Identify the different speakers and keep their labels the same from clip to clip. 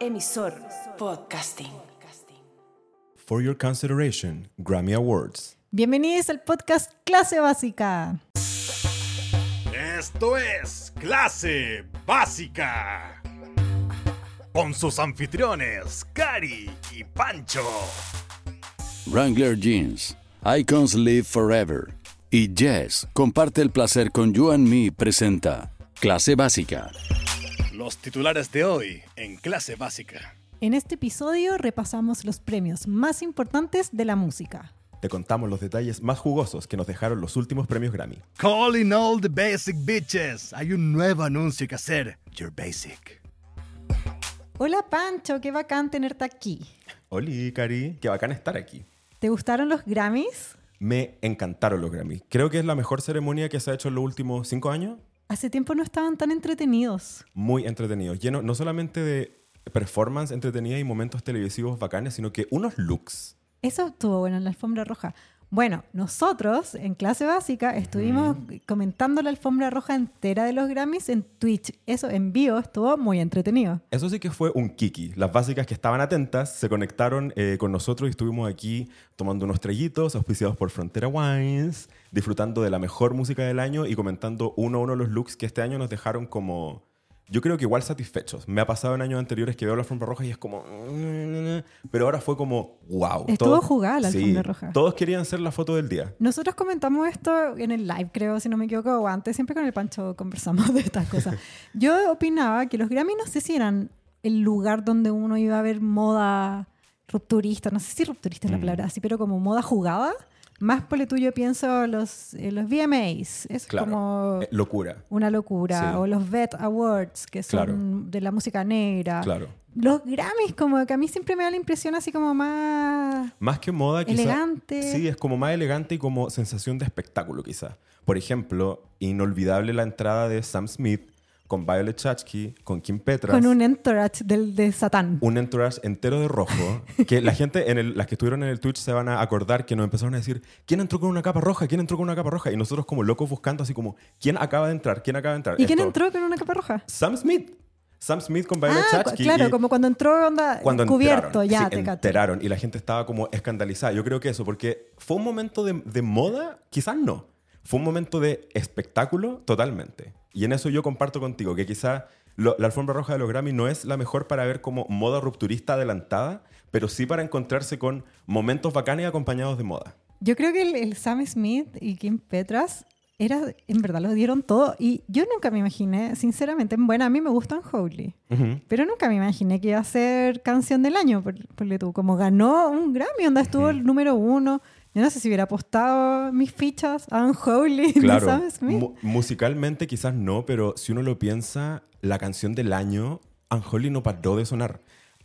Speaker 1: Emisor Podcasting.
Speaker 2: For Your Consideration Grammy Awards.
Speaker 3: Bienvenidos al podcast Clase Básica.
Speaker 4: Esto es Clase Básica. Con sus anfitriones, Cari y Pancho.
Speaker 5: Wrangler Jeans, Icons Live Forever y Jess, comparte el placer con You and Me presenta Clase Básica.
Speaker 4: Los titulares de hoy en Clase Básica.
Speaker 3: En este episodio repasamos los premios más importantes de la música.
Speaker 2: Te contamos los detalles más jugosos que nos dejaron los últimos premios Grammy.
Speaker 4: Calling all the basic bitches. Hay un nuevo anuncio que hacer. Your basic.
Speaker 3: Hola Pancho, qué bacán tenerte aquí.
Speaker 2: Oli, Cari, qué bacán estar aquí.
Speaker 3: ¿Te gustaron los Grammys?
Speaker 2: Me encantaron los Grammy. Creo que es la mejor ceremonia que se ha hecho en los últimos cinco años.
Speaker 3: Hace tiempo no estaban tan entretenidos.
Speaker 2: Muy entretenido, lleno no solamente de performance entretenida y momentos televisivos bacanes, sino que unos looks.
Speaker 3: Eso estuvo bueno en la alfombra roja. Bueno, nosotros en clase básica estuvimos comentando la alfombra roja entera de los Grammys en Twitch. Eso en vivo estuvo muy entretenido.
Speaker 2: Eso sí que fue un kiki. Las básicas que estaban atentas se conectaron eh, con nosotros y estuvimos aquí tomando unos trellitos auspiciados por Frontera Wines, disfrutando de la mejor música del año y comentando uno a uno los looks que este año nos dejaron como... Yo creo que igual satisfechos. Me ha pasado en años anteriores que veo la alfombra roja y es como... Pero ahora fue como... ¡Wow!
Speaker 3: Estuvo jugada la alfombra roja.
Speaker 2: Todos querían ser la foto del día.
Speaker 3: Nosotros comentamos esto en el live, creo, si no me equivoco, o antes, siempre con el Pancho conversamos de estas cosas. Yo opinaba que los Grammy no sé si eran el lugar donde uno iba a ver moda rupturista, no sé si rupturista es
Speaker 2: Mm.
Speaker 3: la palabra, así, pero como moda jugada. Más por lo tuyo pienso los, eh, los VMAs, es
Speaker 2: Claro.
Speaker 3: como
Speaker 2: Eh, locura.
Speaker 3: una locura,
Speaker 2: Sí.
Speaker 3: o los VET Awards, que son
Speaker 2: Claro.
Speaker 3: de la música negra.
Speaker 2: Claro.
Speaker 3: Los Grammys, como que a mí siempre me da la impresión así como más...
Speaker 2: Más que moda, quizá.
Speaker 3: Elegante.
Speaker 2: Sí, es como más elegante y como sensación de espectáculo, quizás. Por ejemplo, inolvidable la entrada de Sam Smith con Violet Chachki, con Kim Petras.
Speaker 3: Con un entourage del, de Satán.
Speaker 2: un entourage entero de rojo, que la gente, en el- las que estuvieron en el Twitch se van a acordar que nos empezaron a decir, ¿quién entró con una capa roja? ¿Quién entró con una capa roja? Y nosotros como locos buscando así como, ¿quién acaba de entrar? ¿Quién acaba de entrar?
Speaker 3: ¿Y quién
Speaker 2: Esto-
Speaker 3: entró con una capa roja?
Speaker 2: Sam Smith. Sam Smith con Violet
Speaker 3: Ah, cu-
Speaker 2: Chachki.
Speaker 3: claro,
Speaker 2: y-
Speaker 3: como cuando entró onda
Speaker 2: cuando
Speaker 3: cubierto,
Speaker 2: enteraron,
Speaker 3: ya,
Speaker 2: sí,
Speaker 3: te cacho.
Speaker 2: enteraron y la gente estaba como escandalizada. Yo creo que eso, porque fue un momento de, de moda, quizás no. Fue un momento de espectáculo totalmente. Y en eso yo comparto contigo, que quizás lo- la alfombra roja de los Grammy no es la mejor para ver como moda rupturista adelantada, pero sí para encontrarse con momentos bacanes acompañados de moda.
Speaker 3: Yo creo que el, el Sam Smith y Kim Petras era, en verdad lo dieron todo y yo nunca me imaginé, sinceramente, bueno, a mí me gustan Howley, pero nunca me imaginé que iba a ser canción del año, por, ponle tú, como ganó un Grammy, onda estuvo el número uno. Yo no sé si hubiera apostado mis fichas a Unholy de
Speaker 2: Claro,
Speaker 3: Sam Smith.
Speaker 2: mu- musicalmente quizás no, pero si uno lo piensa, la canción del año, Anjoli no paró de sonar.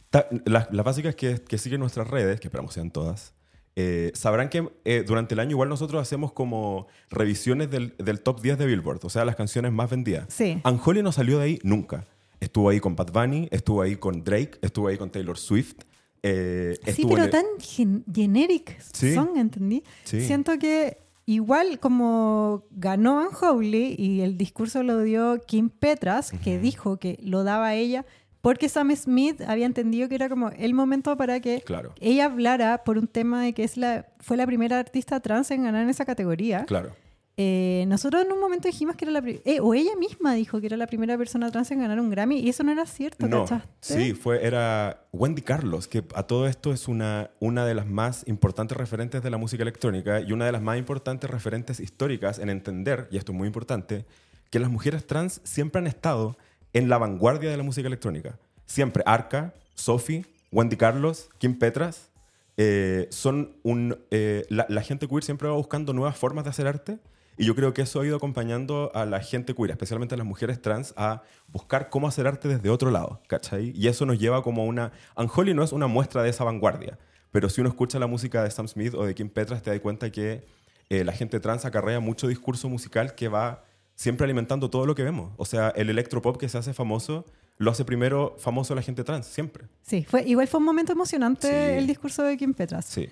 Speaker 2: Ta- las, las básicas que, que siguen nuestras redes, que esperamos sean todas, eh, sabrán que eh, durante el año igual nosotros hacemos como revisiones del, del top 10 de Billboard, o sea, las canciones más vendidas.
Speaker 3: Sí.
Speaker 2: Anjoli no salió de ahí nunca. Estuvo ahí con Bad Bunny, estuvo ahí con Drake, estuvo ahí con Taylor Swift. eh,
Speaker 3: Sí,
Speaker 2: estuvo
Speaker 3: pero
Speaker 2: en-
Speaker 3: tan gen- generic
Speaker 2: Sí.
Speaker 3: song, ¿entendí?
Speaker 2: Sí.
Speaker 3: Siento que igual como ganó Unholy y el discurso lo dio Kim Petras, que dijo que lo daba ella porque Sam Smith había entendido que era como el momento para que
Speaker 2: Claro.
Speaker 3: ella hablara por un tema de que es la, fue la primera artista trans en ganar en esa categoría.
Speaker 2: Claro.
Speaker 3: Eh, nosotros en un momento dijimos que era la pri- eh, o ella misma dijo que era la primera persona trans en ganar un Grammy y eso no era cierto,
Speaker 2: No,
Speaker 3: ¿cachaste?
Speaker 2: sí, fue, era Wendy Carlos, que a todo esto es una, una de las más importantes referentes de la música electrónica y una de las más importantes referentes históricas en entender, y esto es muy importante, que las mujeres trans siempre han estado en la vanguardia de la música electrónica. Siempre Arca, Sophie, Wendy Carlos, Kim Petras, eh, son un... eh, la, la gente queer siempre va buscando nuevas formas de hacer arte y yo creo que eso ha ido acompañando a la gente queer, especialmente a las mujeres trans, a buscar cómo hacer arte desde otro lado, ¿cachai? Y eso nos lleva como a una... Anjoli no es una muestra de esa vanguardia, pero si uno escucha la música de Sam Smith o de Kim Petras te da cuenta que eh, la gente trans acarrea mucho discurso musical que va siempre alimentando todo lo que vemos. O sea, el electropop que se hace famoso lo hace primero famoso la gente trans, siempre.
Speaker 3: Sí, fue, igual fue un momento emocionante
Speaker 2: Sí.
Speaker 3: el discurso de Kim Petras.
Speaker 2: Sí.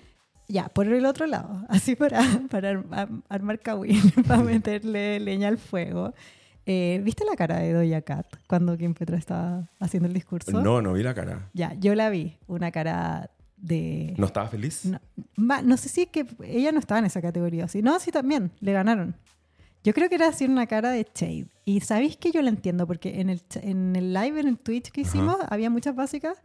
Speaker 3: Ya, por el otro lado, así para, para ar- am- armar cagüín, para meterle leña al fuego. Eh, ¿Viste la cara de Doja Cat cuando Kim Petra estaba haciendo el discurso?
Speaker 2: No, no vi la cara.
Speaker 3: Ya, yo la vi. Una cara de...
Speaker 2: ¿No estaba feliz?
Speaker 3: No, ma- no sé si que ella no estaba en esa categoría. Sí, no, sí también, le ganaron. Yo creo que era así una cara de shade. Y sabéis que yo la entiendo, porque en el, ch- en el live, en el Twitch que hicimos, había muchas básicas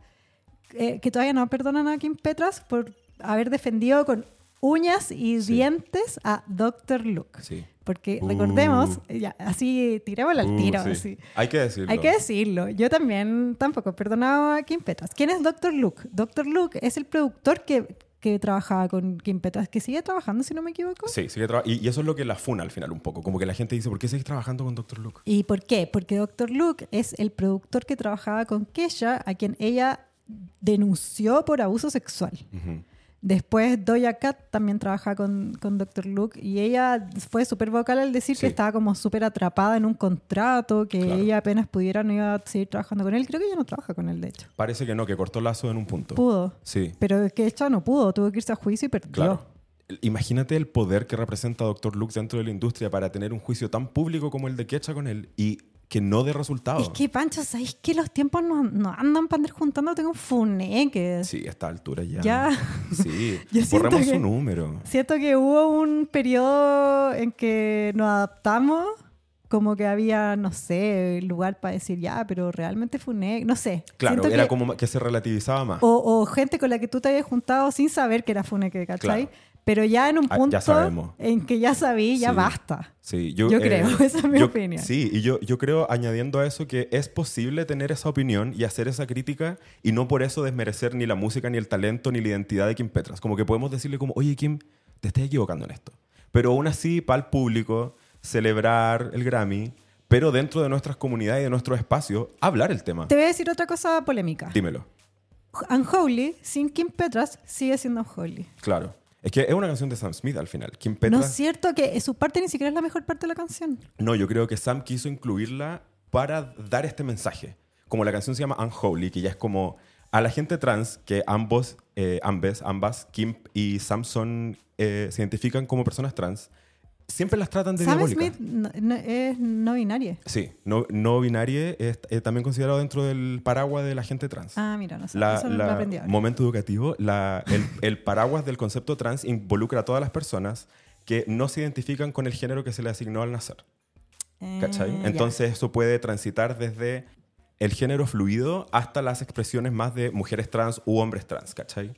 Speaker 3: eh, que todavía no perdonan a Kim Petras por haber defendido con uñas y
Speaker 2: Sí.
Speaker 3: dientes a Dr. Luke.
Speaker 2: Sí.
Speaker 3: Porque
Speaker 2: Uh.
Speaker 3: recordemos, ya, así tirémosle al
Speaker 2: Uh,
Speaker 3: tiro.
Speaker 2: sí.
Speaker 3: así.
Speaker 2: Hay que decirlo.
Speaker 3: Hay que decirlo. Yo también tampoco he perdonado a Kim Petras. ¿Quién es Dr. Luke? Dr. Luke es el productor que, que trabajaba con Kim Petras, que sigue trabajando, si no me equivoco.
Speaker 2: Sí, sigue traba- y, y eso es lo que la funa al final un poco. Como que la gente dice, ¿por qué seguís trabajando con Dr. Luke?
Speaker 3: ¿Y por qué? Porque Dr. Luke es el productor que trabajaba con Kesha, a quien ella denunció por abuso sexual. Después Doja Cat también trabaja con, con Dr. Luke y ella fue súper vocal al decir
Speaker 2: Sí.
Speaker 3: que estaba como súper atrapada en un contrato, que
Speaker 2: Claro.
Speaker 3: ella apenas pudiera no iba a seguir trabajando con él. Creo que ella no trabaja con él, de hecho.
Speaker 2: Parece que no, que cortó lazo en un punto.
Speaker 3: Pudo.
Speaker 2: Sí,
Speaker 3: Pero que ella no pudo, tuvo que irse a juicio y perdió.
Speaker 2: claro. El- Imagínate el poder que representa Dr. Luke dentro de la industria para tener un juicio tan público como el de Ketcha con él y que no dé resultado.
Speaker 3: Es que, Pancho, ¿sabéis que los tiempos no, no andan para andar juntándote con funeques?
Speaker 2: Sí, a esta altura ya.
Speaker 3: Ya.
Speaker 2: Sí,
Speaker 3: Yo siento
Speaker 2: borremos
Speaker 3: que-
Speaker 2: su número.
Speaker 3: Siento que hubo un periodo en que nos adaptamos, como que había, no sé, lugar para decir, ya, pero realmente funé, no sé.
Speaker 2: Claro,
Speaker 3: Siento
Speaker 2: era
Speaker 3: que-
Speaker 2: como que se relativizaba más.
Speaker 3: O, o gente con la que tú te habías juntado sin saber que era funeque, ¿cachai?
Speaker 2: Claro.
Speaker 3: Pero ya en un
Speaker 2: Ah, ya
Speaker 3: punto
Speaker 2: sabemos.
Speaker 3: en que ya sabí, ya
Speaker 2: Sí.
Speaker 3: basta.
Speaker 2: Sí, yo, eh,
Speaker 3: Yo creo, esa es mi
Speaker 2: yo-
Speaker 3: opinión.
Speaker 2: Sí, y yo, yo creo, añadiendo a eso, que es posible tener esa opinión y hacer esa crítica y no por eso desmerecer ni la música, ni el talento, ni la identidad de Kim Petras. Como que podemos decirle como, oye Kim, te estás equivocando en esto. Pero aún así, para el público, celebrar el Grammy, pero dentro de nuestras comunidades y de nuestro espacio, hablar el tema.
Speaker 3: Te voy a decir otra cosa polémica.
Speaker 2: Dímelo,
Speaker 3: Unholy, sin Kim Petras, sigue siendo Unholy.
Speaker 2: claro. Es que es una canción de Sam Smith al final. Kim
Speaker 3: ¿No
Speaker 2: Petras...
Speaker 3: es cierto que su parte ni siquiera es la mejor parte de la canción?
Speaker 2: No, yo creo que Sam quiso incluirla para dar este mensaje. Como la canción se llama Unholy, que ya es como a la gente trans, que ambos, eh, ambas, ambas, Kim y Samson, se identifican como personas trans, siempre las tratan de
Speaker 3: Sam
Speaker 2: diabólicas.
Speaker 3: Smith no- no- es no binaria.
Speaker 2: Sí, no, no binaria es eh, también considerado dentro del paraguas de la gente trans.
Speaker 3: Ah, mira, no sé.
Speaker 2: La-
Speaker 3: eso lo- lo
Speaker 2: la-
Speaker 3: aprendí ahora.
Speaker 2: momento educativo, la- el, el paraguas del concepto trans involucra a todas las personas que no se identifican con el género que se le asignó al nacer.
Speaker 3: Eh,
Speaker 2: ¿Cachai?
Speaker 3: ya.
Speaker 2: Entonces eso puede transitar desde el género fluido hasta las expresiones más de mujeres trans u hombres trans, ¿cachai?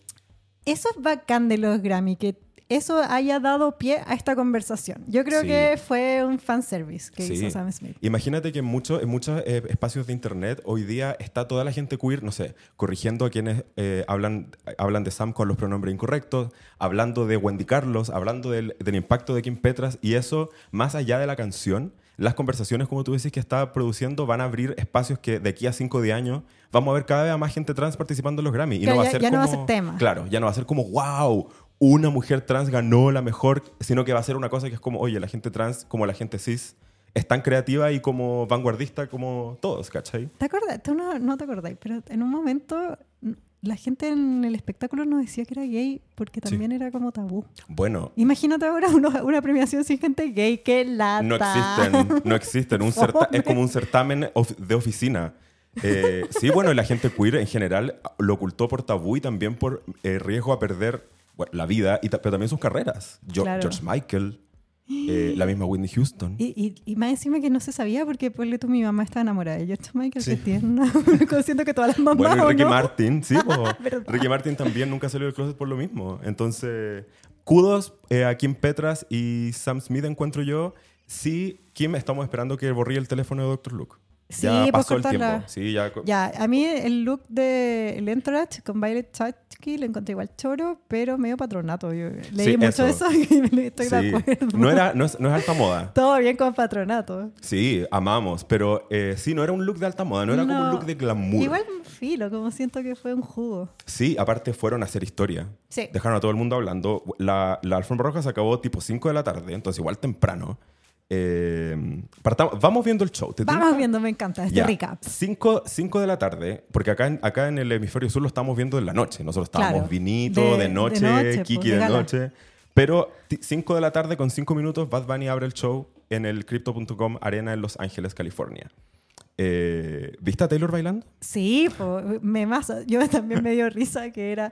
Speaker 3: Eso es bacán de los Grammy, que eso haya dado pie a esta conversación. Yo creo
Speaker 2: Sí.
Speaker 3: que fue un fanservice que
Speaker 2: Sí.
Speaker 3: hizo Sam Smith.
Speaker 2: Imagínate que en, mucho- en muchos eh, espacios de internet hoy día está toda la gente queer, no sé, corrigiendo a quienes eh, hablan, hablan de Sam con los pronombres incorrectos, hablando de Wendy Carlos, hablando del, del impacto de Kim Petras y eso, más allá de la canción, las conversaciones, como tú dices, que está produciendo van a abrir espacios que de aquí a 5 de años vamos a ver cada vez a más gente trans participando en los Grammy. Y
Speaker 3: Claro,
Speaker 2: no va
Speaker 3: ya-
Speaker 2: a ser
Speaker 3: ya no va a
Speaker 2: como-
Speaker 3: ser tema.
Speaker 2: Claro, ya no va a ser como, wow, una mujer trans ganó la mejor, sino que va a ser una cosa que es como, oye, la gente trans, como la gente cis, es tan creativa y como vanguardista como todos, ¿cachai?
Speaker 3: ¿Te acuerdas? Tú no, no te acordáis, pero en un momento n- la gente en el espectáculo nos decía que era gay porque
Speaker 2: Sí.
Speaker 3: también era como tabú.
Speaker 2: Bueno,
Speaker 3: Imagínate ahora una, una premiación sin gente gay, que lata.
Speaker 2: no existen, no existen. Un certa-
Speaker 3: Fome.
Speaker 2: es como un certamen of- de oficina. Eh, sí, bueno, y la gente queer en general lo ocultó por tabú y también por eh, riesgo a perder bueno, la vida, y ta- pero también sus carreras. Jo-
Speaker 3: Claro.
Speaker 2: George Michael, eh, la misma Whitney Houston.
Speaker 3: Y, y- y más encima que no se sabía porque ponle tú mi mamá está enamorada de George Michael,
Speaker 2: Sí.
Speaker 3: que tierna. Siento que todas las mamás
Speaker 2: Bueno,
Speaker 3: ¿o
Speaker 2: y Ricky
Speaker 3: no?
Speaker 2: Martin, sí, po.
Speaker 3: ¿Verdad?
Speaker 2: Ricky Martin también nunca salió del closet por lo mismo. Entonces, kudos eh, a Kim Petras y Sam Smith, encuentro yo. Sí, Kim, estamos esperando que borríe el teléfono de Dr. Luke.
Speaker 3: Sí,
Speaker 2: ya
Speaker 3: pues,
Speaker 2: pasó el
Speaker 3: cortarla.
Speaker 2: tiempo. Sí, ya. co-
Speaker 3: Ya, a mí el look de el Entourage con Violet Chachki lo encontré igual choro, pero medio patronato. Yo leí
Speaker 2: Sí,
Speaker 3: mucho
Speaker 2: eso.
Speaker 3: eso y me- estoy
Speaker 2: Sí.
Speaker 3: de acuerdo.
Speaker 2: No, era, no, es, no es alta moda.
Speaker 3: Todo bien con patronato.
Speaker 2: Sí, amamos, pero eh, sí, no era un look de alta moda, no era como un
Speaker 3: No.
Speaker 2: look de glamour.
Speaker 3: Igual filo, como siento que fue un jugo.
Speaker 2: Sí, aparte fueron a hacer historia.
Speaker 3: Sí.
Speaker 2: Dejaron a todo el mundo hablando. La, la alfombra roja se acabó tipo 5 de la tarde, entonces igual temprano. Eh, partamos- vamos viendo el show. ¿te
Speaker 3: Vamos
Speaker 2: tinca?
Speaker 3: viendo, me encanta este
Speaker 2: Ya.
Speaker 3: recap.
Speaker 2: 5, 5 de la tarde, porque acá en, acá en el hemisferio sur lo estamos viendo en la noche. Nosotros estábamos
Speaker 3: Claro.
Speaker 2: vinito,
Speaker 3: De-
Speaker 2: de,
Speaker 3: de
Speaker 2: noche,
Speaker 3: noche,
Speaker 2: Kiki
Speaker 3: pues, de
Speaker 2: de
Speaker 3: gala.
Speaker 2: noche. Pero 5 de la tarde, con 5 minutos, Bad Bunny abre el show en el Crypto.com Arena en Los Ángeles, California. Eh, ¿Viste a Taylor bailando?
Speaker 3: Sí, po, me masa. Yo también me dio risa que era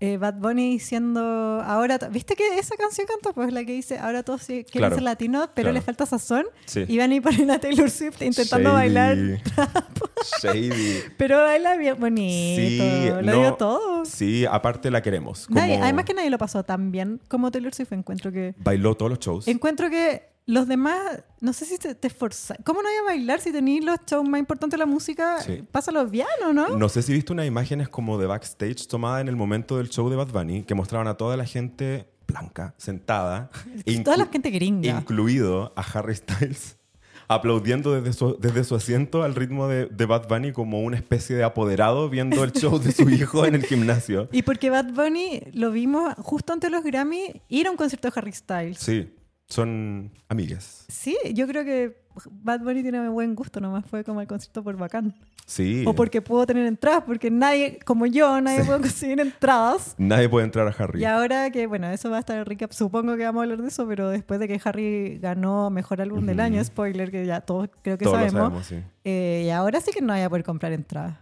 Speaker 3: eh, Bad Bunny diciendo ahora. to- ¿Viste que esa canción canta? Pues la que dice ahora todos sí quieren
Speaker 2: Claro,
Speaker 3: ser latinos, pero
Speaker 2: claro.
Speaker 3: le falta sazón.
Speaker 2: Sí.
Speaker 3: Y van a ir poner a Taylor Swift intentando
Speaker 2: Shady.
Speaker 3: bailar.
Speaker 2: Shady.
Speaker 3: Pero baila bien bonito. lo
Speaker 2: no-
Speaker 3: dio todo.
Speaker 2: Sí, aparte la queremos.
Speaker 3: Nadie-
Speaker 2: como
Speaker 3: además que nadie lo pasó tan bien como Taylor Swift. Encuentro que.
Speaker 2: bailó todos los shows.
Speaker 3: Encuentro que los demás, no sé si te, te esforza- ¿Cómo no hay a bailar si tenéis los shows más importantes de la música?
Speaker 2: Sí.
Speaker 3: Pásalo bien, ¿o no?
Speaker 2: No sé si viste unas imágenes como de backstage tomada en el momento del show de Bad Bunny que mostraban a toda la gente blanca, sentada,
Speaker 3: Toda
Speaker 2: inclu-
Speaker 3: la gente gringa.
Speaker 2: incluido a Harry Styles, aplaudiendo desde su, desde su asiento al ritmo de, de Bad Bunny como una especie de apoderado viendo el show de su hijo en el gimnasio.
Speaker 3: Y porque Bad Bunny lo vimos justo antes de los Grammy ir a un concierto de Harry Styles.
Speaker 2: Sí, son amigas.
Speaker 3: Sí, yo creo que Bad Bunny tiene buen gusto, nomás fue como el concierto por bacán.
Speaker 2: Sí.
Speaker 3: O porque pudo tener entradas, porque nadie, como yo, nadie pudo conseguir entradas.
Speaker 2: Nadie puede entrar a Harry.
Speaker 3: Y ahora que, bueno, eso va a estar en recap, supongo que vamos a hablar de eso, pero después de que Harry ganó Mejor Álbum del Año, spoiler que ya todos creo que
Speaker 2: Todos lo
Speaker 3: sabemos,
Speaker 2: sabemos, sí.
Speaker 3: eh, y ahora sí que no voy a poder comprar entradas.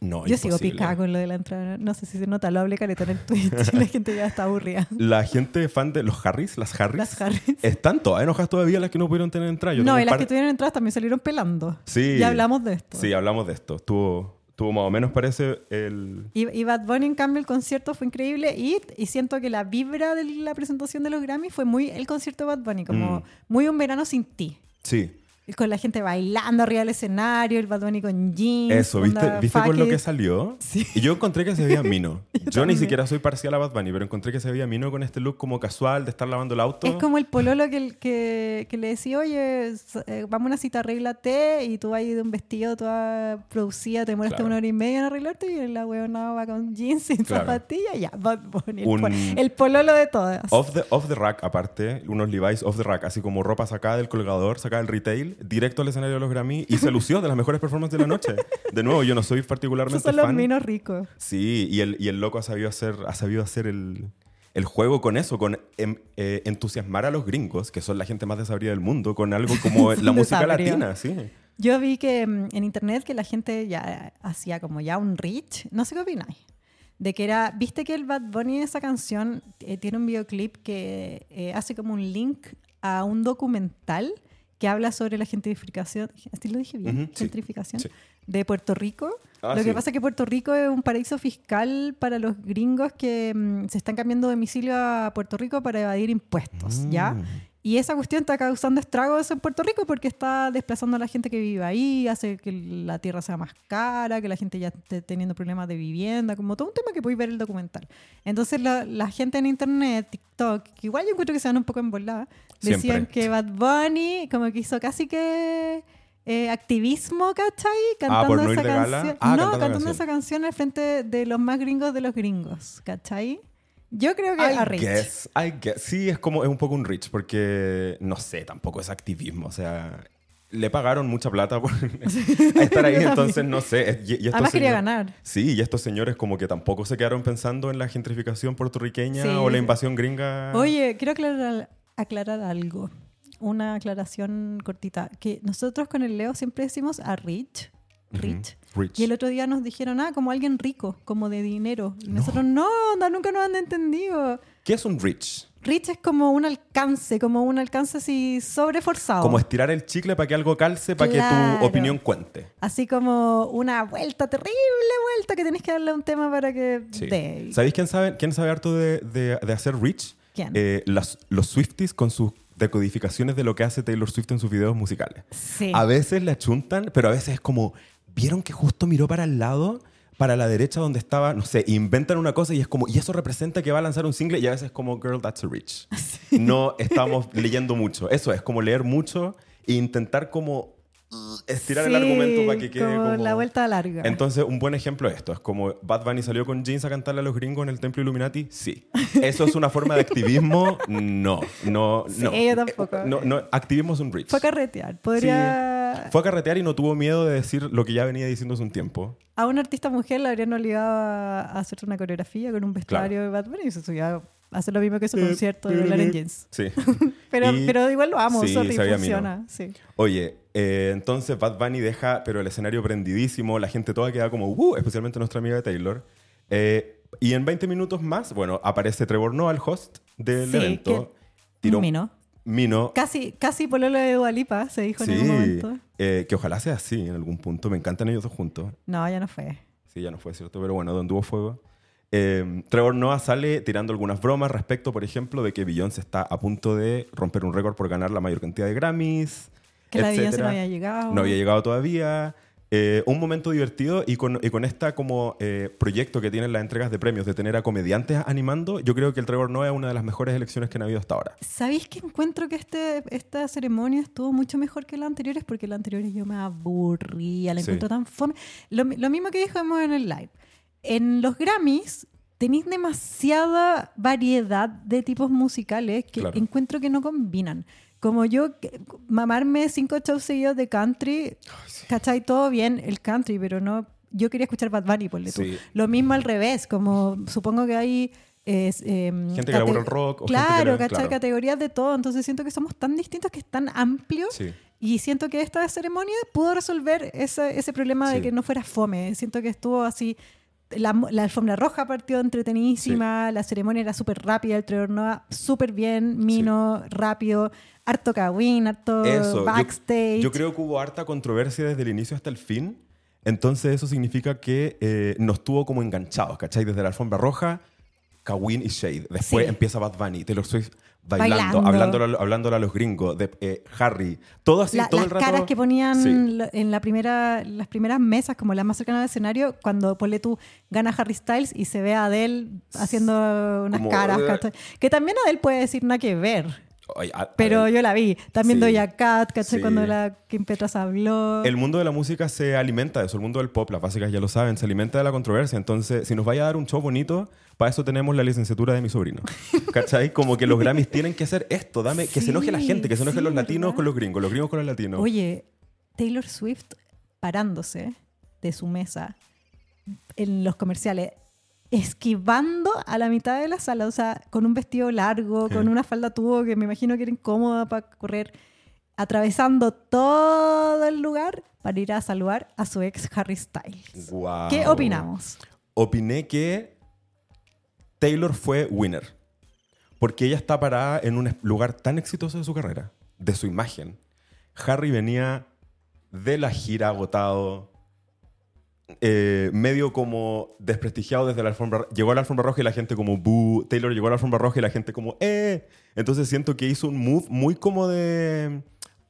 Speaker 2: No,
Speaker 3: Yo sigo
Speaker 2: imposible.
Speaker 3: picada con lo de la entrada, no sé si se nota, lo hablé caleta en el Twitch, la gente ya está aburrida.
Speaker 2: La gente fan de los Harrys, las Harrys,
Speaker 3: Las Harrys.
Speaker 2: están todas enojadas todavía las que no pudieron tener entrada. Yo
Speaker 3: no,
Speaker 2: tengo
Speaker 3: y
Speaker 2: un
Speaker 3: las
Speaker 2: par-
Speaker 3: que tuvieron entradas también salieron pelando.
Speaker 2: Sí.
Speaker 3: Ya hablamos de esto.
Speaker 2: Sí, hablamos de esto. Tuvo, tuvo más o menos, parece, el...
Speaker 3: Y, y Bad Bunny, en cambio, el concierto fue increíble y, y siento que la vibra de la presentación de los Grammy fue muy el concierto de Bad Bunny, como
Speaker 2: Mm.
Speaker 3: muy un verano sin ti.
Speaker 2: Sí,
Speaker 3: Y Con la gente bailando arriba del escenario, el Bad Bunny con jeans.
Speaker 2: eso. ¿Viste,
Speaker 3: onda,
Speaker 2: ¿viste con lo
Speaker 3: fuck
Speaker 2: que
Speaker 3: it.
Speaker 2: salió? Y yo encontré que se veía mino. yo ni
Speaker 3: también.
Speaker 2: siquiera soy parcial a Bad Bunny, pero encontré que se veía mino con este look como casual de estar lavando el auto.
Speaker 3: Es como el pololo que, el- que, que le decía, oye, s- eh, vamos a una cita, arréglate, y tú vas ahí de un vestido toda producida, te demoraste
Speaker 2: Claro.
Speaker 3: una hora y media en arreglarte, y la weona va con jeans sin
Speaker 2: Claro.
Speaker 3: zapatillas, ya, Bad Bunny. el
Speaker 2: Un-
Speaker 3: pol- El, pololo de todas.
Speaker 2: Off the, off the rack, aparte, unos Levi's off the rack, así como ropa sacada del colgador, sacada del retail, directo al escenario de los Grammy y se lució de las mejores performances de la noche. De nuevo, yo no soy particularmente
Speaker 3: Esos son los
Speaker 2: fan.
Speaker 3: minos ricos.
Speaker 2: Sí, y el, y el loco ha sabido hacer, ha sabido hacer el, el juego con eso, con em- eh, entusiasmar a los gringos, que son la gente más desabrida del mundo, con algo como
Speaker 3: Son
Speaker 2: la música
Speaker 3: desabridos.
Speaker 2: latina, sí.
Speaker 3: Yo vi que mm, en internet que la gente ya hacía como ya un reach, no sé qué opináis, de que era, viste que el Bad Bunny de esa canción eh, tiene un videoclip que eh, hace como un link a un documental que habla sobre la gentrificación, ¿así lo dije bien?
Speaker 2: Ujú, sí,
Speaker 3: gentrificación
Speaker 2: sí.
Speaker 3: de Puerto Rico.
Speaker 2: Ah,
Speaker 3: lo que
Speaker 2: sí.
Speaker 3: pasa es que Puerto Rico es un paraíso fiscal para los gringos que mm, se están cambiando de domicilio a Puerto Rico para evadir impuestos, ¿ya?
Speaker 2: Mm.
Speaker 3: Y esa cuestión está causando estragos en Puerto Rico porque está desplazando a la gente que vive ahí, hace que la tierra sea más cara, que la gente ya esté teniendo problemas de vivienda, como todo un tema que podéis ver en el documental. Entonces la, la gente en internet, TikTok, que igual yo encuentro que se van un poco envolada, decían
Speaker 2: Siempre.
Speaker 3: que Bad Bunny como que hizo casi que eh, activismo, ¿cachai?
Speaker 2: Ah,
Speaker 3: Cantando
Speaker 2: ¿por no ir
Speaker 3: esa
Speaker 2: de gala?
Speaker 3: canción.
Speaker 2: Ah,
Speaker 3: no,
Speaker 2: cantando la
Speaker 3: cantando
Speaker 2: canción.
Speaker 3: esa canción al frente de los más gringos de los gringos, ¿cachai? Yo creo que a
Speaker 2: I
Speaker 3: Rich.
Speaker 2: guess, I guess. Sí, es como, es un poco un rich, porque, no sé, tampoco es activismo, o sea... Le pagaron mucha plata por estar ahí,
Speaker 3: Yo también.
Speaker 2: entonces no sé. es- y- y estos
Speaker 3: Además quería
Speaker 2: señores-
Speaker 3: ganar.
Speaker 2: Sí, y estos señores como que tampoco se quedaron pensando en la gentrificación puertorriqueña
Speaker 3: Sí.
Speaker 2: o la invasión gringa.
Speaker 3: Oye, quiero aclarar, aclarar algo. Una aclaración cortita. Que nosotros con el Leo siempre decimos a Rich. Rich.
Speaker 2: rich.
Speaker 3: Y el otro día nos dijeron, ah, como alguien rico, como de dinero. Y nosotros, no, onda, nunca nos han entendido.
Speaker 2: ¿Qué es un rich?
Speaker 3: Rich es como un alcance, como un alcance así sobreforzado.
Speaker 2: Como estirar el chicle para que algo calce, para que
Speaker 3: Claro.
Speaker 2: tu opinión cuente.
Speaker 3: Así como una vuelta, terrible vuelta que tenés que darle a un tema para que
Speaker 2: Sí.
Speaker 3: dé.
Speaker 2: ¿Sabéis quién sabe, quién sabe harto de, de- de hacer Rich?
Speaker 3: ¿Quién?
Speaker 2: Eh, las- los Swifties con sus decodificaciones de lo que hace Taylor Swift en sus videos musicales.
Speaker 3: Sí.
Speaker 2: A veces la chuntan, pero a veces es como, ¿vieron que justo miró para el lado? Para la derecha donde estaba, no sé, inventan una cosa y es como, y eso representa que va a lanzar un single y a veces es como, girl, that's a rich. No estamos leyendo mucho. Eso es como leer mucho e intentar como uh, estirar el
Speaker 3: Sí,
Speaker 2: argumento para que quede
Speaker 3: como
Speaker 2: como...
Speaker 3: la vuelta larga.
Speaker 2: Entonces, un buen ejemplo de esto es como Bad Bunny salió con jeans a cantarle a los gringos en el templo Illuminati. Sí. ¿Eso es una forma de activismo? No, no,
Speaker 3: Sí,
Speaker 2: no.
Speaker 3: yo tampoco.
Speaker 2: No, no, activismo es un rich.
Speaker 3: Fue a carretear.
Speaker 2: Sí.
Speaker 3: Podría...
Speaker 2: Fue a carretear y no tuvo miedo de decir lo que ya venía diciendo hace un tiempo.
Speaker 3: A una artista mujer la habrían obligado a a hacer una coreografía con un vestuario de Batman y se subía hacer lo mismo que su
Speaker 2: Eh,
Speaker 3: concierto de Lauren Jeans.
Speaker 2: Sí.
Speaker 3: Pero,
Speaker 2: Y-
Speaker 3: pero igual lo amo,
Speaker 2: sí,
Speaker 3: sorry,
Speaker 2: sabía a mí, ¿no?
Speaker 3: funciona. Sí.
Speaker 2: Oye, eh, entonces Bad Bunny deja, pero el escenario prendidísimo, la gente toda queda como, "Uh", especialmente nuestra amiga Taylor. Eh, y en 20 minutos más, bueno, aparece Trevor Noah, el host del
Speaker 3: Sí,
Speaker 2: evento.
Speaker 3: que-
Speaker 2: Tiró-
Speaker 3: Mino.
Speaker 2: Mino.
Speaker 3: Casi, casi por lo de Dualipa, se dijo en
Speaker 2: Sí.
Speaker 3: algún momento.
Speaker 2: eh, que ojalá sea así en algún punto. Me encantan ellos dos juntos.
Speaker 3: No, ya no fue.
Speaker 2: Sí, ya no fue cierto, pero bueno, donde hubo fuego. Eh, Trevor Noah sale tirando algunas bromas respecto, por ejemplo, de que Beyoncé está a punto de romper un récord por ganar la mayor cantidad de Grammys.
Speaker 3: Que la
Speaker 2: etcétera.
Speaker 3: Beyoncé no había llegado.
Speaker 2: No había llegado todavía. Eh, un momento divertido y con, y con esta como eh, proyecto que tienen las entregas de premios de tener a comediantes animando, yo creo que el Trevor Noah es una de las mejores elecciones que han habido hasta ahora.
Speaker 3: ¿Sabéis que encuentro que este, esta ceremonia estuvo mucho mejor que las anteriores? Porque las anteriores yo me aburría, la
Speaker 2: Sí.
Speaker 3: encuentro tan fome. Lo, mi- lo mismo que dijimos en el live. En los Grammys tenéis demasiada variedad de tipos musicales que
Speaker 2: Claro.
Speaker 3: encuentro que no combinan. Como yo, que- mamarme cinco shows seguidos de country, ¿cachai? Todo bien el country, pero no... Yo quería escuchar Bad Bunny, por tú.
Speaker 2: Sí.
Speaker 3: Lo mismo al revés, como supongo que hay... Es, em,
Speaker 2: Gente que le
Speaker 3: cate-
Speaker 2: gusta el rock o gente que
Speaker 3: claro,
Speaker 2: le-
Speaker 3: ¿cachai?
Speaker 2: claro.
Speaker 3: categorías de todo. Entonces siento que somos tan distintos que es tan amplio.
Speaker 2: Sí.
Speaker 3: Y siento que esta ceremonia pudo resolver ese, ese problema de
Speaker 2: Sí.
Speaker 3: que no fuera fome. Siento que estuvo así. La, la alfombra roja partió entretenidísima, la ceremonia era súper rápida, el Trevor Noah súper bien, Mino rápido, harto Kawin, harto
Speaker 2: Eso. yo-
Speaker 3: backstage.
Speaker 2: Yo, creo que hubo harta controversia desde el inicio hasta el fin. Entonces eso significa que eh, nos tuvo como enganchados, ¿cachai? Desde la alfombra roja, Kawin y Shade. Después
Speaker 3: Sí.
Speaker 2: empieza Bad Bunny, Taylor Swift bailando,
Speaker 3: Bailando.
Speaker 2: Hablándole, a- hablándole a los gringos, de, eh, Harry, todo así,
Speaker 3: La-
Speaker 2: todo
Speaker 3: las
Speaker 2: el rato.
Speaker 3: caras que ponían
Speaker 2: Sí.
Speaker 3: lo- en la primera, las primeras mesas, como las más cercanas al escenario, cuando ponle tú gana Harry Styles y se ve a Adele haciendo unas
Speaker 2: Como- eh,
Speaker 3: caras. ¿cachai? Que también Adele puede decir nada que ver,
Speaker 2: Ay, a-
Speaker 3: pero
Speaker 2: a-
Speaker 3: yo la vi. También
Speaker 2: Sí.
Speaker 3: Doja Cat, ¿cachai?
Speaker 2: Sí.
Speaker 3: Cuando la Kim Petras habló.
Speaker 2: El mundo de la música se alimenta de eso, el mundo del pop, las básicas ya lo saben, se alimenta de la controversia. Entonces, si nos vaya a dar un show bonito, para eso tenemos la licenciatura de mi sobrino. ¿Cachai? Como que los Grammys tienen que hacer esto, dame, que se enoje la
Speaker 3: Sí,
Speaker 2: gente, que se enojen
Speaker 3: sí,
Speaker 2: los latinos
Speaker 3: ¿verdad?
Speaker 2: con los gringos, los gringos con los latinos.
Speaker 3: Oye, Taylor Swift parándose de su mesa en los comerciales, esquivando a la mitad de la sala, o sea, con un vestido largo, con una falda tubo que me imagino que era incómoda para correr, atravesando todo el lugar para ir a saludar a su ex Harry Styles.
Speaker 2: Guau.
Speaker 3: ¿Qué opinamos?
Speaker 2: Opiné que Taylor fue winner. Porque ella está parada en un es- lugar tan exitoso de su carrera, de su imagen. Harry venía de la gira agotado, eh, medio como desprestigiado desde la alfombra. Llegó a la alfombra roja y la gente como boo. Taylor llegó a la alfombra roja y la gente como eh. Entonces siento que hizo un move muy como de.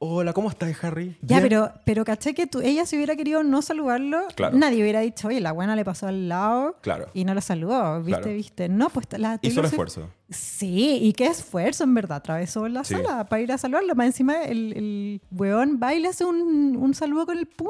Speaker 2: Hola, ¿cómo estás, Harry?
Speaker 3: Ya,
Speaker 2: Bien".
Speaker 3: pero, pero caché que tú, ella si hubiera querido no saludarlo,
Speaker 2: Claro.
Speaker 3: nadie hubiera dicho, oye, la buena le pasó al lado
Speaker 2: Claro.
Speaker 3: y no lo saludó, viste,
Speaker 2: Claro.
Speaker 3: viste. No, pues la
Speaker 2: Hizo el
Speaker 3: Taylor Swift-
Speaker 2: esfuerzo.
Speaker 3: Sí, y qué esfuerzo, en verdad, atravesó la
Speaker 2: Sí.
Speaker 3: sala para ir a saludarlo. Más encima, el, el weón va y le hace un, un saludo con el puño.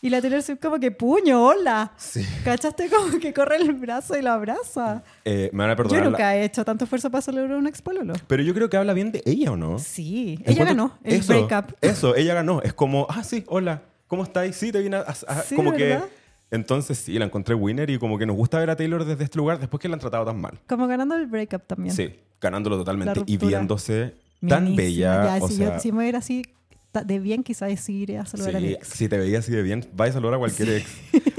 Speaker 3: Y la Taylor Swift como que, puño, hola.
Speaker 2: Sí.
Speaker 3: ¿Cachaste? Como que corre el brazo y lo abraza.
Speaker 2: Eh, me van a perdonar.
Speaker 3: Yo
Speaker 2: la-
Speaker 3: nunca he hecho tanto esfuerzo para saludar a un expololo.
Speaker 2: Pero yo creo que habla bien de ella, ¿o no?
Speaker 3: Sí, ella
Speaker 2: Encuentro-
Speaker 3: ganó el
Speaker 2: eso, eh,
Speaker 3: breakup.
Speaker 2: Eso, ella ganó. Es como, ah, sí, hola, ¿cómo estáis? Sí, te vine a. a- a-
Speaker 3: Sí,
Speaker 2: como
Speaker 3: ¿verdad?
Speaker 2: que. Entonces sí, la encontré winner y como que nos gusta ver a Taylor desde este lugar después que la han tratado tan mal.
Speaker 3: Como ganando el breakup también.
Speaker 2: Sí, ganándolo totalmente
Speaker 3: La
Speaker 2: y
Speaker 3: ruptura.
Speaker 2: viéndose tan
Speaker 3: Minísima.
Speaker 2: bella.
Speaker 3: Ya,
Speaker 2: o
Speaker 3: si,
Speaker 2: sea,
Speaker 3: yo, si me era así ta- de bien, quizás decidiré a saludar a mi
Speaker 2: Sí,
Speaker 3: ex.
Speaker 2: si te veía así de bien, vais a saludar a cualquier ex.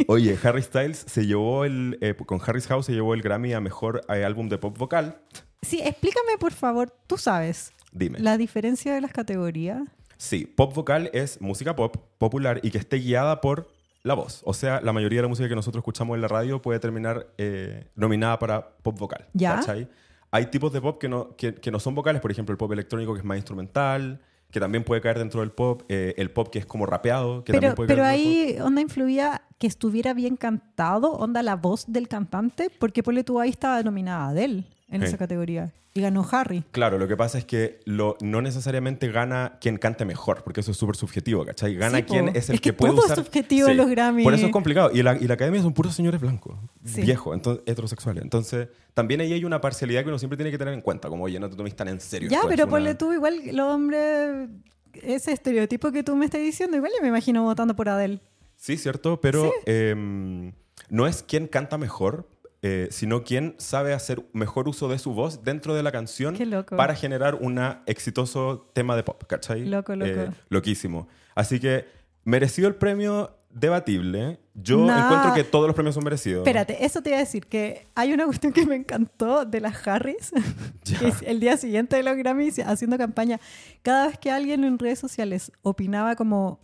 Speaker 2: Oye, Harry Styles se llevó el. eh, con Harry's House se llevó el Grammy a mejor eh, álbum de pop vocal.
Speaker 3: Sí, explícame, por favor, tú sabes
Speaker 2: Dime.
Speaker 3: la diferencia de las categorías.
Speaker 2: Sí, pop vocal es música pop popular y que esté guiada por la voz. O sea, la mayoría de la música que nosotros escuchamos en la radio puede terminar eh, nominada para pop vocal.
Speaker 3: Ya.
Speaker 2: ¿cachai? Hay tipos de pop que no, que, que no son vocales, por ejemplo, el pop electrónico que es más instrumental, que también puede caer dentro del pop, eh, el pop que es como rapeado, que
Speaker 3: Pero,
Speaker 2: también puede
Speaker 3: pero
Speaker 2: caer dentro del
Speaker 3: ahí, onda, influía que estuviera bien cantado, onda, la voz del cantante, porque Pole tú ahí estaba nominada Adele en
Speaker 2: Sí.
Speaker 3: esa categoría y ganó Harry.
Speaker 2: pop. Claro, lo que pasa es que lo, no necesariamente gana quien cante mejor, porque eso es súper subjetivo, ¿cachai? Gana
Speaker 3: Sí, po.
Speaker 2: quien es el
Speaker 3: Es que
Speaker 2: que, puede
Speaker 3: todo es
Speaker 2: usar...
Speaker 3: subjetivo en los Grammy.
Speaker 2: Por eso es complicado. Y la, y la academia son puros señores blancos,
Speaker 3: Sí.
Speaker 2: viejos, entonces, heterosexuales. Entonces, también ahí hay una parcialidad que uno siempre tiene que tener en cuenta. Como, oye, no te tomes tan en serio.
Speaker 3: Ya,
Speaker 2: esto es
Speaker 3: pero
Speaker 2: una-
Speaker 3: ponle tú igual los hombres, ese estereotipo que tú me estás diciendo, igual yo me imagino votando por Adele.
Speaker 2: Sí, cierto, pero em, no es quien canta mejor. eh, sino quien sabe hacer mejor uso de su voz dentro de la canción
Speaker 3: Qué loco.
Speaker 2: para generar un exitoso tema de pop, ¿cachai? Eh,
Speaker 3: Loco, loco.
Speaker 2: loquísimo. Así que, merecido el premio, debatible. Yo
Speaker 3: Nah.
Speaker 2: encuentro que todos los premios son merecidos.
Speaker 3: Espérate, eso te iba a decir que hay una cuestión que me encantó de las Harris, que es el día siguiente de los Grammys haciendo campaña. Cada vez que alguien en redes sociales opinaba como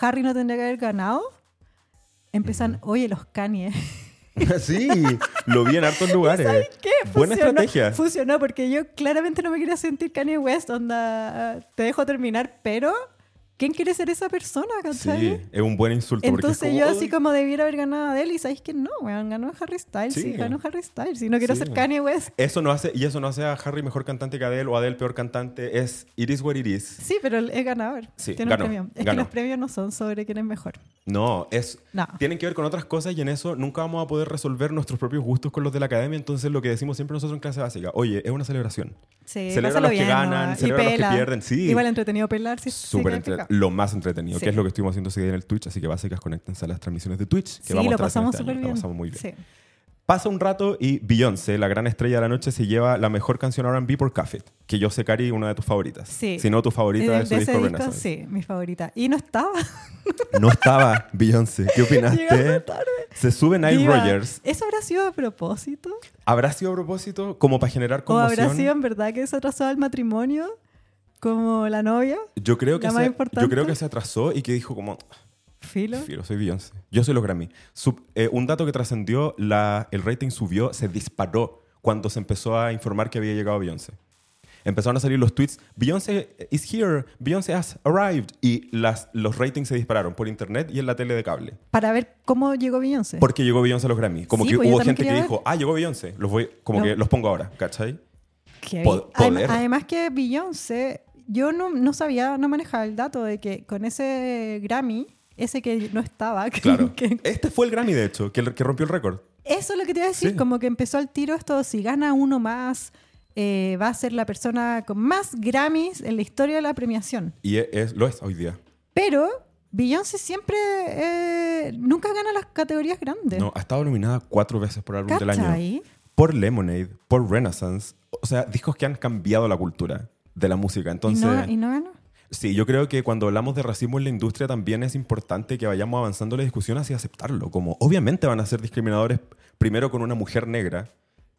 Speaker 3: Harry no tendría que haber ganado, empiezan,
Speaker 2: Mm.
Speaker 3: oye, los Kanye.
Speaker 2: sí, lo vi en hartos lugares.
Speaker 3: ¿Sabes qué?
Speaker 2: Buena
Speaker 3: Funcionó-
Speaker 2: estrategia.
Speaker 3: Funcionó porque yo claramente no me quería sentir Kanye West, onda, ah, te dejo terminar, pero ¿quién quiere ser esa persona, cachai?
Speaker 2: Sí, es un buen insulto. porque es
Speaker 3: Entonces yo
Speaker 2: como,
Speaker 3: así
Speaker 2: "Uy".
Speaker 3: como debiera haber ganado a él y sabéis que no, weón, ganó Harry Styles, sí,
Speaker 2: Sí.
Speaker 3: ganó Harry Styles y no quiero
Speaker 2: Sí.
Speaker 3: ser Kanye West.
Speaker 2: Eso no hace, y eso no hace a Harry mejor cantante que Adele o Adele peor cantante. Es It is what it is.
Speaker 3: Sí, pero es ganador.
Speaker 2: Sí,
Speaker 3: Tiene
Speaker 2: ganó,
Speaker 3: un premio. Es
Speaker 2: ganó.
Speaker 3: que los premios no son sobre quién es mejor.
Speaker 2: No, es,
Speaker 3: No.
Speaker 2: tienen que ver con otras cosas y en eso nunca vamos a poder resolver nuestros propios gustos con los de la academia. Entonces lo que decimos siempre nosotros en clase básica, oye, es una celebración.
Speaker 3: Sí,
Speaker 2: Celebra
Speaker 3: pásalo
Speaker 2: los que
Speaker 3: bien,
Speaker 2: ganan,
Speaker 3: ¿no? Y
Speaker 2: celebra los que
Speaker 3: pela.
Speaker 2: pierden, sí.
Speaker 3: Igual entretenido pelar, sí. sí,
Speaker 2: Súper
Speaker 3: que
Speaker 2: entre-
Speaker 3: pica.
Speaker 2: lo más entretenido,
Speaker 3: Sí.
Speaker 2: que es lo que estuvimos haciendo ese día en el Twitch. Así que básicas, conéctense a las transmisiones de Twitch. Que
Speaker 3: Sí,
Speaker 2: vamos a
Speaker 3: lo
Speaker 2: estar haciendo
Speaker 3: pasamos
Speaker 2: este
Speaker 3: súper
Speaker 2: año.
Speaker 3: bien.
Speaker 2: Lo pasamos muy bien.
Speaker 3: Sí.
Speaker 2: Pasa un rato y Beyoncé, la gran estrella de la noche, se lleva la mejor canción R&B por Café, que yo sé, Cari, una de tus favoritas.
Speaker 3: Sí.
Speaker 2: Si no, tu favorita
Speaker 3: Eh,
Speaker 2: de su
Speaker 3: de
Speaker 2: disco,
Speaker 3: ese disco,
Speaker 2: Renaissance.
Speaker 3: sí, mi favorita. Y no estaba.
Speaker 2: No estaba Beyoncé. ¿Qué opinaste?
Speaker 3: Llegando tarde.
Speaker 2: Se sube Nile
Speaker 3: Diva.
Speaker 2: Rogers.
Speaker 3: ¿Eso habrá sido a propósito?
Speaker 2: ¿Habrá sido a propósito como para generar
Speaker 3: ¿O
Speaker 2: conmoción?
Speaker 3: habrá sido en verdad que se atrasó al matrimonio? Como la novia,
Speaker 2: Yo creo, que
Speaker 3: la más
Speaker 2: se,
Speaker 3: importante?
Speaker 2: yo creo que se atrasó y que dijo como,
Speaker 3: Filo.
Speaker 2: "Filo, soy Beyoncé. Yo soy los Grammy. Sub- eh, un dato que trascendió, la- el rating subió, se disparó cuando se empezó a informar que había llegado Beyoncé. Empezaron a salir los tweets, Beyoncé is here, Beyoncé has arrived. Y las, los ratings se dispararon por internet y en la tele de cable.
Speaker 3: Para ver cómo llegó Beyoncé.
Speaker 2: Porque llegó Beyoncé a los Grammy. Como
Speaker 3: Sí,
Speaker 2: que
Speaker 3: pues yo
Speaker 2: hubo
Speaker 3: también
Speaker 2: gente que
Speaker 3: quería
Speaker 2: dijo, ah, llegó Beyoncé, los voy, como
Speaker 3: No.
Speaker 2: que los pongo ahora, ¿cachai?
Speaker 3: Que
Speaker 2: Po-
Speaker 3: vi- adem-
Speaker 2: poder.
Speaker 3: además que Beyoncé, yo no, no sabía, no manejaba el dato de que con ese Grammy, ese que no estaba, que-
Speaker 2: Claro.
Speaker 3: que-
Speaker 2: Este fue el Grammy, de hecho, que, que rompió el récord.
Speaker 3: eso es lo que te iba a decir,
Speaker 2: Sí.
Speaker 3: como que empezó al tiro esto, si gana uno más, eh, va a ser la persona con más Grammys en la historia de la premiación.
Speaker 2: Y es, es- lo es hoy día.
Speaker 3: Pero Beyoncé siempre, eh, nunca gana las categorías grandes.
Speaker 2: No, ha estado nominada cuatro veces por álbum del año.
Speaker 3: ¿Cachai?
Speaker 2: Por Lemonade, por Renaissance. O sea, discos que han cambiado la cultura de la música.
Speaker 3: Y
Speaker 2: Entonces,
Speaker 3: no, y no ganó.
Speaker 2: sí, yo creo que cuando hablamos de racismo en la industria también es importante que vayamos avanzando la discusión hacia aceptarlo. Como obviamente van a ser discriminadores primero con una mujer negra,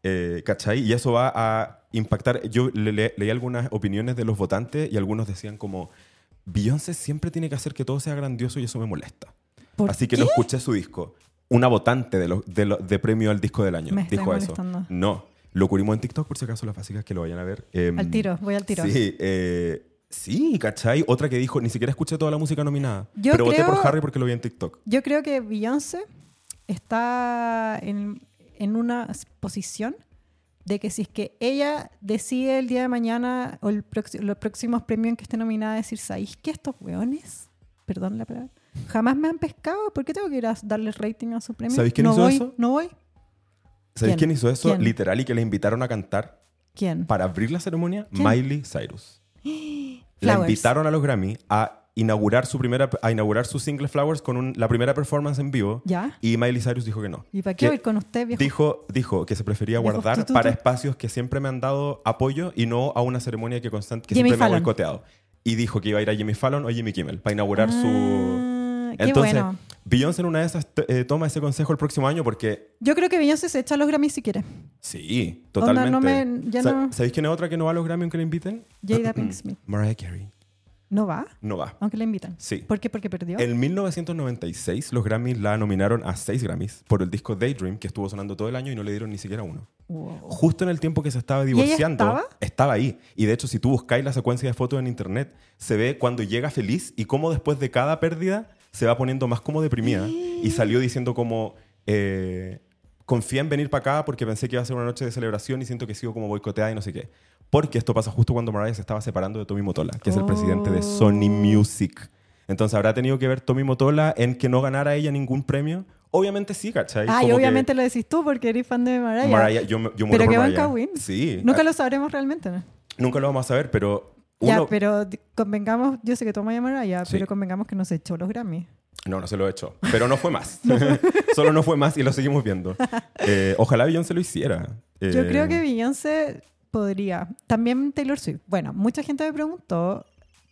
Speaker 2: eh, ¿cachai? Y eso va a impactar. Yo le- le- leí algunas opiniones de los votantes y algunos decían como, Beyoncé siempre tiene que hacer que todo sea grandioso y eso me molesta.
Speaker 3: ¿Por
Speaker 2: Así que
Speaker 3: qué?
Speaker 2: no escuché su disco. Una votante de, los- de, lo- de premio al disco del año
Speaker 3: Me estoy
Speaker 2: dijo eso.
Speaker 3: molestando.
Speaker 2: No. Lo cubrimos en TikTok, por si acaso, las básicas que lo vayan a ver. Em,
Speaker 3: Al tiro, voy al tiro.
Speaker 2: Sí, eh, sí, ¿cachai? Otra que dijo, ni siquiera escuché toda la música nominada.
Speaker 3: Yo
Speaker 2: pero voté
Speaker 3: creo-
Speaker 2: por Harry porque lo vi en TikTok.
Speaker 3: Yo creo que Beyoncé está en, en una s- posición de que si es que ella decide el día de mañana o el proxi- los próximos premios en que esté nominada decir, ¿sabéis que estos weones, perdón la palabra, jamás me han pescado? ¿Por qué tengo que ir a darles rating a su premio?
Speaker 2: ¿Sabéis quién
Speaker 3: no
Speaker 2: hizo
Speaker 3: voy,
Speaker 2: eso?
Speaker 3: No voy.
Speaker 2: ¿Sabéis
Speaker 3: ¿Quién?
Speaker 2: quién hizo eso?
Speaker 3: ¿Quién?
Speaker 2: Literal, y que le invitaron a cantar
Speaker 3: ¿Quién?
Speaker 2: para abrir la ceremonia,
Speaker 3: ¿Quién?
Speaker 2: Miley Cyrus. La
Speaker 3: Flowers.
Speaker 2: invitaron a los Grammy a inaugurar su primera a inaugurar su single Flowers con un- la primera performance en vivo
Speaker 3: Ya.
Speaker 2: y Miley Cyrus dijo que no.
Speaker 3: ¿Y para qué
Speaker 2: Que
Speaker 3: voy con usted, viejo?
Speaker 2: Dijo, dijo que se prefería
Speaker 3: Viejo
Speaker 2: guardar
Speaker 3: tututu.
Speaker 2: para espacios que siempre me han dado apoyo y no a una ceremonia que, constant- que
Speaker 3: Jimmy
Speaker 2: siempre me ha
Speaker 3: Fallon.
Speaker 2: boicoteado. Y dijo que iba a ir a Jimmy Fallon o Jimmy Kimmel para inaugurar su...
Speaker 3: Ah, qué
Speaker 2: Entonces,
Speaker 3: bueno.
Speaker 2: Beyoncé en una de esas t- eh, toma ese consejo el próximo año porque
Speaker 3: Yo creo que Beyoncé se echa los Grammy si quiere.
Speaker 2: sí,
Speaker 3: Onda,
Speaker 2: totalmente.
Speaker 3: no me- ya
Speaker 2: Sa-
Speaker 3: no-
Speaker 2: ¿Sabéis quién es otra que no va a los Grammy aunque le inviten?
Speaker 3: Jada Pink Smith.
Speaker 2: Mariah Carey.
Speaker 3: ¿No va?
Speaker 2: No va.
Speaker 3: Aunque la invitan.
Speaker 2: Sí.
Speaker 3: ¿Por qué? Porque perdió.
Speaker 2: En 1996 los Grammys la nominaron a seis Grammys por el disco Daydream que estuvo sonando todo el año y no le dieron ni siquiera uno.
Speaker 3: Wow.
Speaker 2: Justo en el tiempo que se estaba
Speaker 3: ella
Speaker 2: divorciando,
Speaker 3: estaba?
Speaker 2: eh, Como
Speaker 3: Oh. Ah, y
Speaker 2: que-
Speaker 3: obviamente lo decís tú porque eres fan de Mariah.
Speaker 2: Mariah, yo, me- yo muero
Speaker 3: pero
Speaker 2: por
Speaker 3: que
Speaker 2: Mariah.
Speaker 3: banca win.
Speaker 2: Sí.
Speaker 3: Nunca
Speaker 2: Ah,
Speaker 3: lo sabremos realmente. ¿no?
Speaker 2: nunca lo vamos a saber, pero
Speaker 3: Ya,
Speaker 2: uno-
Speaker 3: pero di- convengamos, yo sé que toma a Mariah,
Speaker 2: Sí.
Speaker 3: pero convengamos que nos echó los Grammy.
Speaker 2: No, no se lo he hecho. Pero no fue más. Solo no fue más y lo seguimos viendo. Eh, ojalá Beyoncé lo hiciera.
Speaker 3: Yo
Speaker 2: Eh,
Speaker 3: creo que Beyoncé podría. También Taylor Swift. Bueno, mucha gente me preguntó,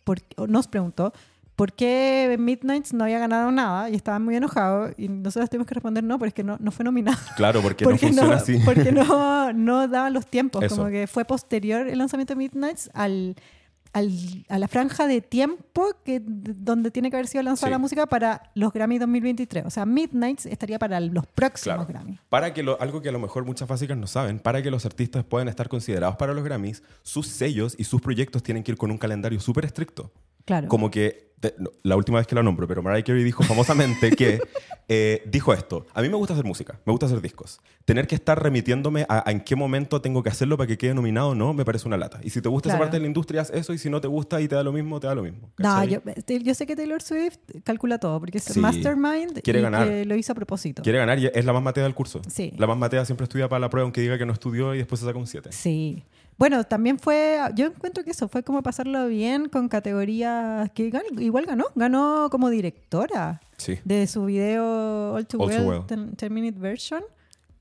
Speaker 3: por- o nos preguntó, por qué Midnights no había ganado nada y estaban muy enojados y nosotros tuvimos que responder no, pero es que no, no fue nominado.
Speaker 2: Claro, porque, no funciona así.
Speaker 3: Porque no, no daban los tiempos.
Speaker 2: Eso.
Speaker 3: Como que fue posterior el lanzamiento de Midnights al, al- a la franja de tiempo que, donde tiene que haber sido lanzada
Speaker 2: Sí.
Speaker 3: la música para los Grammy 2023. O sea, Midnights estaría para los próximos
Speaker 2: Claro.
Speaker 3: Grammy.
Speaker 2: Para que lo- algo que a lo mejor muchas básicas no saben, para que los artistas puedan estar considerados para los Grammys, sus sellos y sus proyectos tienen que ir con un calendario súper estricto.
Speaker 3: Claro.
Speaker 2: Como que, te- no, la última vez que la nombro, pero Mariah Carey dijo famosamente que eh, dijo esto, a mí me gusta hacer música, me gusta hacer discos. Tener que estar remitiéndome a, a en qué momento tengo que hacerlo para que quede nominado o no, me parece una lata. Y si te gusta esa
Speaker 3: Claro.
Speaker 2: parte de la industria, haz eso, y si no te gusta y te da lo mismo, te da lo mismo.
Speaker 3: No,
Speaker 2: ¿cachai?
Speaker 3: yo, yo sé que Taylor Swift calcula todo, porque es
Speaker 2: Sí.
Speaker 3: Mastermind
Speaker 2: Quiere
Speaker 3: y
Speaker 2: ganar.
Speaker 3: que lo hizo a propósito.
Speaker 2: Quiere ganar y es la más matea del curso.
Speaker 3: Sí.
Speaker 2: La más matea siempre estudia para la prueba, aunque diga que no estudió y después se saca un 7.
Speaker 3: Sí. Bueno, también fue, yo encuentro que eso fue como pasarlo bien con categorías que gan- igual ganó, ganó como directora
Speaker 2: Sí.
Speaker 3: de su video All Too
Speaker 2: All Too
Speaker 3: Well,
Speaker 2: Well.
Speaker 3: 10 10 Minute Version.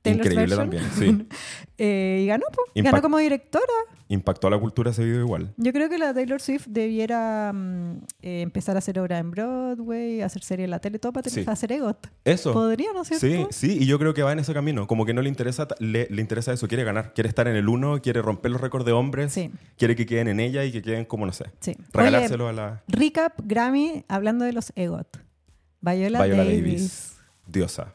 Speaker 3: Taylor's
Speaker 2: Increíble
Speaker 3: version.
Speaker 2: también, sí.
Speaker 3: Eh, y ganó, po.
Speaker 2: Impact-
Speaker 3: ganó como directora.
Speaker 2: Impactó a la cultura ese video igual.
Speaker 3: Yo creo que la Taylor Swift debiera mm, eh, empezar a hacer obra en Broadway, hacer serie en la tele, todo para tener-
Speaker 2: Sí.
Speaker 3: para hacer EGOT.
Speaker 2: Eso.
Speaker 3: Podría, ¿no es
Speaker 2: Sí,
Speaker 3: cierto?
Speaker 2: sí, y yo creo que va en ese camino. Como que no le interesa, ta- le, le interesa eso, quiere ganar, quiere estar en el uno, quiere romper los récords de hombres,
Speaker 3: Sí.
Speaker 2: quiere que queden en ella y que queden como, no sé,
Speaker 3: Sí.
Speaker 2: regalárselo a la
Speaker 3: Recap Grammy hablando de los EGOT. Viola,
Speaker 2: Viola Davis.
Speaker 3: Davis.
Speaker 2: Diosa.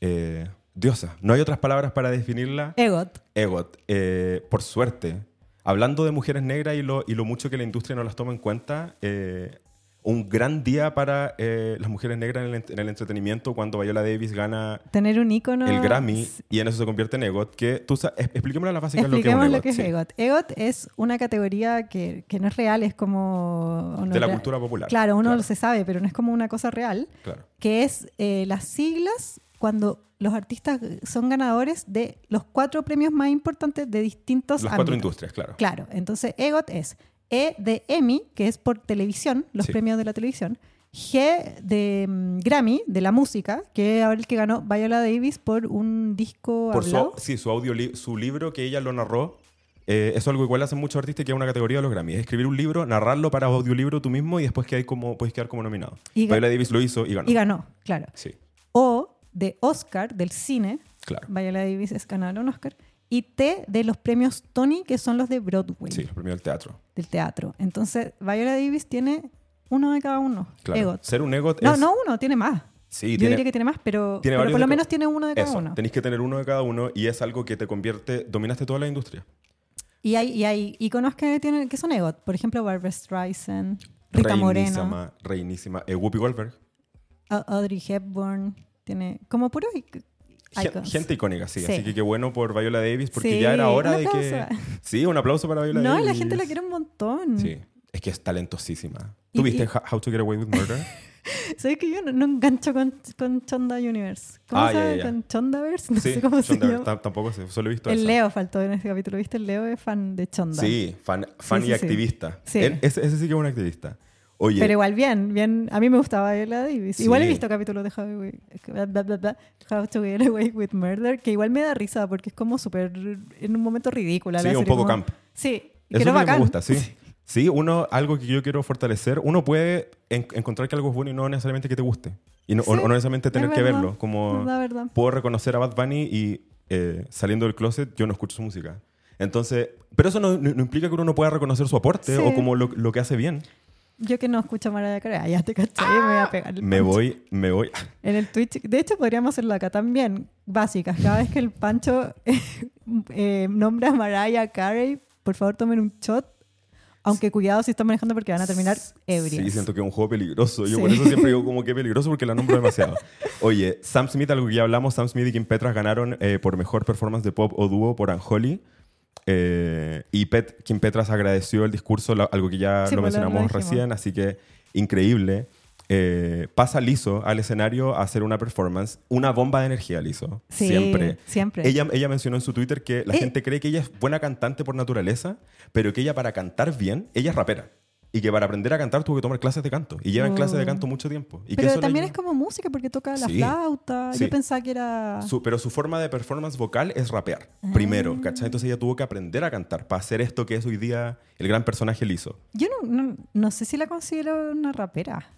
Speaker 2: Eh, diosa. No hay otras palabras para definirla.
Speaker 3: EGOT.
Speaker 2: Egot, eh, por suerte, hablando de mujeres negras y lo, y lo mucho que la industria no las toma en cuenta, eh, un gran día para eh, las mujeres negras en el, ent- en el entretenimiento cuando Viola Davis gana
Speaker 3: Tener un icono.
Speaker 2: el Grammy y en eso se convierte en Egot. Que tú sa- es- expliquémosle a las básicas lo que es un
Speaker 3: Expliquemos lo que es
Speaker 2: sí,
Speaker 3: EGOT. EGOT es una categoría que, que no es real, es como...
Speaker 2: De la cultura popular.
Speaker 3: Claro, uno
Speaker 2: Claro.
Speaker 3: lo se sabe, pero no es como una cosa real,
Speaker 2: Claro.
Speaker 3: que es eh, las siglas cuando los artistas son ganadores de los cuatro premios más importantes de distintos
Speaker 2: Las cuatro
Speaker 3: ámbitos.
Speaker 2: industrias, claro.
Speaker 3: Claro, entonces EGOT es E de Emmy, que es por televisión, los
Speaker 2: Sí.
Speaker 3: premios de la televisión. G de mm, Grammy, de la música, que es ahora el que ganó Viola Davis por un disco
Speaker 2: Por su,
Speaker 3: hablado.
Speaker 2: sí, su, audio li- su libro que ella lo narró. eh, eso es algo igual hacen muchos artistas y que es una categoría de los Grammys. Escribir un libro, narrarlo para audiolibro tú mismo y después que hay como, puedes quedar como nominado.
Speaker 3: Y ga-
Speaker 2: Viola Davis lo hizo y ganó.
Speaker 3: Y ganó, claro.
Speaker 2: Sí,
Speaker 3: O de Oscar, del cine.
Speaker 2: claro.
Speaker 3: Viola Davis es ganadora de un Oscar. Y T de los premios Tony, que son los de Broadway,
Speaker 2: Sí, los premios del teatro.
Speaker 3: del teatro. Entonces, Viola Davis tiene uno de cada uno.
Speaker 2: Claro.
Speaker 3: EGOT.
Speaker 2: Ser un EGOT
Speaker 3: No,
Speaker 2: es...
Speaker 3: no uno, tiene más.
Speaker 2: Sí,
Speaker 3: Yo
Speaker 2: tiene-
Speaker 3: diría que tiene más, pero,
Speaker 2: tiene
Speaker 3: pero
Speaker 2: varios
Speaker 3: por lo
Speaker 2: de ca-
Speaker 3: menos tiene uno de cada
Speaker 2: Eso,
Speaker 3: uno.
Speaker 2: Tenéis que tener uno de cada uno y es algo que te convierte... Dominaste toda la industria.
Speaker 3: Y hay, y hay íconos que, tienen, que son EGOT. Por ejemplo, Barbara Streisand, Rita
Speaker 2: reinísima,
Speaker 3: Moreno,
Speaker 2: reinísima. Eh, Whoopi Goldberg.
Speaker 3: A- Audrey Hepburn. Tiene como puros ic-
Speaker 2: Gen-
Speaker 3: icons.
Speaker 2: Gente icónica, sí.
Speaker 3: Sí.
Speaker 2: Así que qué bueno por Viola Davis porque
Speaker 3: Sí,
Speaker 2: ya era hora
Speaker 3: un
Speaker 2: de que...
Speaker 3: aplauso.
Speaker 2: Sí, un aplauso para Viola
Speaker 3: No,
Speaker 2: Davis.
Speaker 3: la gente la quiere un montón.
Speaker 2: Sí, es que es talentosísima.
Speaker 3: Y-
Speaker 2: ¿Tú viste
Speaker 3: y-
Speaker 2: Ho- How to Get Away with Murder?
Speaker 3: ¿Sabes que yo no, no engancho con, con Chonda Universe? ¿Cómo
Speaker 2: Ah,
Speaker 3: se
Speaker 2: ya,
Speaker 3: llama?
Speaker 2: ya, ya.
Speaker 3: ¿Con Chondaverse? No
Speaker 2: sí,
Speaker 3: sé cómo se
Speaker 2: John Denver,
Speaker 3: llama.
Speaker 2: tam- tampoco sé, solo he visto
Speaker 3: El
Speaker 2: esa.
Speaker 3: Leo faltó en ese capítulo, ¿viste? El Leo es fan de Chonda.
Speaker 2: Sí, fan, fan
Speaker 3: Sí,
Speaker 2: y
Speaker 3: sí, sí.
Speaker 2: activista.
Speaker 3: Sí.
Speaker 2: Él- ese, ese sí que es un activista. Oye,
Speaker 3: Pero igual, bien, bien. A mí me gustaba Viola Davis.
Speaker 2: Sí.
Speaker 3: Igual he visto capítulos de How, we- bla, bla, bla, bla, How to Get Away with Murder, que igual me da risa porque es como súper, en un momento ridícula. la
Speaker 2: Sí, un
Speaker 3: serie,
Speaker 2: poco
Speaker 3: como-
Speaker 2: camp.
Speaker 3: Sí,
Speaker 2: eso es
Speaker 3: pero
Speaker 2: lo que me
Speaker 3: bacán.
Speaker 2: gusta, sí. Sí, uno, algo que yo quiero fortalecer, uno puede en- encontrar que algo es bueno y no necesariamente que te guste. Y no, o-
Speaker 3: Sí,
Speaker 2: o no necesariamente
Speaker 3: es
Speaker 2: tener que
Speaker 3: verdad,
Speaker 2: verlo. Como
Speaker 3: verdad, verdad.
Speaker 2: puedo reconocer a Bad Bunny y eh, saliendo del closet yo no escucho su música. Entonces, pero eso no, no- no implica que uno no pueda reconocer su aporte
Speaker 3: Sí.
Speaker 2: o como lo, lo que hace bien.
Speaker 3: Yo que no escucho a Mariah Carey, ah, ya te caché, me voy a pegar. el
Speaker 2: Me
Speaker 3: pancho.
Speaker 2: voy, me voy.
Speaker 3: En el Twitch. De hecho, podríamos hacerlo acá también. Básicas. Cada vez que el Pancho eh, nombra a Mariah Carey, por favor tomen un shot. Aunque cuidado si están manejando porque van a terminar ebrios.
Speaker 2: Sí, siento que es un juego peligroso. Yo
Speaker 3: Sí.
Speaker 2: por eso siempre digo como que peligroso porque la nombro demasiado. Oye, Sam Smith, algo que ya hablamos, Sam Smith y Kim Petras ganaron eh, por mejor performance de pop o dúo por Anjoli. Eh, y Pet- Kim Petras agradeció el discurso, la- algo que ya
Speaker 3: Sí,
Speaker 2: lo
Speaker 3: pues, lo- lo
Speaker 2: mencionamos
Speaker 3: dijimos.
Speaker 2: recién, así que increíble. Eh, pasa Lizo al escenario a hacer una performance, una bomba de energía, Lizo.
Speaker 3: Sí,
Speaker 2: siempre.
Speaker 3: siempre.
Speaker 2: Ella, ella mencionó en su Twitter que la
Speaker 3: Eh.
Speaker 2: gente cree que ella es buena cantante por naturaleza, pero que ella para cantar bien, ella es rapera. y que para aprender a cantar tuvo que tomar clases de canto y llevan clases de canto mucho tiempo. Y que
Speaker 3: Mm. Pero
Speaker 2: eso le
Speaker 3: también
Speaker 2: ayuda.
Speaker 3: es como música porque toca la
Speaker 2: Sí,
Speaker 3: flauta.
Speaker 2: sí.
Speaker 3: Yo pensaba que Ah. era.
Speaker 2: Su- pero su forma de performance vocal es rapear, primero, ¿cachai? Entonces ella tuvo que aprender a cantar para hacer esto que es hoy día el gran personaje liso.
Speaker 3: Yo no, no, no sé si la considero una rapera.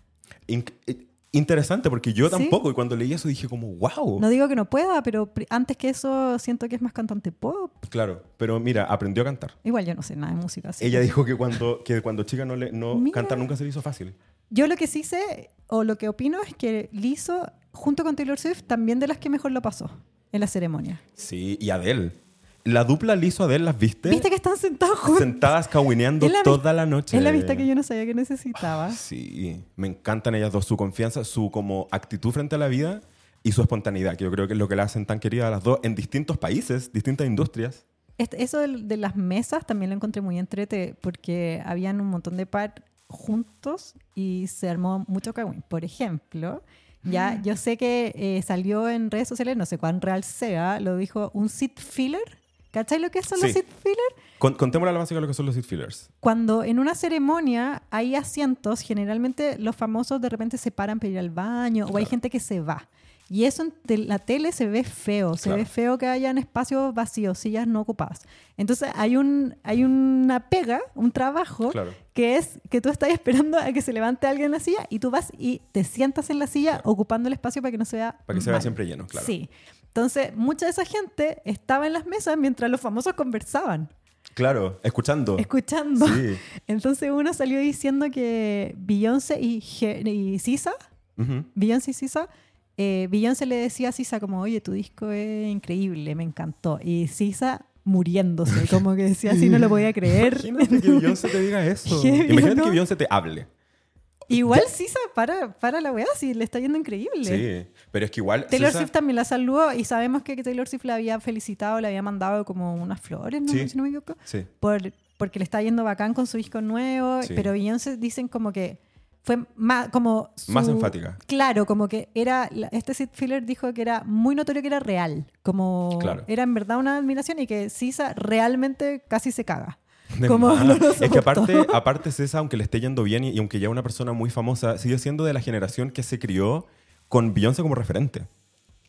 Speaker 2: Inc- eh, interesante, porque yo
Speaker 3: Sí.
Speaker 2: tampoco, y cuando leí eso dije como, wow.
Speaker 3: No digo que no pueda, pero pri- antes que eso siento que es más cantante pop.
Speaker 2: Claro, pero mira, aprendió a cantar.
Speaker 3: Igual yo no sé nada de música. así
Speaker 2: Ella
Speaker 3: que-
Speaker 2: dijo que cuando, que cuando chica no, le, no
Speaker 3: Mira.
Speaker 2: cantar nunca se le hizo fácil.
Speaker 3: Yo lo que sí sé, o lo que opino, es que Lizzo, junto con Taylor Swift, también de las que mejor lo pasó en la ceremonia.
Speaker 2: Sí, y Adele. La dupla liso Adele, ¿las viste?
Speaker 3: ¿Viste que están sentados juntos?
Speaker 2: Sentadas cahuineando
Speaker 3: Es la
Speaker 2: toda
Speaker 3: vis-
Speaker 2: la noche.
Speaker 3: Es la vista que yo Ah. no sabía que necesitaba.
Speaker 2: Sí, me encantan ellas dos, su confianza, su como actitud frente a la vida y su espontaneidad, que yo creo que es lo que la hacen tan querida a las dos en distintos países, distintas industrias.
Speaker 3: Este- eso del- de, las mesas también lo encontré muy entrete porque habían un montón de par juntos y se armó mucho cagüín. Por ejemplo, ya
Speaker 2: Mm.
Speaker 3: yo sé que eh, salió en redes sociales, no sé cuán real sea, lo dijo un seat filler. ¿Cachai lo que son los
Speaker 2: Sí.
Speaker 3: seat filler?
Speaker 2: Con, contémosle a la básica lo que son los seat fillers.
Speaker 3: Cuando en una ceremonia hay asientos, generalmente los famosos de repente se paran para ir al baño o hay gente que se va. Y eso en te- la tele se ve feo, se
Speaker 2: Claro.
Speaker 3: ve feo que hayan espacios vacíos, sillas no ocupadas. Entonces hay, un, hay una pega, un trabajo,
Speaker 2: Claro.
Speaker 3: que es que tú estás esperando a que se levante alguien en la silla y tú vas y te sientas en la silla ocupando el espacio para que no se vea
Speaker 2: Para que se vea
Speaker 3: mal.
Speaker 2: siempre lleno, claro.
Speaker 3: Sí. Entonces, mucha de esa gente estaba en las mesas mientras los famosos conversaban
Speaker 2: Claro, escuchando.
Speaker 3: escuchando.
Speaker 2: Sí.
Speaker 3: Entonces uno salió diciendo que Beyoncé y, Ge- y Sisa,
Speaker 2: Ujú.
Speaker 3: Beyoncé y Sisa, eh, Beyoncé le decía a Sisa como, oye, tu disco es increíble, me encantó. Y Sisa muriéndose, como que decía, así no lo podía creer.
Speaker 2: Imagínate que Beyoncé te diga eso.
Speaker 3: Heavy,
Speaker 2: Imagínate
Speaker 3: ¿no?
Speaker 2: que Beyoncé te hable.
Speaker 3: Igual Sisa para, para la weá, si le está yendo increíble.
Speaker 2: Sí, pero es que igual...
Speaker 3: Taylor
Speaker 2: Sisa-
Speaker 3: Swift también la saludó y sabemos que Taylor Swift la había felicitado, le había mandado como unas flores, ¿no?
Speaker 2: Sí.
Speaker 3: si no me equivoco.
Speaker 2: Sí.
Speaker 3: por- porque le está yendo bacán con su disco nuevo,
Speaker 2: Sí.
Speaker 3: pero Beyoncé dicen como que fue más como su-
Speaker 2: Más enfática.
Speaker 3: Claro, como que era la- este Sid Filler dijo que era muy notorio que era real, como
Speaker 2: Claro.
Speaker 3: era en verdad una admiración y que Sisa realmente casi se caga.
Speaker 2: De
Speaker 3: como
Speaker 2: más.
Speaker 3: no lo
Speaker 2: es que
Speaker 3: soportó.
Speaker 2: aparte, aparte César, aunque le esté yendo bien y, y aunque ya una persona muy famosa, sigue siendo de la generación que se crió con Beyoncé como referente.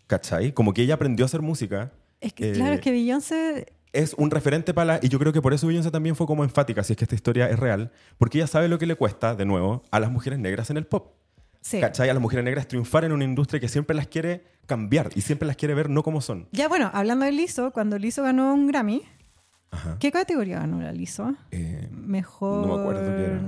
Speaker 2: ¿Cachai? Como que ella aprendió a hacer música.
Speaker 3: Es que
Speaker 2: eh,
Speaker 3: claro, es que Beyoncé
Speaker 2: es un referente para la... Y yo creo que por eso Beyoncé también fue como enfática, si es que esta historia es real, porque ella sabe lo que le cuesta, de nuevo, a las mujeres negras en el pop.
Speaker 3: sí.
Speaker 2: ¿Cachai? A las mujeres negras triunfar en una industria que siempre las quiere cambiar y siempre las quiere ver no como son.
Speaker 3: Ya bueno, hablando de Lizzo, cuando Lizzo ganó un Grammy,
Speaker 2: Ajá.
Speaker 3: ¿qué categoría ganó la Lizzo?
Speaker 2: Eh,
Speaker 3: Mejor.
Speaker 2: No me acuerdo qué era.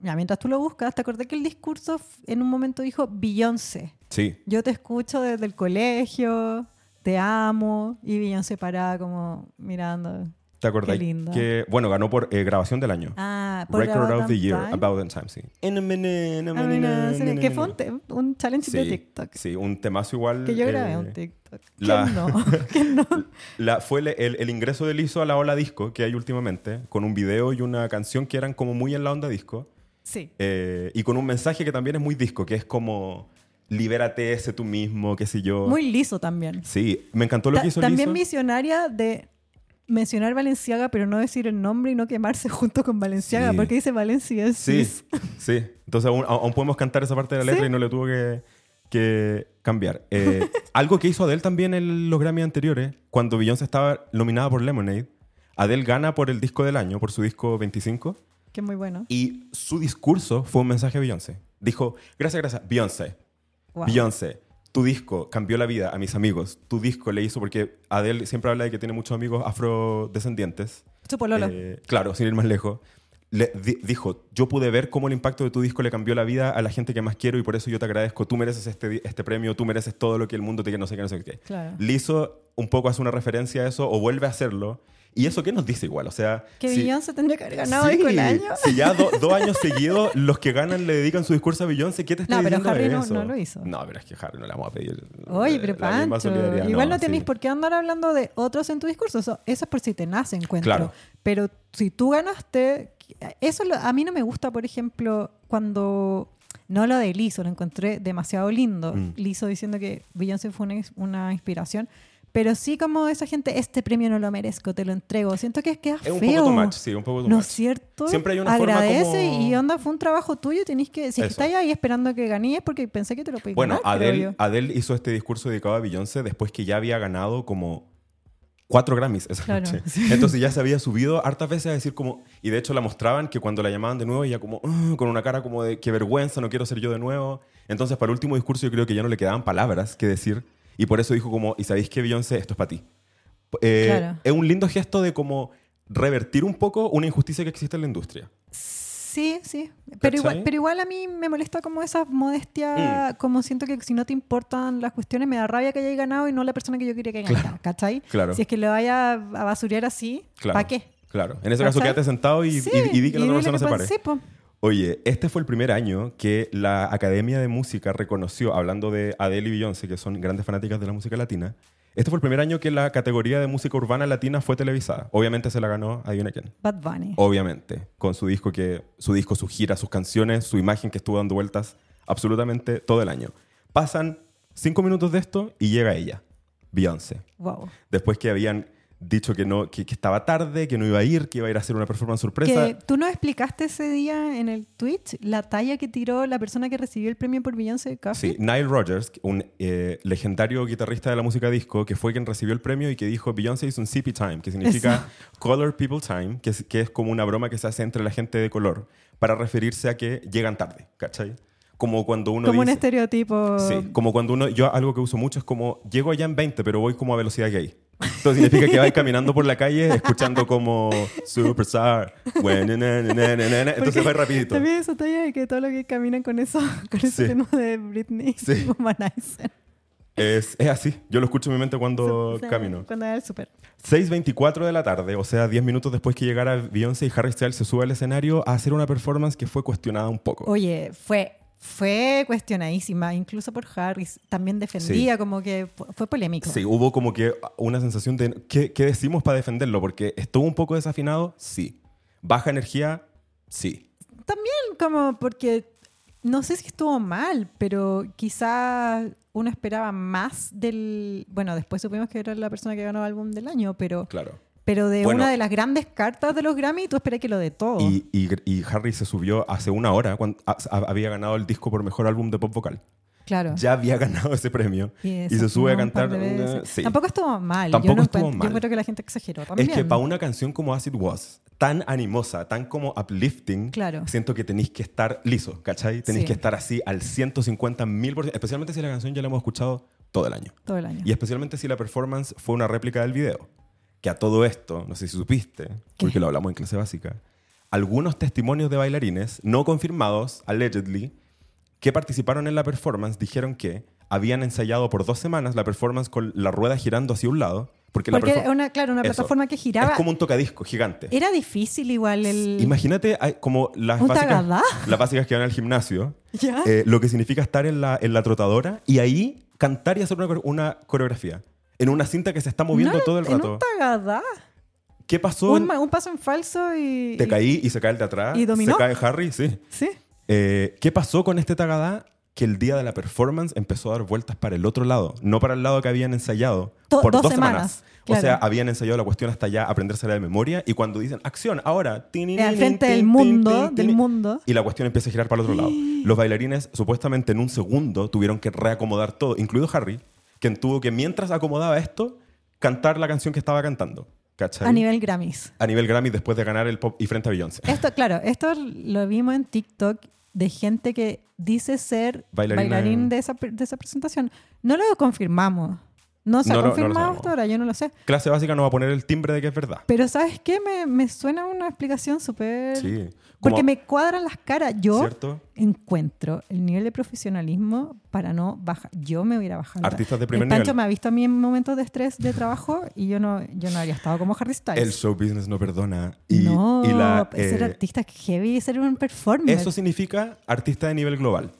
Speaker 3: Ya, mientras tú lo buscas, te acordé que el discurso f- en un momento dijo Beyoncé.
Speaker 2: sí.
Speaker 3: Yo te escucho desde el colegio, te amo. Y Beyoncé parada como mirando.
Speaker 2: ¿Te acordás?
Speaker 3: Qué linda.
Speaker 2: Que, bueno, ganó por eh, grabación del año.
Speaker 3: Ah, por
Speaker 2: Record
Speaker 3: About
Speaker 2: of the
Speaker 3: Damn
Speaker 2: Year,
Speaker 3: Time.
Speaker 2: About That Time, sí. In a minute, in a
Speaker 3: Ah,
Speaker 2: minute,
Speaker 3: mira,
Speaker 2: in a
Speaker 3: sí, Que fue
Speaker 2: minute.
Speaker 3: un, te- un challenge de
Speaker 2: Sí,
Speaker 3: TikTok.
Speaker 2: Sí, un temazo igual.
Speaker 3: Que yo grabé
Speaker 2: eh,
Speaker 3: un TikTok.
Speaker 2: la-
Speaker 3: Que no, que no.
Speaker 2: la- fue el, el- el ingreso de Lizzo a la ola disco que hay últimamente, con un video y una canción que eran como muy en la onda disco,
Speaker 3: Sí.
Speaker 2: eh, y con un mensaje que también es muy disco, que es como, libérate, ese tú mismo, qué sé yo.
Speaker 3: Muy liso también.
Speaker 2: Sí, me encantó lo
Speaker 3: Ta-
Speaker 2: que hizo
Speaker 3: también
Speaker 2: Lizzo.
Speaker 3: visionaria de mencionar Valenciaga, pero no decir el nombre y no quemarse junto con Valenciaga,
Speaker 2: Sí.
Speaker 3: porque dice Valencia es
Speaker 2: Sí,
Speaker 3: cis.
Speaker 2: sí. Entonces aún, aún podemos cantar esa parte de la letra
Speaker 3: Sí.
Speaker 2: y no le tuvo que, que cambiar. Eh, algo que hizo Adele también en los Grammy anteriores, cuando Beyoncé estaba nominada por Lemonade, Adele gana por el disco del año, por su disco 25,
Speaker 3: que es muy bueno.
Speaker 2: y su discurso fue un mensaje a Beyoncé. Dijo, gracias, gracias, Beyoncé,
Speaker 3: Wow.
Speaker 2: Beyoncé. Tu disco cambió la vida a mis amigos. Tu disco le hizo porque Adele siempre habla de que tiene muchos amigos afrodescendientes.
Speaker 3: Su pololo.
Speaker 2: Eh, claro, sin ir más lejos. Le- di- dijo, yo pude ver cómo el impacto de tu disco le cambió la vida a la gente que más quiero y por eso yo te agradezco. Tú mereces este, di- este premio, tú mereces todo lo que el mundo te quiere, no sé qué, no sé qué.
Speaker 3: Claro.
Speaker 2: Lizzo un poco hace una referencia a eso o vuelve a hacerlo. ¿Y eso qué nos dice igual? O sea...
Speaker 3: que
Speaker 2: si-
Speaker 3: Beyoncé tendría que haber ganado
Speaker 2: Sí,
Speaker 3: disco del año.
Speaker 2: Si ya do- dos años seguidos los que ganan le dedican su discurso a Beyoncé, ¿qué te está
Speaker 3: No, pero
Speaker 2: diciendo
Speaker 3: Harry
Speaker 2: de
Speaker 3: no-
Speaker 2: eso?
Speaker 3: no lo hizo.
Speaker 2: No, pero es que Harry no le vamos a pedir
Speaker 3: Oye,
Speaker 2: eh,
Speaker 3: pero
Speaker 2: la misma
Speaker 3: Pancho,
Speaker 2: solidaridad,
Speaker 3: igual no,
Speaker 2: sí.
Speaker 3: tenéis por qué andar hablando de otros en tu discurso. Eso, eso es por si te nace encuentro.
Speaker 2: Claro.
Speaker 3: Pero si tú ganaste, eso lo- a mí no me gusta, por ejemplo, cuando no lo de Lizo, lo encontré demasiado lindo.
Speaker 2: Mm.
Speaker 3: Lizo diciendo que Beyoncé fue una, ins- una inspiración. Pero sí como esa gente, este premio no lo merezco, te lo entrego. Siento que queda
Speaker 2: Es un poco
Speaker 3: feo.
Speaker 2: too much, sí, un poco too
Speaker 3: ¿No
Speaker 2: much.
Speaker 3: es cierto?
Speaker 2: Siempre hay una forma
Speaker 3: Agradece
Speaker 2: como-
Speaker 3: y onda, fue un trabajo tuyo, tenés que... Si
Speaker 2: Eso.
Speaker 3: estáis ahí esperando que ganéis es porque pensé que te lo podías
Speaker 2: Bueno,
Speaker 3: ganar, creo yo.
Speaker 2: Adele, Adele hizo este discurso dedicado a Beyoncé después que ya había ganado como cuatro Grammys esa
Speaker 3: Claro,
Speaker 2: noche.
Speaker 3: sí.
Speaker 2: Entonces ya se había subido hartas veces a decir como... Y de hecho la mostraban que cuando la llamaban de nuevo ella como... "Ah", con una cara como de qué vergüenza, no quiero ser yo de nuevo. Entonces para el último discurso yo creo que ya no le quedaban palabras que decir. Y por eso dijo como... ¿Y sabéis qué, Beyoncé? Esto es para ti. Eh,
Speaker 3: Claro.
Speaker 2: Es un lindo gesto de como revertir un poco una injusticia que existe en la industria.
Speaker 3: Sí, sí. Pero igual,
Speaker 2: ¿Cachai? Mm.
Speaker 3: pero igual a mí me molesta como esa modestia, como siento que si no te importan las cuestiones, me da rabia que hayáis ganado y no la persona que yo quería que ganara, ¿cachai?
Speaker 2: claro.
Speaker 3: Si es que lo vaya a basurear así,
Speaker 2: Claro.
Speaker 3: ¿para qué?
Speaker 2: Claro. En ese caso
Speaker 3: ¿Cachai?
Speaker 2: quédate sentado y,
Speaker 3: Sí,
Speaker 2: y- y di que la
Speaker 3: y
Speaker 2: otra
Speaker 3: dile
Speaker 2: persona
Speaker 3: que
Speaker 2: se pare.
Speaker 3: sí, po.
Speaker 2: Oye, este fue el primer año que la Academia de Música reconoció, hablando de Adele y Beyoncé, que son grandes fanáticas de la música latina, este fue el primer año que la categoría de música urbana latina fue televisada. Obviamente se la ganó, adivina quién.
Speaker 3: Bad Bunny.
Speaker 2: Obviamente, con su disco, que, su disco, su gira, sus canciones, su imagen que estuvo dando vueltas absolutamente todo el año. Pasan cinco minutos de esto y llega ella, Beyoncé
Speaker 3: Wow.
Speaker 2: después que habían dicho que no que, que estaba tarde, que no iba a ir, que iba a ir a hacer una performance sorpresa.
Speaker 3: Que tú nos explicaste ese día en el Twitch la talla que tiró la persona que recibió el premio por Beyoncé de Coffee.
Speaker 2: Sí, Nile Rodgers, un eh, legendario guitarrista de la música disco, que fue quien recibió el premio y que dijo Beyoncé is un CP time, que significa Color People Time, que es, que es como una broma que se hace entre la gente de color para referirse a que llegan tarde, ¿cachai? Como cuando uno
Speaker 3: Como este un
Speaker 2: dice...
Speaker 3: estereotipo.
Speaker 2: Sí, como cuando uno, yo algo que uso mucho es como, llego allá en 20, pero voy como a velocidad gay. Entonces significa que vais caminando por la calle escuchando como Superstar. bueno, na, na, na, na, na, na. Entonces
Speaker 3: Porque
Speaker 2: vais rapidito.
Speaker 3: También esa talla de que todo lo que caminan con eso, con ese
Speaker 2: Sí.
Speaker 3: tema de Britney
Speaker 2: Sí.
Speaker 3: y Womanizer.
Speaker 2: Es, es así. Yo lo escucho en mi mente cuando
Speaker 3: O sea,
Speaker 2: camino.
Speaker 3: Cuando era el súper.
Speaker 2: 6.24 de la tarde, o sea, 10 minutos después que llegara Beyoncé y Harry Styles se sube al escenario a hacer una performance que fue cuestionada un poco.
Speaker 3: Oye, fue, fue cuestionadísima, incluso por Harris. También defendía, como que fue- fue polémico.
Speaker 2: Sí, hubo como que una sensación de ¿qué, qué decimos para defenderlo? Porque estuvo un poco desafinado, sí. Baja energía, sí.
Speaker 3: También como porque no sé si estuvo mal, pero quizá uno esperaba más del... Bueno, después supimos que era la persona que ganó el álbum del año, pero,
Speaker 2: Claro.
Speaker 3: pero de
Speaker 2: Bueno.
Speaker 3: una de las grandes cartas de los Grammy, tú esperas que lo de todo.
Speaker 2: Y, y- y Harry se subió hace una hora cuando a- a- había ganado el disco por mejor álbum de pop vocal.
Speaker 3: claro.
Speaker 2: Ya había ganado ese premio. Y,
Speaker 3: eso,
Speaker 2: se sube a
Speaker 3: ¿no? Un
Speaker 2: cantar.
Speaker 3: par de veces.
Speaker 2: eh, sí.
Speaker 3: Tampoco estuvo mal.
Speaker 2: Tampoco
Speaker 3: yo no
Speaker 2: estuvo
Speaker 3: encuent-
Speaker 2: mal.
Speaker 3: Yo creo que la gente exageró también.
Speaker 2: es que para una canción como As It Was, tan animosa, tan como uplifting,
Speaker 3: Claro.
Speaker 2: siento que tenéis que estar liso, ¿cachai? Tenéis
Speaker 3: Sí.
Speaker 2: que estar así al 150 mil por ciento, especialmente si la canción ya la hemos escuchado todo el año.
Speaker 3: Todo el año.
Speaker 2: Y especialmente si la performance fue una réplica del video. Que a todo esto, no sé si supiste, porque lo hablamos en clase básica, algunos testimonios de bailarines no confirmados, allegedly, que participaron en la performance dijeron que habían ensayado por dos semanas la performance con la rueda girando hacia un lado. Porque, la
Speaker 3: Porque
Speaker 2: perfo-
Speaker 3: era una- claro, una
Speaker 2: Eso.
Speaker 3: plataforma que giraba.
Speaker 2: Es como un tocadisco gigante.
Speaker 3: Era difícil igual el...
Speaker 2: Imagínate ay, como las
Speaker 3: ¿Un
Speaker 2: básicas,
Speaker 3: tagadá?
Speaker 2: las básicas que van al gimnasio,
Speaker 3: Ya.
Speaker 2: eh, lo que significa estar en la, en la trotadora y ahí cantar y hacer una, core- una coreografía. En una cinta que se está moviendo
Speaker 3: No,
Speaker 2: todo el
Speaker 3: en
Speaker 2: rato.
Speaker 3: un tagadá.
Speaker 2: ¿Qué pasó?
Speaker 3: Un, ma- un paso en falso y...
Speaker 2: Te
Speaker 3: y-
Speaker 2: caí y se cae el de atrás.
Speaker 3: ¿Y dominó?
Speaker 2: Se cae Harry, sí.
Speaker 3: Sí.
Speaker 2: Eh, ¿Qué pasó con este tagadá? Que el día de la performance empezó a dar vueltas para el otro lado, no para el lado que habían ensayado
Speaker 3: To-
Speaker 2: por
Speaker 3: dos
Speaker 2: dos, semanas.
Speaker 3: semanas, claro.
Speaker 2: O sea, habían ensayado la cuestión hasta ya aprendérsela de memoria y cuando dicen acción, ahora, tin,
Speaker 3: Eh, al
Speaker 2: tin,
Speaker 3: frente
Speaker 2: tin,
Speaker 3: del
Speaker 2: tin,
Speaker 3: mundo,
Speaker 2: tin,
Speaker 3: del
Speaker 2: tin,
Speaker 3: mundo.
Speaker 2: Y la cuestión empieza a girar para el otro lado. Los bailarines supuestamente en un segundo tuvieron que reacomodar todo, incluido Harry, quien tuvo que mientras acomodaba esto, cantar la canción que estaba cantando. ¿Cachai?
Speaker 3: A nivel Grammys.
Speaker 2: a nivel Grammy después de ganar el pop y frente a Beyoncé.
Speaker 3: Esto, claro, esto lo vimos en TikTok de gente que dice ser
Speaker 2: Bailarina en-
Speaker 3: bailarín de esa, pre- de esa presentación. No lo confirmamos. No se
Speaker 2: No
Speaker 3: ha
Speaker 2: lo- no lo
Speaker 3: confirmado
Speaker 2: sabemos.
Speaker 3: hasta ahora, yo no lo sé.
Speaker 2: Clase básica nos va a poner el timbre de que es verdad.
Speaker 3: Pero ¿sabes qué? Me, me suena una explicación súper...
Speaker 2: Sí.
Speaker 3: Porque
Speaker 2: Como-
Speaker 3: me cuadran las caras. Yo
Speaker 2: ¿Cierto?
Speaker 3: encuentro el nivel de profesionalismo para no bajar. Yo me hubiera bajado.
Speaker 2: Artistas de primer
Speaker 3: El Pancho
Speaker 2: nivel.
Speaker 3: me ha visto a mí en momentos de estrés de trabajo y yo no, yo no habría estado como Harry Styles.
Speaker 2: El show business no perdona. Y,
Speaker 3: no, pues,
Speaker 2: y la,
Speaker 3: ser
Speaker 2: eh,
Speaker 3: artista es heavy, ser un performer.
Speaker 2: eso significa artista de nivel global.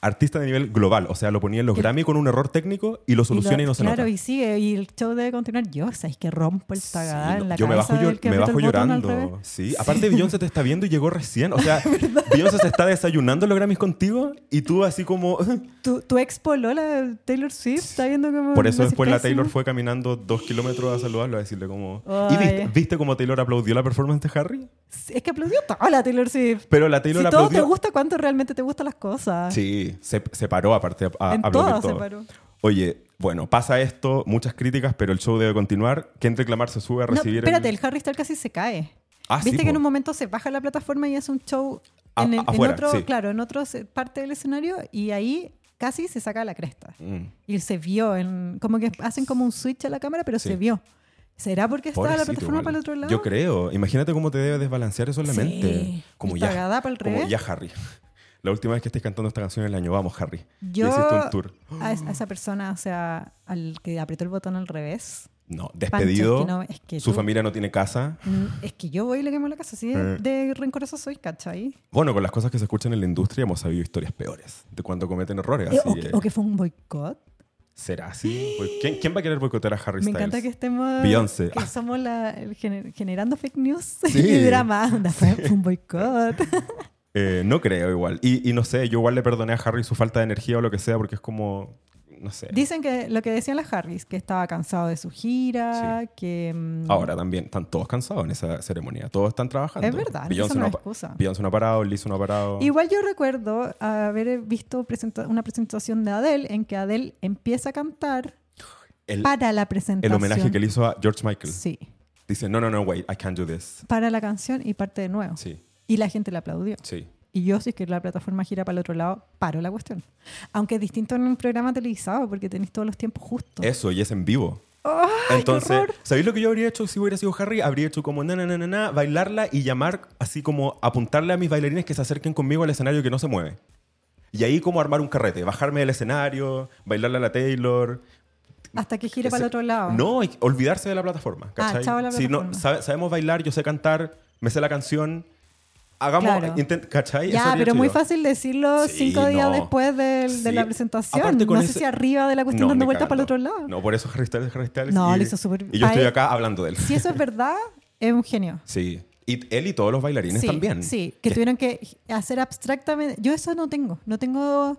Speaker 2: artista de nivel global. O sea, lo ponía en los Grammy con un error técnico y lo soluciona y,
Speaker 3: lo-
Speaker 2: no se
Speaker 3: claro,
Speaker 2: nota.
Speaker 3: y sigue, y el show debe continuar. Yo, sabes que rompo el tagadá
Speaker 2: Sí,
Speaker 3: en la
Speaker 2: yo me
Speaker 3: cabeza
Speaker 2: bajo, llor-
Speaker 3: del que
Speaker 2: me
Speaker 3: apretó
Speaker 2: bajo
Speaker 3: el botón al
Speaker 2: llorando.
Speaker 3: revés.
Speaker 2: Sí. Aparte, Beyoncé te está viendo y llegó recién. O sea, Beyoncé se está desayunando en los Grammys contigo y tú así como...
Speaker 3: Tu, tu ex polola, Taylor Swift, está viendo como...
Speaker 2: Por eso
Speaker 3: me hace
Speaker 2: después la
Speaker 3: pésimo.
Speaker 2: Taylor fue caminando dos kilómetros a saludarlo, a decirle como...
Speaker 3: Ay.
Speaker 2: ¿Y viste, viste cómo Taylor aplaudió la performance de Harry?
Speaker 3: Es que aplaudió toda la Taylor Swift.
Speaker 2: Pero la Taylor
Speaker 3: si todo
Speaker 2: aplaudió...
Speaker 3: te gusta, ¿cuánto realmente te gustan las cosas?
Speaker 2: Sí, se, se paró aparte a, a
Speaker 3: En
Speaker 2: aplaudir
Speaker 3: todas se
Speaker 2: todo.
Speaker 3: paró.
Speaker 2: Oye, bueno, pasa esto, muchas críticas, pero el show debe continuar. Kendrick Lamar se sube a
Speaker 3: No,
Speaker 2: recibir... el- Mm.
Speaker 3: espérate, el... Harry Styles casi se cae.
Speaker 2: Ah, sí,
Speaker 3: Viste que
Speaker 2: po.
Speaker 3: en un momento se baja la plataforma y hace un show
Speaker 2: A-
Speaker 3: en, el-
Speaker 2: a-
Speaker 3: en
Speaker 2: afuera,
Speaker 3: otro,
Speaker 2: sí.
Speaker 3: claro, en otra parte del escenario y ahí casi se saca la cresta.
Speaker 2: Mm.
Speaker 3: Y se vio, en, como que hacen como un switch a la cámara, pero
Speaker 2: Sí.
Speaker 3: se vio. ¿Será porque estaba la
Speaker 2: Pobrecito,
Speaker 3: plataforma
Speaker 2: igual.
Speaker 3: para el otro lado?
Speaker 2: Yo creo. Imagínate cómo te debe desbalancear eso en la
Speaker 3: Sí.
Speaker 2: mente. Como
Speaker 3: Y
Speaker 2: ya.
Speaker 3: pagada pa'l
Speaker 2: como
Speaker 3: revés.
Speaker 2: ya, Harry. La última vez que estés cantando esta canción en el año, vamos, Harry.
Speaker 3: Yo
Speaker 2: Y hiciste un tour.
Speaker 3: A, es- a esa persona, o sea, al que apretó el botón al revés,
Speaker 2: No,
Speaker 3: es que
Speaker 2: despedido.
Speaker 3: no- es que
Speaker 2: su
Speaker 3: tú-
Speaker 2: familia no tiene casa.
Speaker 3: mm, es que yo voy y le quemo la casa así de,
Speaker 2: Eh.
Speaker 3: de rencorosa soy, ¿cachai?
Speaker 2: Bueno, con las cosas que se escuchan en la industria hemos sabido historias peores de cuando cometen errores.
Speaker 3: Eh,
Speaker 2: así
Speaker 3: o, que,
Speaker 2: que-
Speaker 3: o que fue un boicot.
Speaker 2: ¿Será así? Pues, ¿Quién, quién va a querer boicotear a Harry
Speaker 3: Me
Speaker 2: Styles?
Speaker 3: encanta que estemos.
Speaker 2: Beyoncé.
Speaker 3: Que
Speaker 2: Ah.
Speaker 3: somos la, el gener- generando fake news
Speaker 2: Sí.
Speaker 3: y drama. Onda, fue fue un boicot.
Speaker 2: Eh, no creo igual. Y, y no sé, yo igual le perdoné a Harry su falta de energía o lo que sea porque es como... No sé.
Speaker 3: Dicen que lo que decían las Harris, que estaba cansado de su gira, que. mm,
Speaker 2: Ahora también están todos cansados en esa ceremonia. Todos están trabajando.
Speaker 3: Es verdad, eso
Speaker 2: Beyoncé
Speaker 3: no
Speaker 2: ha
Speaker 3: es
Speaker 2: pa-
Speaker 3: excusa.
Speaker 2: Beyoncé no ha parado, Lizzo no ha parado.
Speaker 3: Igual yo recuerdo haber visto presenta- una presentación de Adele en que Adele empieza a cantar
Speaker 2: el,
Speaker 3: para la presentación.
Speaker 2: el homenaje que le hizo a George Michael.
Speaker 3: Sí,
Speaker 2: Dice, no, no, no, wait, I can't do this.
Speaker 3: para la canción y parte de nuevo.
Speaker 2: Sí,
Speaker 3: Y la gente le aplaudió.
Speaker 2: sí.
Speaker 3: Y yo, si es que la plataforma gira para el otro lado, paro la cuestión. Aunque es distinto en un programa televisado porque tenéis todos los tiempos justos.
Speaker 2: Eso, y es en vivo. Entonces,
Speaker 3: horror!
Speaker 2: ¿sabéis lo que yo habría hecho si hubiera sido Harry? Habría hecho como na, na, na, na, na, bailarla y llamar, así como apuntarle a mis bailarines que se acerquen conmigo al escenario que no se mueve. Y ahí como armar un carrete, bajarme del escenario, bailarle a la Taylor,
Speaker 3: Hasta que gire para el
Speaker 2: Ese-
Speaker 3: otro lado. Ah,
Speaker 2: No, hay que olvidarse de la plataforma. ¿cachai?
Speaker 3: chao la
Speaker 2: Si no,
Speaker 3: plataforma.
Speaker 2: sabe- sabemos bailar, yo sé cantar, me sé la canción. Hagamos,
Speaker 3: Claro.
Speaker 2: intent- ¿cachai? Eso
Speaker 3: Ya,
Speaker 2: habría
Speaker 3: pero
Speaker 2: hecho
Speaker 3: muy
Speaker 2: yo.
Speaker 3: fácil decirlo
Speaker 2: Sí,
Speaker 3: cinco días
Speaker 2: no.
Speaker 3: después del- de
Speaker 2: Sí.
Speaker 3: la presentación.
Speaker 2: Aparte con
Speaker 3: no
Speaker 2: ese-
Speaker 3: sé si arriba de la cuestión
Speaker 2: No,
Speaker 3: dando
Speaker 2: ni
Speaker 3: vueltas para el otro
Speaker 2: cagando.
Speaker 3: lado.
Speaker 2: No, por eso Harry Styles, Harry Styles.
Speaker 3: No,
Speaker 2: y-
Speaker 3: lo hizo súper-
Speaker 2: Y yo
Speaker 3: a
Speaker 2: estoy
Speaker 3: él-
Speaker 2: acá hablando de él.
Speaker 3: Si eso es verdad, es un genio.
Speaker 2: Sí. Y él y todos los bailarines
Speaker 3: sí,
Speaker 2: también.
Speaker 3: Sí, que tuvieron que hacer abstractamente. Yo eso no tengo. No tengo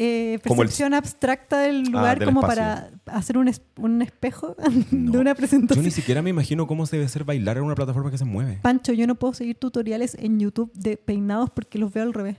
Speaker 3: eh,
Speaker 2: Como el- Ah,
Speaker 3: percepción abstracta del lugar
Speaker 2: del
Speaker 3: como
Speaker 2: espacio.
Speaker 3: para hacer un, es- un espejo de
Speaker 2: No.
Speaker 3: una
Speaker 2: Yo
Speaker 3: presentación.
Speaker 2: ni siquiera me imagino cómo se debe ser bailar en una plataforma que se mueve.
Speaker 3: Pancho, yo no puedo seguir tutoriales en YouTube de peinados porque los veo al revés.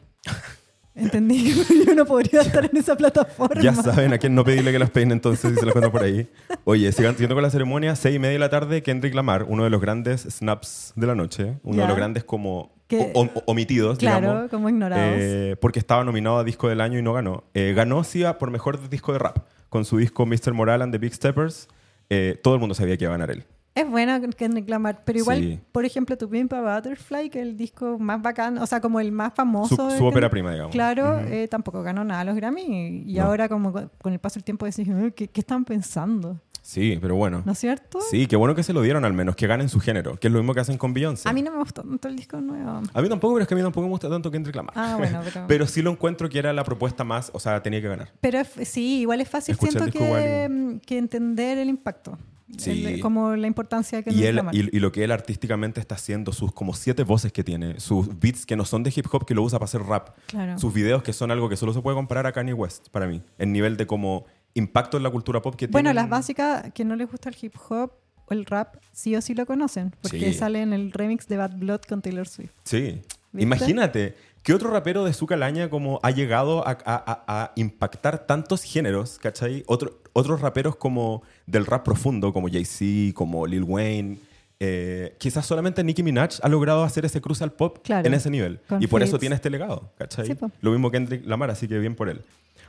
Speaker 3: ¿Entendí? Yo no podría estar en esa plataforma.
Speaker 2: Ya saben a quién no pedirle que las peine, entonces si se las cuento por ahí. Oye, sigan siguiendo con la ceremonia, seis y media de la tarde, Kendrick Lamar, uno de los grandes snaps de la noche, uno
Speaker 3: Ya.
Speaker 2: de los grandes como
Speaker 3: Que-
Speaker 2: o- o- omitidos,
Speaker 3: Claro,
Speaker 2: digamos.
Speaker 3: como ignorados.
Speaker 2: eh, porque estaba nominado a disco del año y no ganó. Eh, ganó sí a- por mejor disco de rap con su disco Mr. Moral and the Big Steppers. Eh, todo el mundo sabía que iba a ganar él.
Speaker 3: Es bueno que reclamar, pero igual,
Speaker 2: Sí.
Speaker 3: por ejemplo, tu Pimpa Butterfly, que es el disco más bacán, o sea, como el más famoso.
Speaker 2: Su-
Speaker 3: de
Speaker 2: su ópera
Speaker 3: Kendrick-
Speaker 2: prima, digamos.
Speaker 3: Claro, eh, tampoco ganó nada los Grammy. Y
Speaker 2: No.
Speaker 3: ahora, como con con el paso del tiempo, decís, "Ay, ¿qué, qué están pensando?
Speaker 2: Sí, pero bueno.
Speaker 3: ¿No es cierto?
Speaker 2: Sí, qué bueno que se lo dieron al menos, que ganen su género, que es lo mismo que hacen con Beyoncé.
Speaker 3: A mí no me gustó tanto el disco nuevo.
Speaker 2: A mí tampoco, pero es que a mí tampoco me gusta tanto Kendrick Lamar.
Speaker 3: Ah, bueno, pero-
Speaker 2: pero sí lo encuentro que era la propuesta más, o sea, tenía que ganar.
Speaker 3: Pero es- sí, igual es fácil,
Speaker 2: Escucha el
Speaker 3: siento
Speaker 2: disco
Speaker 3: que,
Speaker 2: igual
Speaker 3: mm, que entender el impacto.
Speaker 2: Sí.
Speaker 3: El- como la importancia que
Speaker 2: Y, él,
Speaker 3: reclamar.
Speaker 2: y, y lo que él artísticamente está haciendo, sus como siete voces que tiene, sus beats que no son de hip hop, que lo usa para hacer rap,
Speaker 3: Claro.
Speaker 2: sus videos que son algo que solo se puede comparar a Kanye West, para mí, el nivel de como impacto en la cultura pop que
Speaker 3: Bueno,
Speaker 2: tiene.
Speaker 3: las básicas que no les gusta el hip hop o el rap, sí o sí lo conocen, porque
Speaker 2: Sí.
Speaker 3: sale en el remix de Bad Blood con Taylor Swift.
Speaker 2: Sí.
Speaker 3: ¿Viste?
Speaker 2: Imagínate, ¿qué otro rapero de su calaña como ha llegado a, a- a- a impactar tantos géneros, ¿cachai? Otro- otros raperos como del rap profundo, como Jay-Z, como Lil Wayne. eh, quizás solamente Nicki Minaj ha logrado hacer ese cruce al pop
Speaker 3: Claro.
Speaker 2: en ese nivel.
Speaker 3: Con
Speaker 2: y por eso
Speaker 3: feats.
Speaker 2: tiene este legado, ¿cachai?
Speaker 3: Sí, po.
Speaker 2: Lo mismo Kendrick Lamar, así que bien por él.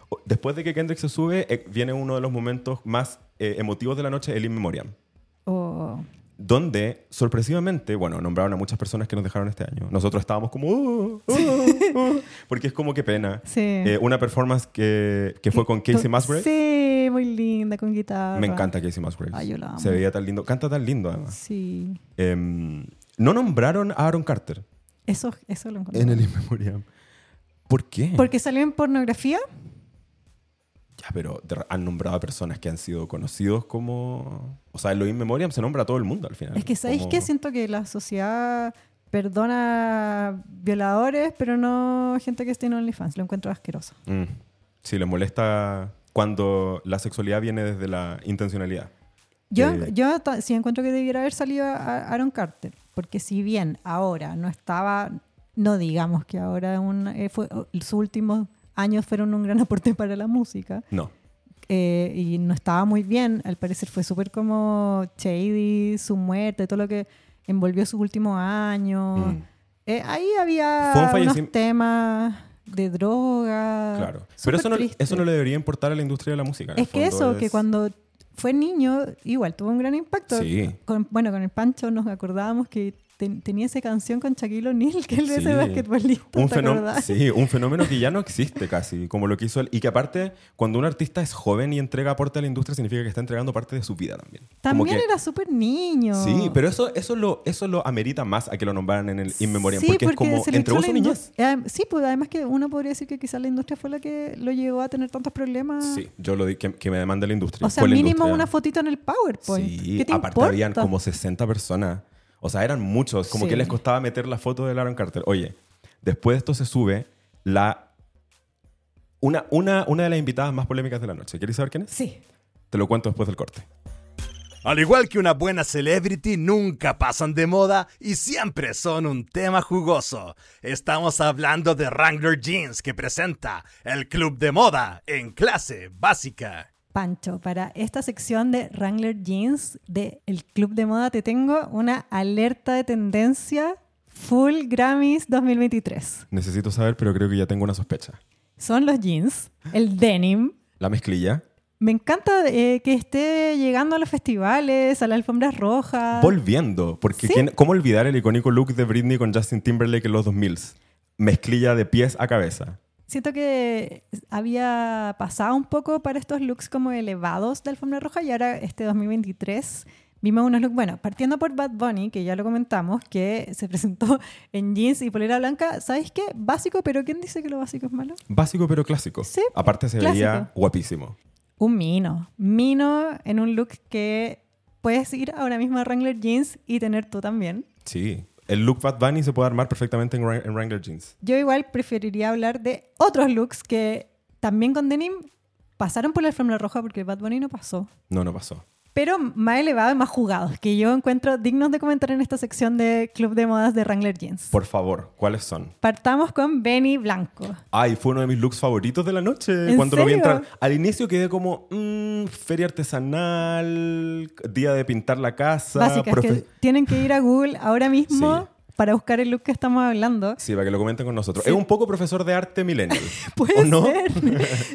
Speaker 2: O- Después de que Kendrick se sube, eh, viene uno de los momentos más eh, emotivos de la noche, el In Memoriam
Speaker 3: O
Speaker 2: donde sorpresivamente, bueno, nombraron a muchas personas que nos dejaron este año. Nosotros estábamos como, "Oh, oh, oh", porque es como que pena.
Speaker 3: Sí.
Speaker 2: Eh, una performance que, que fue con Casey Musgrave.
Speaker 3: Sí, muy linda, con guitarra.
Speaker 2: Me encanta Casey Musgrave.
Speaker 3: Ay, yo la amo.
Speaker 2: Se veía tan lindo, canta tan lindo además.
Speaker 3: Sí.
Speaker 2: Em, no nombraron a Aaron Carter
Speaker 3: Eso, eso lo encontré.
Speaker 2: en el In Memoriam. ¿Por qué?
Speaker 3: Porque salió en pornografía.
Speaker 2: Ya, pero te- han nombrado a personas que han sido conocidos como... O sea, en lo In Memoriam se nombra a todo el mundo al final.
Speaker 3: Es que, ¿sabéis
Speaker 2: Como-
Speaker 3: qué? Siento que la sociedad perdona violadores, pero no gente que esté en OnlyFans. Lo encuentro asqueroso.
Speaker 2: Mm. Sí, les molesta cuando la sexualidad viene desde la intencionalidad.
Speaker 3: Yo,
Speaker 2: Eh.
Speaker 3: yo ta- sí encuentro que debiera haber salido a- a Aaron Carter, porque si bien ahora no estaba, no digamos que ahora un, eh, fue, sus últimos años fueron un gran aporte para la música,
Speaker 2: No.
Speaker 3: eh, y no estaba muy bien, al parecer fue súper como shady, su muerte, todo lo que envolvió sus últimos años.
Speaker 2: Mm.
Speaker 3: Eh, ahí
Speaker 2: Fue un
Speaker 3: había
Speaker 2: fallecim-
Speaker 3: unos temas de droga.
Speaker 2: Claro. Pero
Speaker 3: Ah, súper
Speaker 2: eso no,
Speaker 3: triste.
Speaker 2: eso no le debería importar a la industria de la música. en el
Speaker 3: Es que
Speaker 2: fondo
Speaker 3: eso,
Speaker 2: es-
Speaker 3: que cuando fue niño, igual tuvo un gran impacto.
Speaker 2: Sí.
Speaker 3: Con- bueno, con el Pancho nos acordábamos que ten- tenía esa canción con Shaquille O'Neal, que él es
Speaker 2: Sí.
Speaker 3: ese basquetbolista,
Speaker 2: Un
Speaker 3: ¿te
Speaker 2: fenómeno,
Speaker 3: acordás?
Speaker 2: sí, un fenómeno que ya no existe casi, como lo que hizo él. Y que aparte, cuando un artista es joven y entrega aporte a la industria, significa que está entregando parte de su vida también. Como
Speaker 3: También
Speaker 2: que-
Speaker 3: era súper niño.
Speaker 2: Sí, pero eso, eso, lo, eso lo amerita más a que lo nombraran en el In Memoriam,
Speaker 3: Sí,
Speaker 2: porque, es como
Speaker 3: se le
Speaker 2: entregó
Speaker 3: entró
Speaker 2: su
Speaker 3: la
Speaker 2: niñez.
Speaker 3: indust- Adem- Sí, pues además que uno podría decir que quizás la industria fue la que lo llevó a tener tantos problemas.
Speaker 2: Sí, yo lo di, que, que me demanda la industria.
Speaker 3: O sea,
Speaker 2: Fue la
Speaker 3: mínimo
Speaker 2: industria.
Speaker 3: una fotito en el PowerPoint.
Speaker 2: Sí,
Speaker 3: ¿Qué te
Speaker 2: aparte
Speaker 3: importa?
Speaker 2: habían como 60 personas. O sea, eran muchos. Como
Speaker 3: Sí.
Speaker 2: que les costaba meter la foto de Aaron Carter. Oye, después de esto se sube la... Una, una, una de las invitadas más polémicas de la noche. ¿Quieres saber quién es?
Speaker 3: Sí.
Speaker 2: Te lo cuento después del corte.
Speaker 4: Al igual que una buena celebrity, nunca pasan de moda y siempre son un tema jugoso. Estamos hablando de Wrangler Jeans que presenta el Club de Moda en clase básica.
Speaker 3: Pancho, para esta sección de Wrangler Jeans del Club de Moda te tengo una alerta de tendencia Full Grammys 2023.
Speaker 2: Necesito saber, pero creo que ya tengo una sospecha.
Speaker 3: Son los jeans, el denim.
Speaker 2: La mezclilla.
Speaker 3: Me encanta eh, que esté llegando a los festivales, a las alfombras rojas.
Speaker 2: Volviendo. Porque
Speaker 3: Ah. Sí.
Speaker 2: quién- ¿cómo olvidar el icónico look de Britney con Justin Timberlake en los 2000? Mezclilla de pies a cabeza.
Speaker 3: Siento que había pasado un poco para estos looks como elevados de alfombra roja y ahora este 2023 vimos unos looks, bueno, partiendo por Bad Bunny, que ya lo comentamos, que se presentó en jeans y polera blanca, ¿sabes qué? Básico, pero ¿quién dice que lo básico es malo?
Speaker 2: Básico pero clásico.
Speaker 3: Sí,
Speaker 2: Aparte se veía
Speaker 3: clásico.
Speaker 2: guapísimo.
Speaker 3: Un mino, mino en un look que puedes ir ahora mismo a Wrangler Jeans y tener tú también.
Speaker 2: Sí. El look Bad Bunny se puede armar perfectamente en, Wran- en Wrangler Jeans.
Speaker 3: Yo igual preferiría hablar de otros looks que también con denim pasaron por la alfombra roja porque Bad Bunny no pasó.
Speaker 2: No, no pasó.
Speaker 3: pero más elevados y más jugados, que yo encuentro dignos de comentar en esta sección de Club de Modas de Wrangler Jeans.
Speaker 2: Por favor, ¿cuáles son?
Speaker 3: Partamos con Benny Blanco.
Speaker 2: Ay, fue uno de mis looks favoritos de la noche.
Speaker 3: ¿En
Speaker 2: Cuando lo vi
Speaker 3: serio?
Speaker 2: entrar. Al inicio quedé como, mm, feria artesanal, día de pintar la casa.
Speaker 3: Básicas
Speaker 2: profe-
Speaker 3: que tienen que ir a Google ahora mismo para buscar el look que estamos hablando.
Speaker 2: Sí, para que lo comenten con nosotros. Es un poco profesor de arte millennial.
Speaker 3: Puede
Speaker 2: ¿O no?
Speaker 3: ser.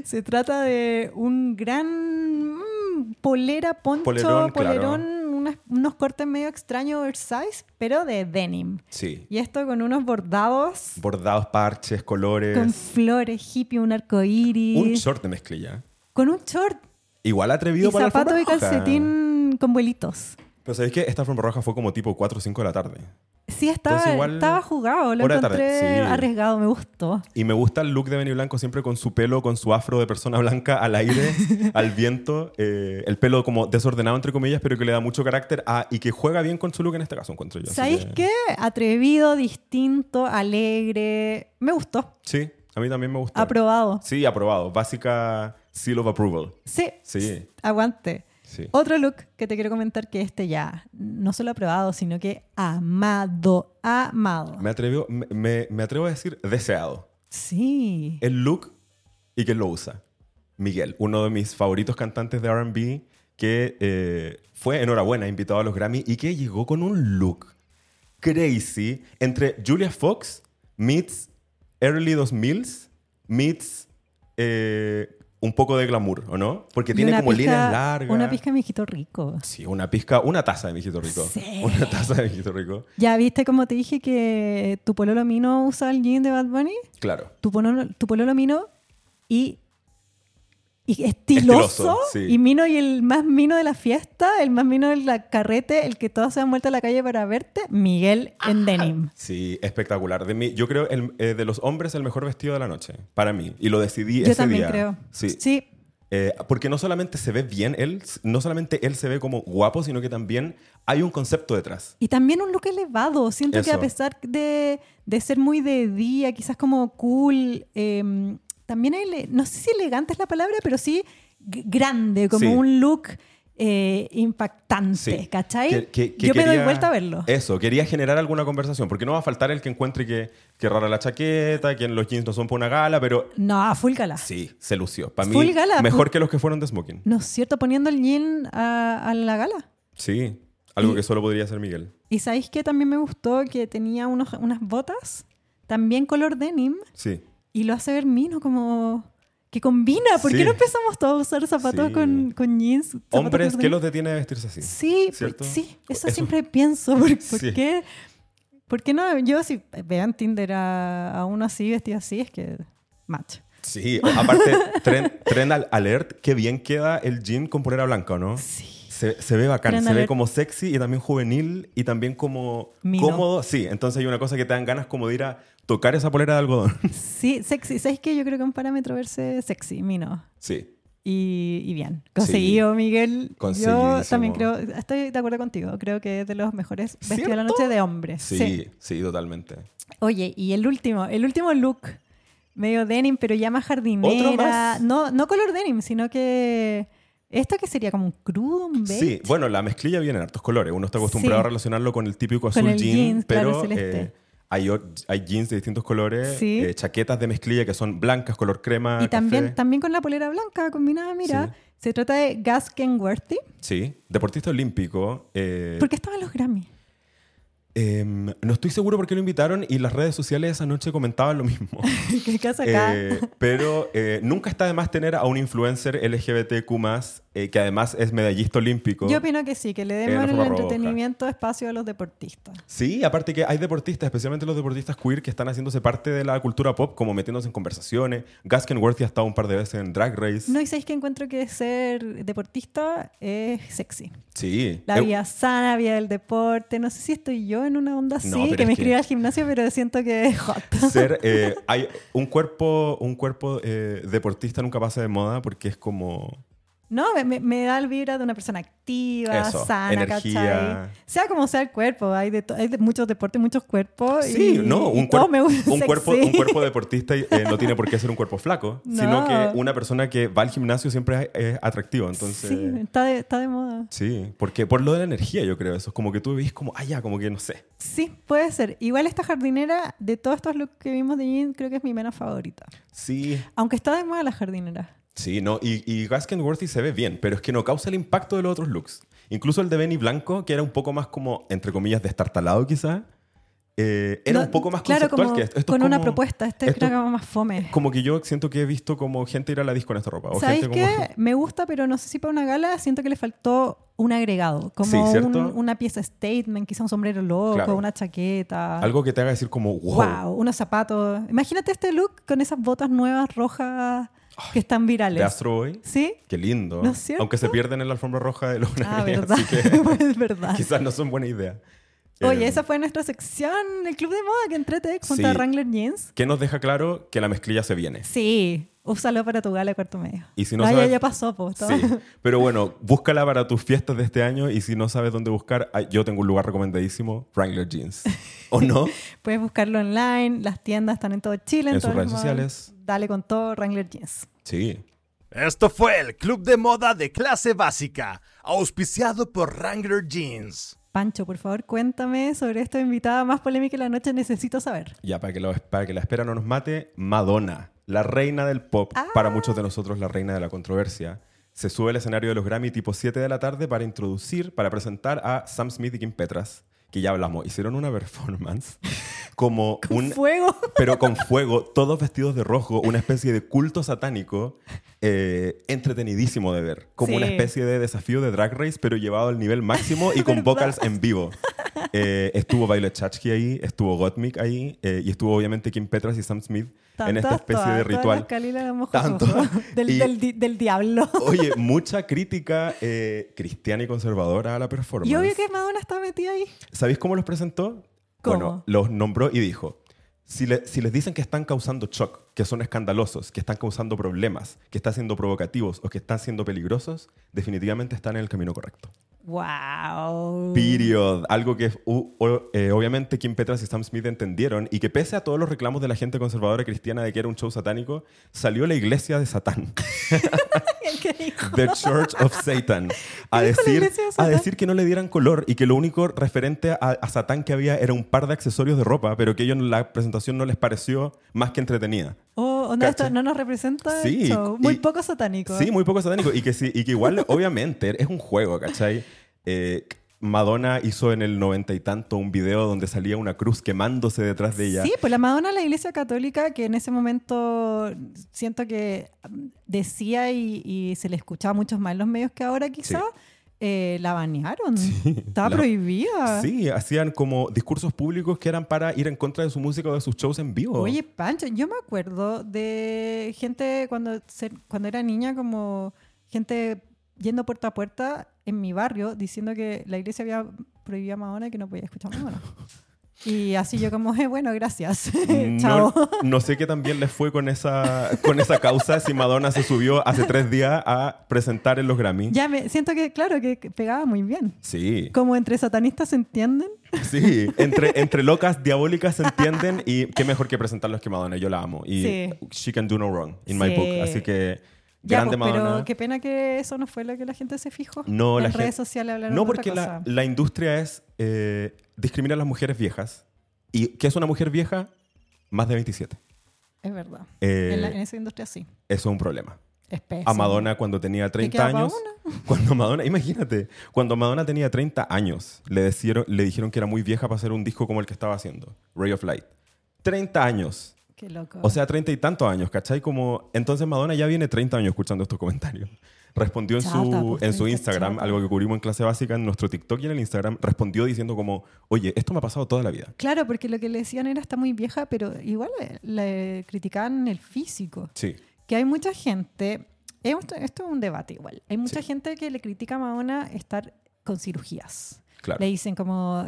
Speaker 3: Se trata de un gran mm, polera, poncho,
Speaker 2: Polerón, claro.
Speaker 3: polerón, unas- unos cortes medio extraños, oversize, pero de denim.
Speaker 2: Sí.
Speaker 3: Y esto con unos bordados,
Speaker 2: Bordados, parches, colores.
Speaker 3: con flores, hippie, un arco iris.
Speaker 2: Un short de mezclilla.
Speaker 3: Con un short
Speaker 2: Igual atrevido
Speaker 3: y
Speaker 2: para la
Speaker 3: zapato
Speaker 2: alfombra
Speaker 3: y
Speaker 2: roja.
Speaker 3: calcetín con vuelitos.
Speaker 2: Pero sabéis que esta alfombra roja fue como tipo 4 o 5 de la tarde.
Speaker 3: Sí, estaba,
Speaker 2: Entonces, igual-
Speaker 3: estaba jugado, lo
Speaker 2: Hora de
Speaker 3: encontré
Speaker 2: tarde, sí.
Speaker 3: arriesgado, me gustó.
Speaker 2: Y me gusta el look de Benny Blanco siempre con su pelo, con su afro de persona blanca al aire, al viento. eh, el pelo como desordenado, entre comillas, pero que le da mucho carácter a- y que juega bien con su look en este caso, encuentro yo. Así
Speaker 3: ¿Sabéis
Speaker 2: que-
Speaker 3: qué? Atrevido, distinto, alegre. Me gustó.
Speaker 2: Sí, a mí también me gustó.
Speaker 3: Aprobado.
Speaker 2: Sí, aprobado. Básica seal of approval.
Speaker 3: Sí.
Speaker 2: Sí.
Speaker 3: Aguante.
Speaker 2: Sí.
Speaker 3: Otro look que te quiero comentar que este ya, no solo aprobado, sino que amado, amado.
Speaker 2: Me, atrevo, me, me- me atrevo a decir deseado.
Speaker 3: Sí.
Speaker 2: El look y que lo usa. Miguel, uno de mis favoritos cantantes de RB, que eh, fue enhorabuena invitado a los Grammy y que llegó con un look crazy entre Julia Fox meets early 2000s meets eh, un poco de glamour, ¿o no? Porque
Speaker 3: Y
Speaker 2: tiene
Speaker 3: una
Speaker 2: como
Speaker 3: pizca-
Speaker 2: líneas largas.
Speaker 3: Una pizca de mijito rico.
Speaker 2: Sí, una pizca, una taza de Mijito Rico.
Speaker 3: Sí.
Speaker 2: Una taza de Mijito Rico,
Speaker 3: ¿Ya viste como te dije que tu pololo mino usa el jean de Bad Bunny?
Speaker 2: claro.
Speaker 3: tu pololo, tu pololo mino y y estiloso,
Speaker 2: Estiloso, sí.
Speaker 3: y mino y el más mino de la fiesta, el más mino del carrete, el que todos se han vuelto a la calle para verte, Miguel en denim.
Speaker 2: Sí, espectacular. De mí, yo creo el, eh, de los hombres el mejor vestido de la noche, para mí. Y lo decidí
Speaker 3: Yo
Speaker 2: ese
Speaker 3: también
Speaker 2: día.
Speaker 3: creo.
Speaker 2: Sí.
Speaker 3: sí.
Speaker 2: Eh, porque no solamente se ve bien él, no solamente él se ve como guapo, sino que también hay un concepto detrás.
Speaker 3: Y también un look elevado. Siento que a
Speaker 2: Eso.
Speaker 3: pesar de, de ser muy de día, quizás como cool, eh, también ele- no sé si elegante es la palabra, pero sí g- grande, como
Speaker 2: Sí.
Speaker 3: un look eh, impactante,
Speaker 2: Sí.
Speaker 3: ¿cachai?
Speaker 2: Que- que- que
Speaker 3: Yo me doy
Speaker 2: quería-
Speaker 3: vuelta a verlo.
Speaker 2: Eso, quería generar alguna conversación, porque no va a faltar el que encuentre que, que rara la chaqueta, que los jeans no son para una gala, pero
Speaker 3: No, a full gala.
Speaker 2: sí, se lució. Para
Speaker 3: Full
Speaker 2: mí,
Speaker 3: gala,
Speaker 2: mejor
Speaker 3: pu-
Speaker 2: que los que fueron de smoking.
Speaker 3: ¿No es cierto? Poniendo el jean a, a la gala.
Speaker 2: Sí, algo que solo podría hacer Miguel.
Speaker 3: ¿Y sabéis que también me gustó? Que tenía unos, unas botas, también color denim,
Speaker 2: Sí.
Speaker 3: y lo hace ver mino como que combina. ¿Por
Speaker 2: Sí.
Speaker 3: qué no empezamos todos a usar zapatos
Speaker 2: Sí.
Speaker 3: con, con jeans? zapatos
Speaker 2: Hombres,
Speaker 3: con
Speaker 2: ¿qué
Speaker 3: denim?
Speaker 2: los detiene de vestirse así?
Speaker 3: Sí, por-
Speaker 2: ¿Cierto?
Speaker 3: sí, eso,
Speaker 2: Eso-
Speaker 3: siempre pienso. ¿Por, por
Speaker 2: Sí.
Speaker 3: qué? por qué no? Yo si veo en Tinder a, a uno así, vestido así, es que match.
Speaker 2: Sí, o- aparte, tren, tren al- alert, qué bien queda el jean con polera blanca, ¿o ¿no?
Speaker 3: Sí.
Speaker 2: Se, se ve bacán,
Speaker 3: Tren
Speaker 2: se ve
Speaker 3: alert.
Speaker 2: como sexy y también juvenil y también como
Speaker 3: Mino.
Speaker 2: cómodo. Sí, entonces hay una cosa que te dan ganas como de ir a tocar esa polera de algodón.
Speaker 3: Sí, sexy. ¿Sabes qué? Yo creo que un parámetro verse sexy, mino.
Speaker 2: Sí,
Speaker 3: Y, y bien, conseguido Miguel. Yo
Speaker 2: Conseguidísimo.
Speaker 3: también creo, estoy de acuerdo contigo, creo que es de los mejores vestidos de la
Speaker 2: ¿Cierto?
Speaker 3: noche de hombres.
Speaker 2: sí, sí, totalmente.
Speaker 3: Oye, y el último, el último look, medio denim, pero ya más jardinera.
Speaker 2: ¿Otro más?
Speaker 3: No, no color denim, sino que esto que sería como un crudo, un beige.
Speaker 2: Sí, bueno, la mezclilla viene en hartos colores. Uno está acostumbrado
Speaker 3: Sí.
Speaker 2: a relacionarlo con el típico
Speaker 3: Con
Speaker 2: azul
Speaker 3: el
Speaker 2: jean,
Speaker 3: jeans,
Speaker 2: pero
Speaker 3: claro, celeste.
Speaker 2: eh, hay, o- hay jeans de distintos colores,
Speaker 3: Sí.
Speaker 2: eh, chaquetas de mezclilla que son blancas, color crema.
Speaker 3: y también,
Speaker 2: Ah, café.
Speaker 3: también con la polera blanca combinada, mira.
Speaker 2: Sí. Eh.
Speaker 3: Se trata de Gus Kenworthy,
Speaker 2: Sí, deportista olímpico. eh,
Speaker 3: porque estaba en los Grammy.
Speaker 2: Em, no estoy seguro por qué lo invitaron y las redes sociales esa noche comentaban lo mismo.
Speaker 3: que casa acá.
Speaker 2: Eh, pero eh, nunca está de más tener a un influencer LGBTQ, eh, que además es medallista olímpico.
Speaker 3: Yo opino que sí, que
Speaker 2: en la
Speaker 3: le demos en el
Speaker 2: forma roja.
Speaker 3: entretenimiento espacio a los deportistas.
Speaker 2: Sí, aparte que hay deportistas, especialmente los deportistas queer, que están haciéndose parte de la cultura pop, como metiéndose en conversaciones. Gaskenworthy ha estado un par de veces en Drag Race.
Speaker 3: No, y sabéis que encuentro que ser deportista es sexy.
Speaker 2: sí.
Speaker 3: La
Speaker 2: Eh,
Speaker 3: vida sana, vida del deporte. No sé si estoy yo en una onda así,
Speaker 2: No, pero
Speaker 3: que
Speaker 2: es
Speaker 3: me
Speaker 2: que-
Speaker 3: escribí al gimnasio, pero siento que es hot.
Speaker 2: ser eh, hay un cuerpo un cuerpo eh, deportista nunca pasa de moda porque es como
Speaker 3: No, me, me- me da el vibra de una persona activa,
Speaker 2: Eso,
Speaker 3: sana,
Speaker 2: energía.
Speaker 3: ¿cachai? Sea como sea el cuerpo, hay de, to- hay de muchos deportes, muchos cuerpos.
Speaker 2: Sí,
Speaker 3: y-
Speaker 2: no,
Speaker 3: y
Speaker 2: un,
Speaker 3: todos
Speaker 2: cuerp-
Speaker 3: me gustan
Speaker 2: un, cuerpo,
Speaker 3: sexy.
Speaker 2: un cuerpo deportista eh, no tiene por qué ser un cuerpo flaco,
Speaker 3: No.
Speaker 2: sino que una persona que va al gimnasio siempre es, es atractivo. Entonces,
Speaker 3: Sí,
Speaker 2: sí.
Speaker 3: está de, está de moda.
Speaker 2: porque por lo de la energía, yo creo. Eso es como que tú ves como, ah, ya, como que no sé.
Speaker 3: Sí, puede ser. Igual esta jardinera, de todos estos looks que vimos de Jean, creo que es mi menos favorita.
Speaker 2: Sí,
Speaker 3: Aunque está de moda la jardinera.
Speaker 2: sí, no. Y, y Gaskenworthy se ve bien, pero es que no causa el impacto de los otros looks. Incluso el de Benny Blanco, que era un poco más como, entre comillas, destartalado quizá, eh, era
Speaker 3: No,
Speaker 2: un poco más
Speaker 3: claro,
Speaker 2: conceptual
Speaker 3: como
Speaker 2: que esto. Esto es
Speaker 3: con una
Speaker 2: como-
Speaker 3: propuesta. Este
Speaker 2: esto-
Speaker 3: creo que va más fome.
Speaker 2: Como que yo siento que he visto como gente ir a la disco en esta ropa. O
Speaker 3: ¿Sabéis
Speaker 2: gente como...
Speaker 3: qué? Me gusta, pero no sé si para una gala siento que le faltó un agregado, como
Speaker 2: Sí,
Speaker 3: un-
Speaker 2: ¿cierto?
Speaker 3: una pieza statement, quizá un sombrero loco,
Speaker 2: Claro.
Speaker 3: una chaqueta.
Speaker 2: Algo que te haga decir como, wow.
Speaker 3: wow, unos zapatos. Imagínate este look con esas botas nuevas rojas que están
Speaker 2: de
Speaker 3: virales.
Speaker 2: Astro Boy.
Speaker 3: ¿Sí?
Speaker 2: Qué lindo.
Speaker 3: ¿No es cierto?
Speaker 2: Aunque se pierden en la alfombra roja de los
Speaker 3: Ah,
Speaker 2: Grammys,
Speaker 3: verdad.
Speaker 2: así que
Speaker 3: es verdad.
Speaker 2: quizás no son buena idea.
Speaker 3: Oye,
Speaker 2: Eh,
Speaker 3: esa fue nuestra sección, el club de moda que entrete junto
Speaker 2: sí.
Speaker 3: a Wrangler Jeans.
Speaker 2: Que nos deja claro que la mezclilla se viene.
Speaker 3: Sí, úsalo para tu gala de cuarto medio.
Speaker 2: Y si no
Speaker 3: Ah, ya-
Speaker 2: sabes-
Speaker 3: ya pasó, pues.
Speaker 2: Sí, pero bueno, búscala para tus fiestas de este año y si no sabes dónde buscar, ah, yo tengo un lugar recomendadísimo, Wrangler Jeans. ¿O no?
Speaker 3: Puedes buscarlo online, las tiendas están en todo Chile.
Speaker 2: En sus
Speaker 3: todas
Speaker 2: redes
Speaker 3: las-
Speaker 2: sociales.
Speaker 3: Dale con todo, Wrangler Jeans.
Speaker 2: Sí.
Speaker 4: Esto fue el Club de Moda de Clase Básica, auspiciado por Wrangler Jeans.
Speaker 3: Pancho, por favor, cuéntame sobre esta invitada más polémica de la noche, necesito saber.
Speaker 2: Ya, para que, lo- para que la espera no nos mate, Madonna, la reina del pop, para muchos de nosotros la reina de la controversia, se sube al escenario de los Grammy tipo 7 de la tarde para introducir, para presentar a Sam Smith y Kim Petras, que ya hablamos, hicieron una performance como un...
Speaker 3: Fuego.
Speaker 2: Pero con fuego, todos vestidos de rojo, una especie de culto satánico eh, entretenidísimo de ver. Como
Speaker 3: Sí.
Speaker 2: una especie de desafío de drag race, pero llevado al nivel máximo y con
Speaker 3: ¿Verdad?
Speaker 2: vocals en vivo. Eh, estuvo Violet Chachki ahí, estuvo Gottmik ahí, eh, y estuvo obviamente Kim Petras y Sam Smith en esta especie de ritual. Tanto.
Speaker 3: Tanto. Del,
Speaker 2: Y-
Speaker 3: del di- del diablo.
Speaker 2: Oye, mucha crítica eh, cristiana y conservadora a la performance.
Speaker 3: Y obvio que Madonna está metida ahí.
Speaker 2: ¿Sabéis cómo los presentó?
Speaker 3: ¿Cómo?
Speaker 2: Bueno, los nombró y dijo, si, le- si les dicen que están causando shock, que son escandalosos, que están causando problemas, que están siendo provocativos o que están siendo peligrosos, definitivamente están en el camino correcto.
Speaker 3: ¡Wow!
Speaker 2: Period. Algo que u- o- eh, obviamente Kim Petras y Sam Smith entendieron y que pese a todos los reclamos de la gente conservadora cristiana de que era un show satánico, salió la iglesia de Satán,
Speaker 3: ¿Qué dijo?
Speaker 2: The Church of Satan, a
Speaker 3: ¿Qué dijo la
Speaker 2: decir,
Speaker 3: iglesia de
Speaker 2: a
Speaker 3: Satán?
Speaker 2: decir que no le dieran color y que lo único referente a, a Satán que había era un par de accesorios de ropa, pero que ellos en la presentación no les pareció más que entretenida.
Speaker 3: Oh, onda,
Speaker 2: Cacha.
Speaker 3: esto no nos representa el
Speaker 2: Sí,
Speaker 3: show.
Speaker 2: y-
Speaker 3: Muy poco satánico.
Speaker 2: Sí, muy poco satánico. Y que, sí, y que igual, obviamente, es un juego, ¿cachai? Eh, Madonna hizo en el noventa y tanto un video donde salía una cruz quemándose detrás de ella.
Speaker 3: Sí, pues la Madonna de la Iglesia Católica, que en ese momento siento que mm, decía y, y se le escuchaba mucho más en los medios que ahora quizá, eh, la banearon. Estaba
Speaker 2: la-
Speaker 3: prohibida.
Speaker 2: Sí, hacían como discursos públicos que eran para ir en contra de su música o de sus shows en vivo.
Speaker 3: Oye, Pancho, yo me acuerdo de gente cuando, se- cuando era niña, como gente yendo puerta a puerta en mi barrio diciendo que la iglesia había prohibido a Madonna y que no podía escuchar a Madonna. Y así yo como, "Eh, bueno, gracias.
Speaker 2: no,
Speaker 3: Chao.
Speaker 2: no sé qué también les fue con esa, con esa causa si Madonna se subió hace tres días a presentar en los Grammy.
Speaker 3: Ya me siento que, claro, que que pegaba muy bien.
Speaker 2: Sí,
Speaker 3: Como entre satanistas se entienden.
Speaker 2: sí. Entre, entre locas diabólicas se entienden y qué mejor que presentarlos que Madonna. Yo la amo. Y
Speaker 3: Sí.
Speaker 2: she can do no wrong in
Speaker 3: Sí.
Speaker 2: my book. Así que
Speaker 3: Ya,
Speaker 2: grande
Speaker 3: pues,
Speaker 2: Madonna.
Speaker 3: Pero qué pena que eso no fue lo que la gente se fijó.
Speaker 2: No,
Speaker 3: en
Speaker 2: la
Speaker 3: redes
Speaker 2: gente-
Speaker 3: sociales hablaron
Speaker 2: No,
Speaker 3: de otra
Speaker 2: porque la,
Speaker 3: cosa.
Speaker 2: la industria es eh, discrimina a las mujeres viejas. ¿Y qué es una mujer vieja? Más de 27.
Speaker 3: Es verdad.
Speaker 2: Eh,
Speaker 3: en, la- en esa industria sí.
Speaker 2: Eso es un problema.
Speaker 3: Es pésimo.
Speaker 2: A Madonna cuando tenía
Speaker 3: queda
Speaker 2: 30
Speaker 3: pa'
Speaker 2: años. Cuando Madonna, imagínate, cuando Madonna tenía 30 años, le, decieron, le dijeron que era muy vieja para hacer un disco como el que estaba haciendo, Ray of Light. 30 años.
Speaker 3: Qué loco.
Speaker 2: O sea, 30 y tantos años, ¿cachai? Como, entonces Madonna ya viene 30 años escuchando estos comentarios. Respondió en
Speaker 3: Chata,
Speaker 2: su,
Speaker 3: pues,
Speaker 2: en su
Speaker 3: treinta,
Speaker 2: Instagram,
Speaker 3: chata.
Speaker 2: algo que cubrimos en clase básica, en nuestro TikTok y en el Instagram, respondió diciendo como, oye, esto me ha pasado toda la vida.
Speaker 3: Claro, porque lo que le decían era está muy vieja, pero igual le, le criticaban el físico.
Speaker 2: Sí.
Speaker 3: Que hay mucha gente, esto, esto es un debate igual, hay mucha gente que le critica a Madonna estar con cirugías.
Speaker 2: Claro.
Speaker 3: Le dicen como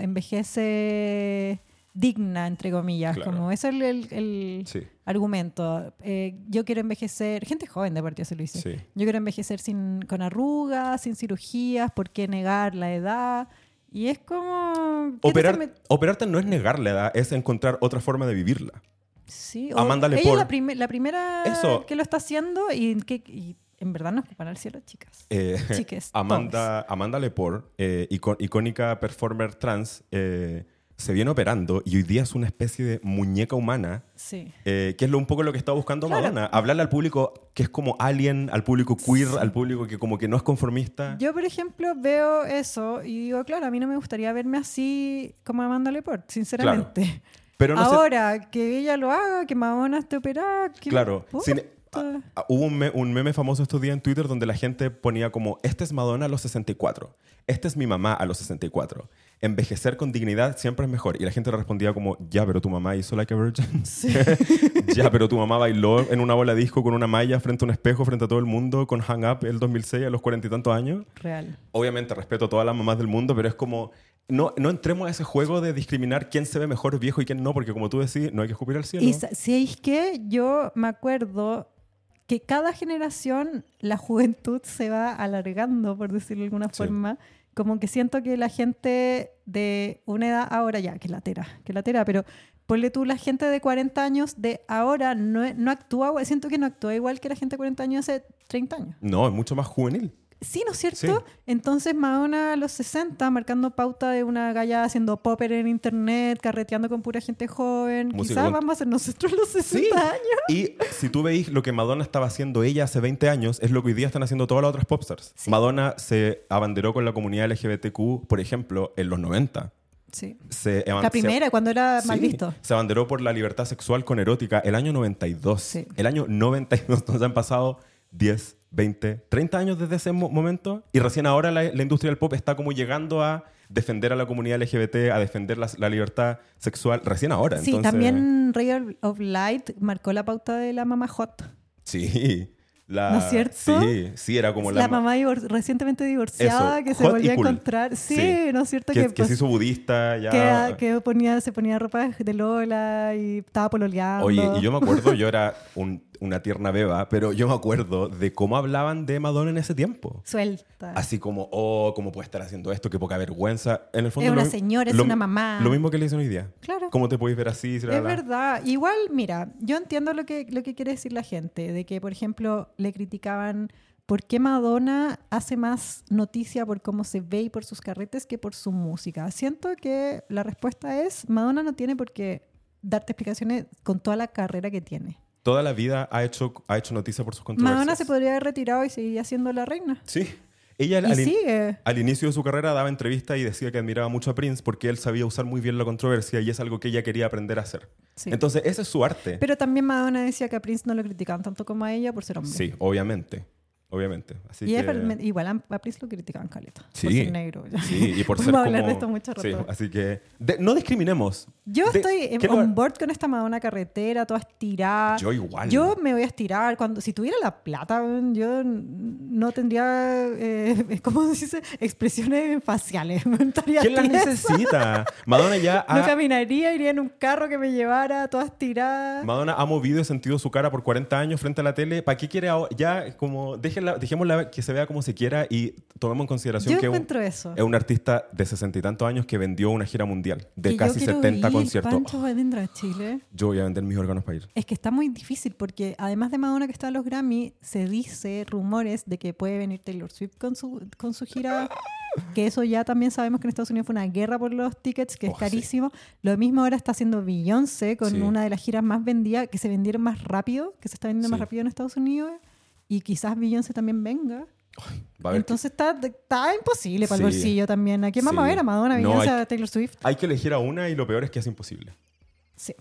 Speaker 3: envejece digna, entre comillas,
Speaker 2: Claro.
Speaker 3: como ese es el, el- el
Speaker 2: Sí.
Speaker 3: argumento. Eh, yo quiero envejecer, gente joven de partida se lo dice,
Speaker 2: Sí.
Speaker 3: yo quiero envejecer sin, con arrugas, sin cirugías, ¿por qué negar la edad? Y es como... ¿qué te
Speaker 2: Operar,
Speaker 3: met-
Speaker 2: operarte no es negar la edad, es encontrar otra forma de vivirla.
Speaker 3: Sí, o
Speaker 2: Amanda
Speaker 3: ella es
Speaker 2: Lepore.
Speaker 3: la, prime- la primera
Speaker 2: Eso.
Speaker 3: que lo está haciendo y, que, y en verdad nos ocupan al cielo, chicas.
Speaker 2: Eh,
Speaker 3: Chiques,
Speaker 2: Amanda, Amanda Lepore, eh, ico- icónica performer trans, eh, se viene operando y hoy día es una especie de muñeca humana,
Speaker 3: Sí.
Speaker 2: eh, que es lo, un poco lo que está buscando
Speaker 3: Claro.
Speaker 2: Madonna. Hablarle al público que es como alien, al público queer, al público que como que no es conformista.
Speaker 3: Yo, por ejemplo, veo eso y digo, claro, a mí no me gustaría verme así como Amanda Leport, sinceramente.
Speaker 2: Pero no sé-
Speaker 3: Ahora, que ella lo haga, que Madonna esté operada, que
Speaker 2: Claro. sin- ah, a- a- hubo un, me- un meme famoso estos días en Twitter donde la gente ponía como, esta es Madonna a los 64, esta este es mi mamá a los 64. Envejecer con dignidad siempre es mejor. Y la gente respondía como, ya, pero tu mamá hizo Like a Virgin. ya, pero tu mamá bailó en una bola disco con una malla frente a un espejo, frente a todo el mundo, con Hang Up el 2006 a los cuarenta y tantos años.
Speaker 3: Real.
Speaker 2: Obviamente respeto a todas las mamás del mundo, pero es como, no, no entremos a ese juego de discriminar quién se ve mejor viejo y quién no, porque como tú decís, no hay que escupir al cielo.
Speaker 3: Y sa- sabéis que yo me acuerdo que cada generación la juventud se va alargando, por decirlo de alguna
Speaker 2: Sí.
Speaker 3: forma. Como que siento que la gente de una edad ahora, ya, que latera, que latera, pero ponle tú, la gente de 40 años de ahora no, e- no actúa, igual- siento que no actúa igual que la gente de 40 años hace 30 años.
Speaker 2: No, es mucho más juvenil.
Speaker 3: Sí, ¿no es cierto?
Speaker 2: Sí.
Speaker 3: Entonces Madonna a los 60, marcando pauta de una galla haciendo popper en internet, carreteando con pura gente joven.
Speaker 2: Música
Speaker 3: Quizás
Speaker 2: con-
Speaker 3: vamos a ser nosotros los 60 años.
Speaker 2: Y si tú veis lo que Madonna estaba haciendo ella hace 20 años, es lo que hoy día están haciendo todas las otras popstars. Madonna se abanderó con la comunidad LGBTQ, por ejemplo, en los 90.
Speaker 3: Sí.
Speaker 2: Se evan-
Speaker 3: La primera, cuando era
Speaker 2: se-
Speaker 3: mal
Speaker 2: sí,
Speaker 3: visto.
Speaker 2: Se abanderó por la libertad sexual con erótica el año 92.
Speaker 3: Sí.
Speaker 2: El año 92, nos han pasado 10, 20, 30 años desde ese mo- momento y recién ahora la, la industria del pop está como llegando a defender a la comunidad LGBT, a defender las- la, libertad sexual, recién ahora.
Speaker 3: Sí,
Speaker 2: entonces-
Speaker 3: también Ray of Light marcó la pauta de la mamá hot.
Speaker 2: Sí. La,
Speaker 3: ¿No es cierto?
Speaker 2: Sí, sí, era como la,
Speaker 3: la,
Speaker 2: ma-
Speaker 3: mamá divor- recientemente divorciada
Speaker 2: Eso,
Speaker 3: que se
Speaker 2: hot y
Speaker 3: volvió a
Speaker 2: cool.
Speaker 3: encontrar. Sí,
Speaker 2: Sí.
Speaker 3: ¿no es cierto?
Speaker 2: que,
Speaker 3: Que,
Speaker 2: que
Speaker 3: pues,
Speaker 2: se hizo budista ya.
Speaker 3: que- que ponía, se ponía ropa de Lola y estaba pololeando.
Speaker 2: Oye, y yo me acuerdo, yo era un- una tierna beba, pero yo me acuerdo de cómo hablaban de Madonna en ese tiempo.
Speaker 3: Suelta.
Speaker 2: Así como, oh, ¿cómo puede estar haciendo esto? Qué poca vergüenza. En el fondo.
Speaker 3: Es una
Speaker 2: lo mi-
Speaker 3: señora, es
Speaker 2: lo-
Speaker 3: una mamá.
Speaker 2: Lo mismo que le dicen hoy día.
Speaker 3: Claro.
Speaker 2: ¿Cómo te podéis ver así? La, la,
Speaker 3: Es
Speaker 2: la?
Speaker 3: verdad. Igual, mira, yo entiendo lo que, lo que quiere decir la gente, de que, por ejemplo, le criticaban por qué Madonna hace más noticia por cómo se ve y por sus carretes que por su música. Siento que la respuesta es, Madonna no tiene por qué darte explicaciones con toda la carrera que tiene.
Speaker 2: Toda la vida ha hecho, ha hecho noticia por sus controversias.
Speaker 3: Madonna se podría haber retirado y seguiría siendo la reina.
Speaker 2: Sí. Ella
Speaker 3: Y
Speaker 2: al, in-
Speaker 3: sigue.
Speaker 2: al inicio de su carrera daba entrevistas y decía que admiraba mucho a Prince porque él sabía usar muy bien la controversia y es algo que ella quería aprender a hacer.
Speaker 3: Sí.
Speaker 2: Entonces, ese es su arte.
Speaker 3: Pero también Madonna decía que a Prince no lo criticaban tanto como a ella por ser hombre.
Speaker 2: Sí, obviamente. Obviamente. Así
Speaker 3: y es
Speaker 2: que-
Speaker 3: verme- igual a, a Prince lo criticaban caleta.
Speaker 2: Sí.
Speaker 3: Por ser negro. ya.
Speaker 2: Sí, y por
Speaker 3: Vamos
Speaker 2: ser
Speaker 3: a hablar
Speaker 2: como-
Speaker 3: de esto mucho rato.
Speaker 2: Sí, así que de- no discriminemos.
Speaker 3: Yo
Speaker 2: De-
Speaker 3: estoy
Speaker 2: ¿qué
Speaker 3: en-
Speaker 2: lugar-
Speaker 3: on board con esta Madonna carretera, toda estirada.
Speaker 2: Yo igual.
Speaker 3: Yo me voy a estirar. Cuando, si tuviera la plata, weón, yo no tendría, eh, ¿cómo se dice? Expresiones faciales. Me estaría
Speaker 2: ¿Quién Ah. la
Speaker 3: tiesa.
Speaker 2: necesita? Madonna ya
Speaker 3: No
Speaker 2: ha,
Speaker 3: caminaría, iría en un carro que me llevara, toda estirada.
Speaker 2: Madonna ha movido y sentido su cara por 40 años frente a la tele. ¿Para qué quiere ahora? Ya es como déjenla, dejémosla que se vea como se quiera y tomemos en consideración
Speaker 3: Yo
Speaker 2: que es un-
Speaker 3: encuentro eso.
Speaker 2: es un artista de sesenta y tantos años que vendió una gira mundial de
Speaker 3: Que yo
Speaker 2: casi
Speaker 3: quiero
Speaker 2: 70
Speaker 3: ir,
Speaker 2: conciertos.
Speaker 3: Pancho
Speaker 2: Oh,
Speaker 3: va dentro a Chile.
Speaker 2: yo voy a vender mis órganos para ir.
Speaker 3: Es que está muy difícil porque además de Madonna que está en los Grammy, se dice rumores de que puede venir Taylor Swift con su, con su gira. Que eso ya también sabemos que en Estados Unidos fue una guerra por los tickets, que
Speaker 2: Oh,
Speaker 3: es
Speaker 2: sí.
Speaker 3: carísimo. Lo mismo ahora está haciendo Beyoncé con
Speaker 2: Sí.
Speaker 3: una de las giras más vendidas, que se vendieron más rápido, que se está vendiendo más
Speaker 2: Sí.
Speaker 3: rápido en Estados Unidos. Y quizás Beyoncé también venga.
Speaker 2: Va a haber que-
Speaker 3: Entonces está, está imposible para el
Speaker 2: Sí.
Speaker 3: bolsillo también. ¿A quién vamos
Speaker 2: Sí.
Speaker 3: a ver? ¿A Madonna,
Speaker 2: No,
Speaker 3: Beyoncé,
Speaker 2: hay-
Speaker 3: a Taylor Swift?
Speaker 2: hay que elegir a una y lo peor es que es imposible.
Speaker 3: Sí.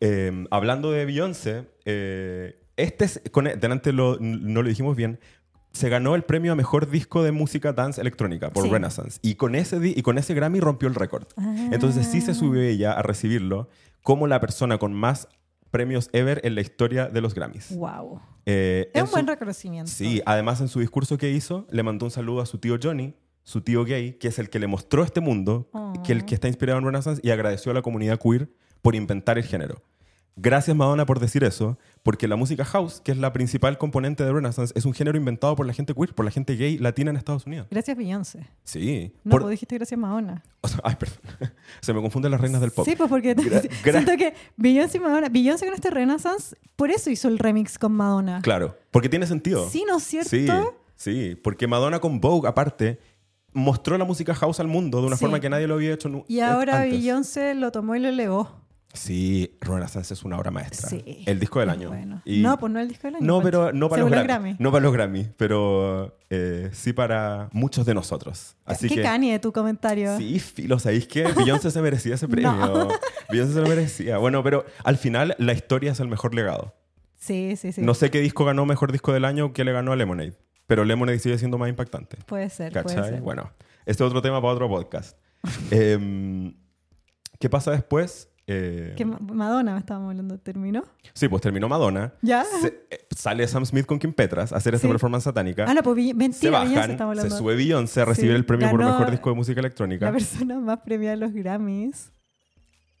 Speaker 2: Eh, hablando de Beyoncé, eh, este es, con, delante lo- no lo dijimos bien, se ganó el premio a mejor disco de música dance electrónica por
Speaker 3: Sí.
Speaker 2: Renaissance y con ese di- y con ese Grammy rompió el récord.
Speaker 3: Ah.
Speaker 2: Entonces sí se subió ella a recibirlo como la persona con más premios ever en la historia de los Grammys.
Speaker 3: Wow.
Speaker 2: Eh,
Speaker 3: Es
Speaker 2: en
Speaker 3: un buen
Speaker 2: su-
Speaker 3: reconocimiento.
Speaker 2: Sí, además en su discurso que hizo, le mandó un saludo a su tío Johnny, su tío gay, que es el que le mostró este mundo,
Speaker 3: Oh.
Speaker 2: que el que está inspirado en Renaissance, y agradeció a la comunidad queer por inventar el género. Gracias Madonna por decir eso, porque la música house, que es la principal componente de Renaissance, es un género inventado por la gente queer, por la gente gay latina en Estados Unidos.
Speaker 3: Gracias, Beyoncé.
Speaker 2: Sí.
Speaker 3: No,
Speaker 2: por-
Speaker 3: pues dijiste gracias Madonna.
Speaker 2: o sea, ay, perdón. Se me confunden las reinas del pop.
Speaker 3: Sí, pues porque
Speaker 2: Gra- gra-
Speaker 3: siento que Beyoncé y Madonna, Beyoncé con este Renaissance, por eso hizo el remix con Madonna.
Speaker 2: Claro, porque tiene sentido.
Speaker 3: Sí, ¿no es cierto?
Speaker 2: Sí, sí, porque Madonna con Vogue, aparte, mostró la música house al mundo de una
Speaker 3: Sí.
Speaker 2: forma que nadie lo había hecho nu-
Speaker 3: Y ahora
Speaker 2: antes.
Speaker 3: Beyoncé lo tomó y lo elevó.
Speaker 2: Sí, Renaissance es una obra maestra.
Speaker 3: Sí.
Speaker 2: El disco del
Speaker 3: Es
Speaker 2: año.
Speaker 3: bueno.
Speaker 2: Y-
Speaker 3: No, pues no el disco del año.
Speaker 2: No,
Speaker 3: Pancho.
Speaker 2: pero no para los
Speaker 3: Según el
Speaker 2: Grammy. No para los Grammy, pero eh, sí para muchos de nosotros. Así
Speaker 3: Qué
Speaker 2: que
Speaker 3: cani de tu comentario.
Speaker 2: Sí, filo, ¿sabéis qué? Beyoncé se merecía ese premio. Beyoncé se lo merecía. Bueno, pero al final la historia es el mejor legado.
Speaker 3: sí, sí. sí.
Speaker 2: No sé qué disco ganó mejor disco del año que le ganó a Lemonade, pero Lemonade sigue siendo más impactante.
Speaker 3: Puede ser, puede
Speaker 2: ¿Cachai?
Speaker 3: ser.
Speaker 2: Bueno, este es otro tema para otro podcast. Em, ¿Qué pasa después? Eh,
Speaker 3: Que Ma- Madonna me estábamos hablando, ¿terminó?
Speaker 2: sí, pues terminó Madonna.
Speaker 3: ¿Ya?
Speaker 2: Se- eh, sale Sam Smith con Kim Petras a hacer esta
Speaker 3: Sí.
Speaker 2: performance satánica.
Speaker 3: Ah, no, pues Bey-
Speaker 2: se
Speaker 3: mentira, Beyoncé
Speaker 2: bajan,
Speaker 3: estamos
Speaker 2: se
Speaker 3: hablando.
Speaker 2: sube Beyoncé a recibir
Speaker 3: Sí,
Speaker 2: el premio por
Speaker 3: ganó
Speaker 2: mejor disco de música
Speaker 3: La
Speaker 2: electrónica.
Speaker 3: persona más premiada de los Grammys.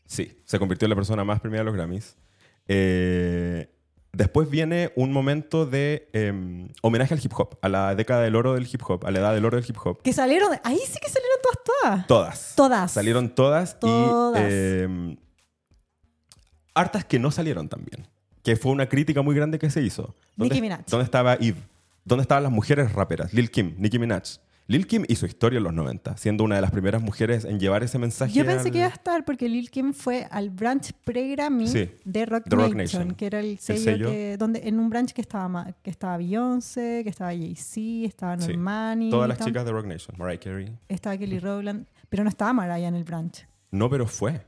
Speaker 2: Sí, se convirtió en la persona más premiada de los Grammys. Eh, después viene un momento de em, homenaje al hip hop, a la década del oro del hip hop, a la edad del oro del hip hop.
Speaker 3: Que salieron, ahí sí que salieron todas, todas.
Speaker 2: Todas.
Speaker 3: Todas.
Speaker 2: Salieron todas,
Speaker 3: Todas.
Speaker 2: y em, hartas que no salieron también. Que fue una crítica muy grande que se hizo.
Speaker 3: Nicki Minaj.
Speaker 2: ¿Dónde estaba Eve? ¿Dónde estaban las mujeres raperas? Lil Kim, Nicki Minaj. Lil Kim hizo historia en los 90, siendo una de las primeras mujeres en llevar ese mensaje.
Speaker 3: Yo pensé
Speaker 2: al-
Speaker 3: que iba a estar porque Lil Kim fue al branch pre-Grammy
Speaker 2: Sí,
Speaker 3: de Rock,
Speaker 2: de Rock
Speaker 3: Nation,
Speaker 2: Nation.
Speaker 3: que era el sello,
Speaker 2: sello.
Speaker 3: Que, donde en un branch que estaba ma- que estaba Beyoncé, que estaba Jay-Z, estaba
Speaker 2: Sí.
Speaker 3: Normani,
Speaker 2: Todas las
Speaker 3: estaba-
Speaker 2: chicas de Rock Nation. Mariah Carey.
Speaker 3: estaba Kelly Rowland, pero no estaba Mariah en el branch.
Speaker 2: No, pero fue.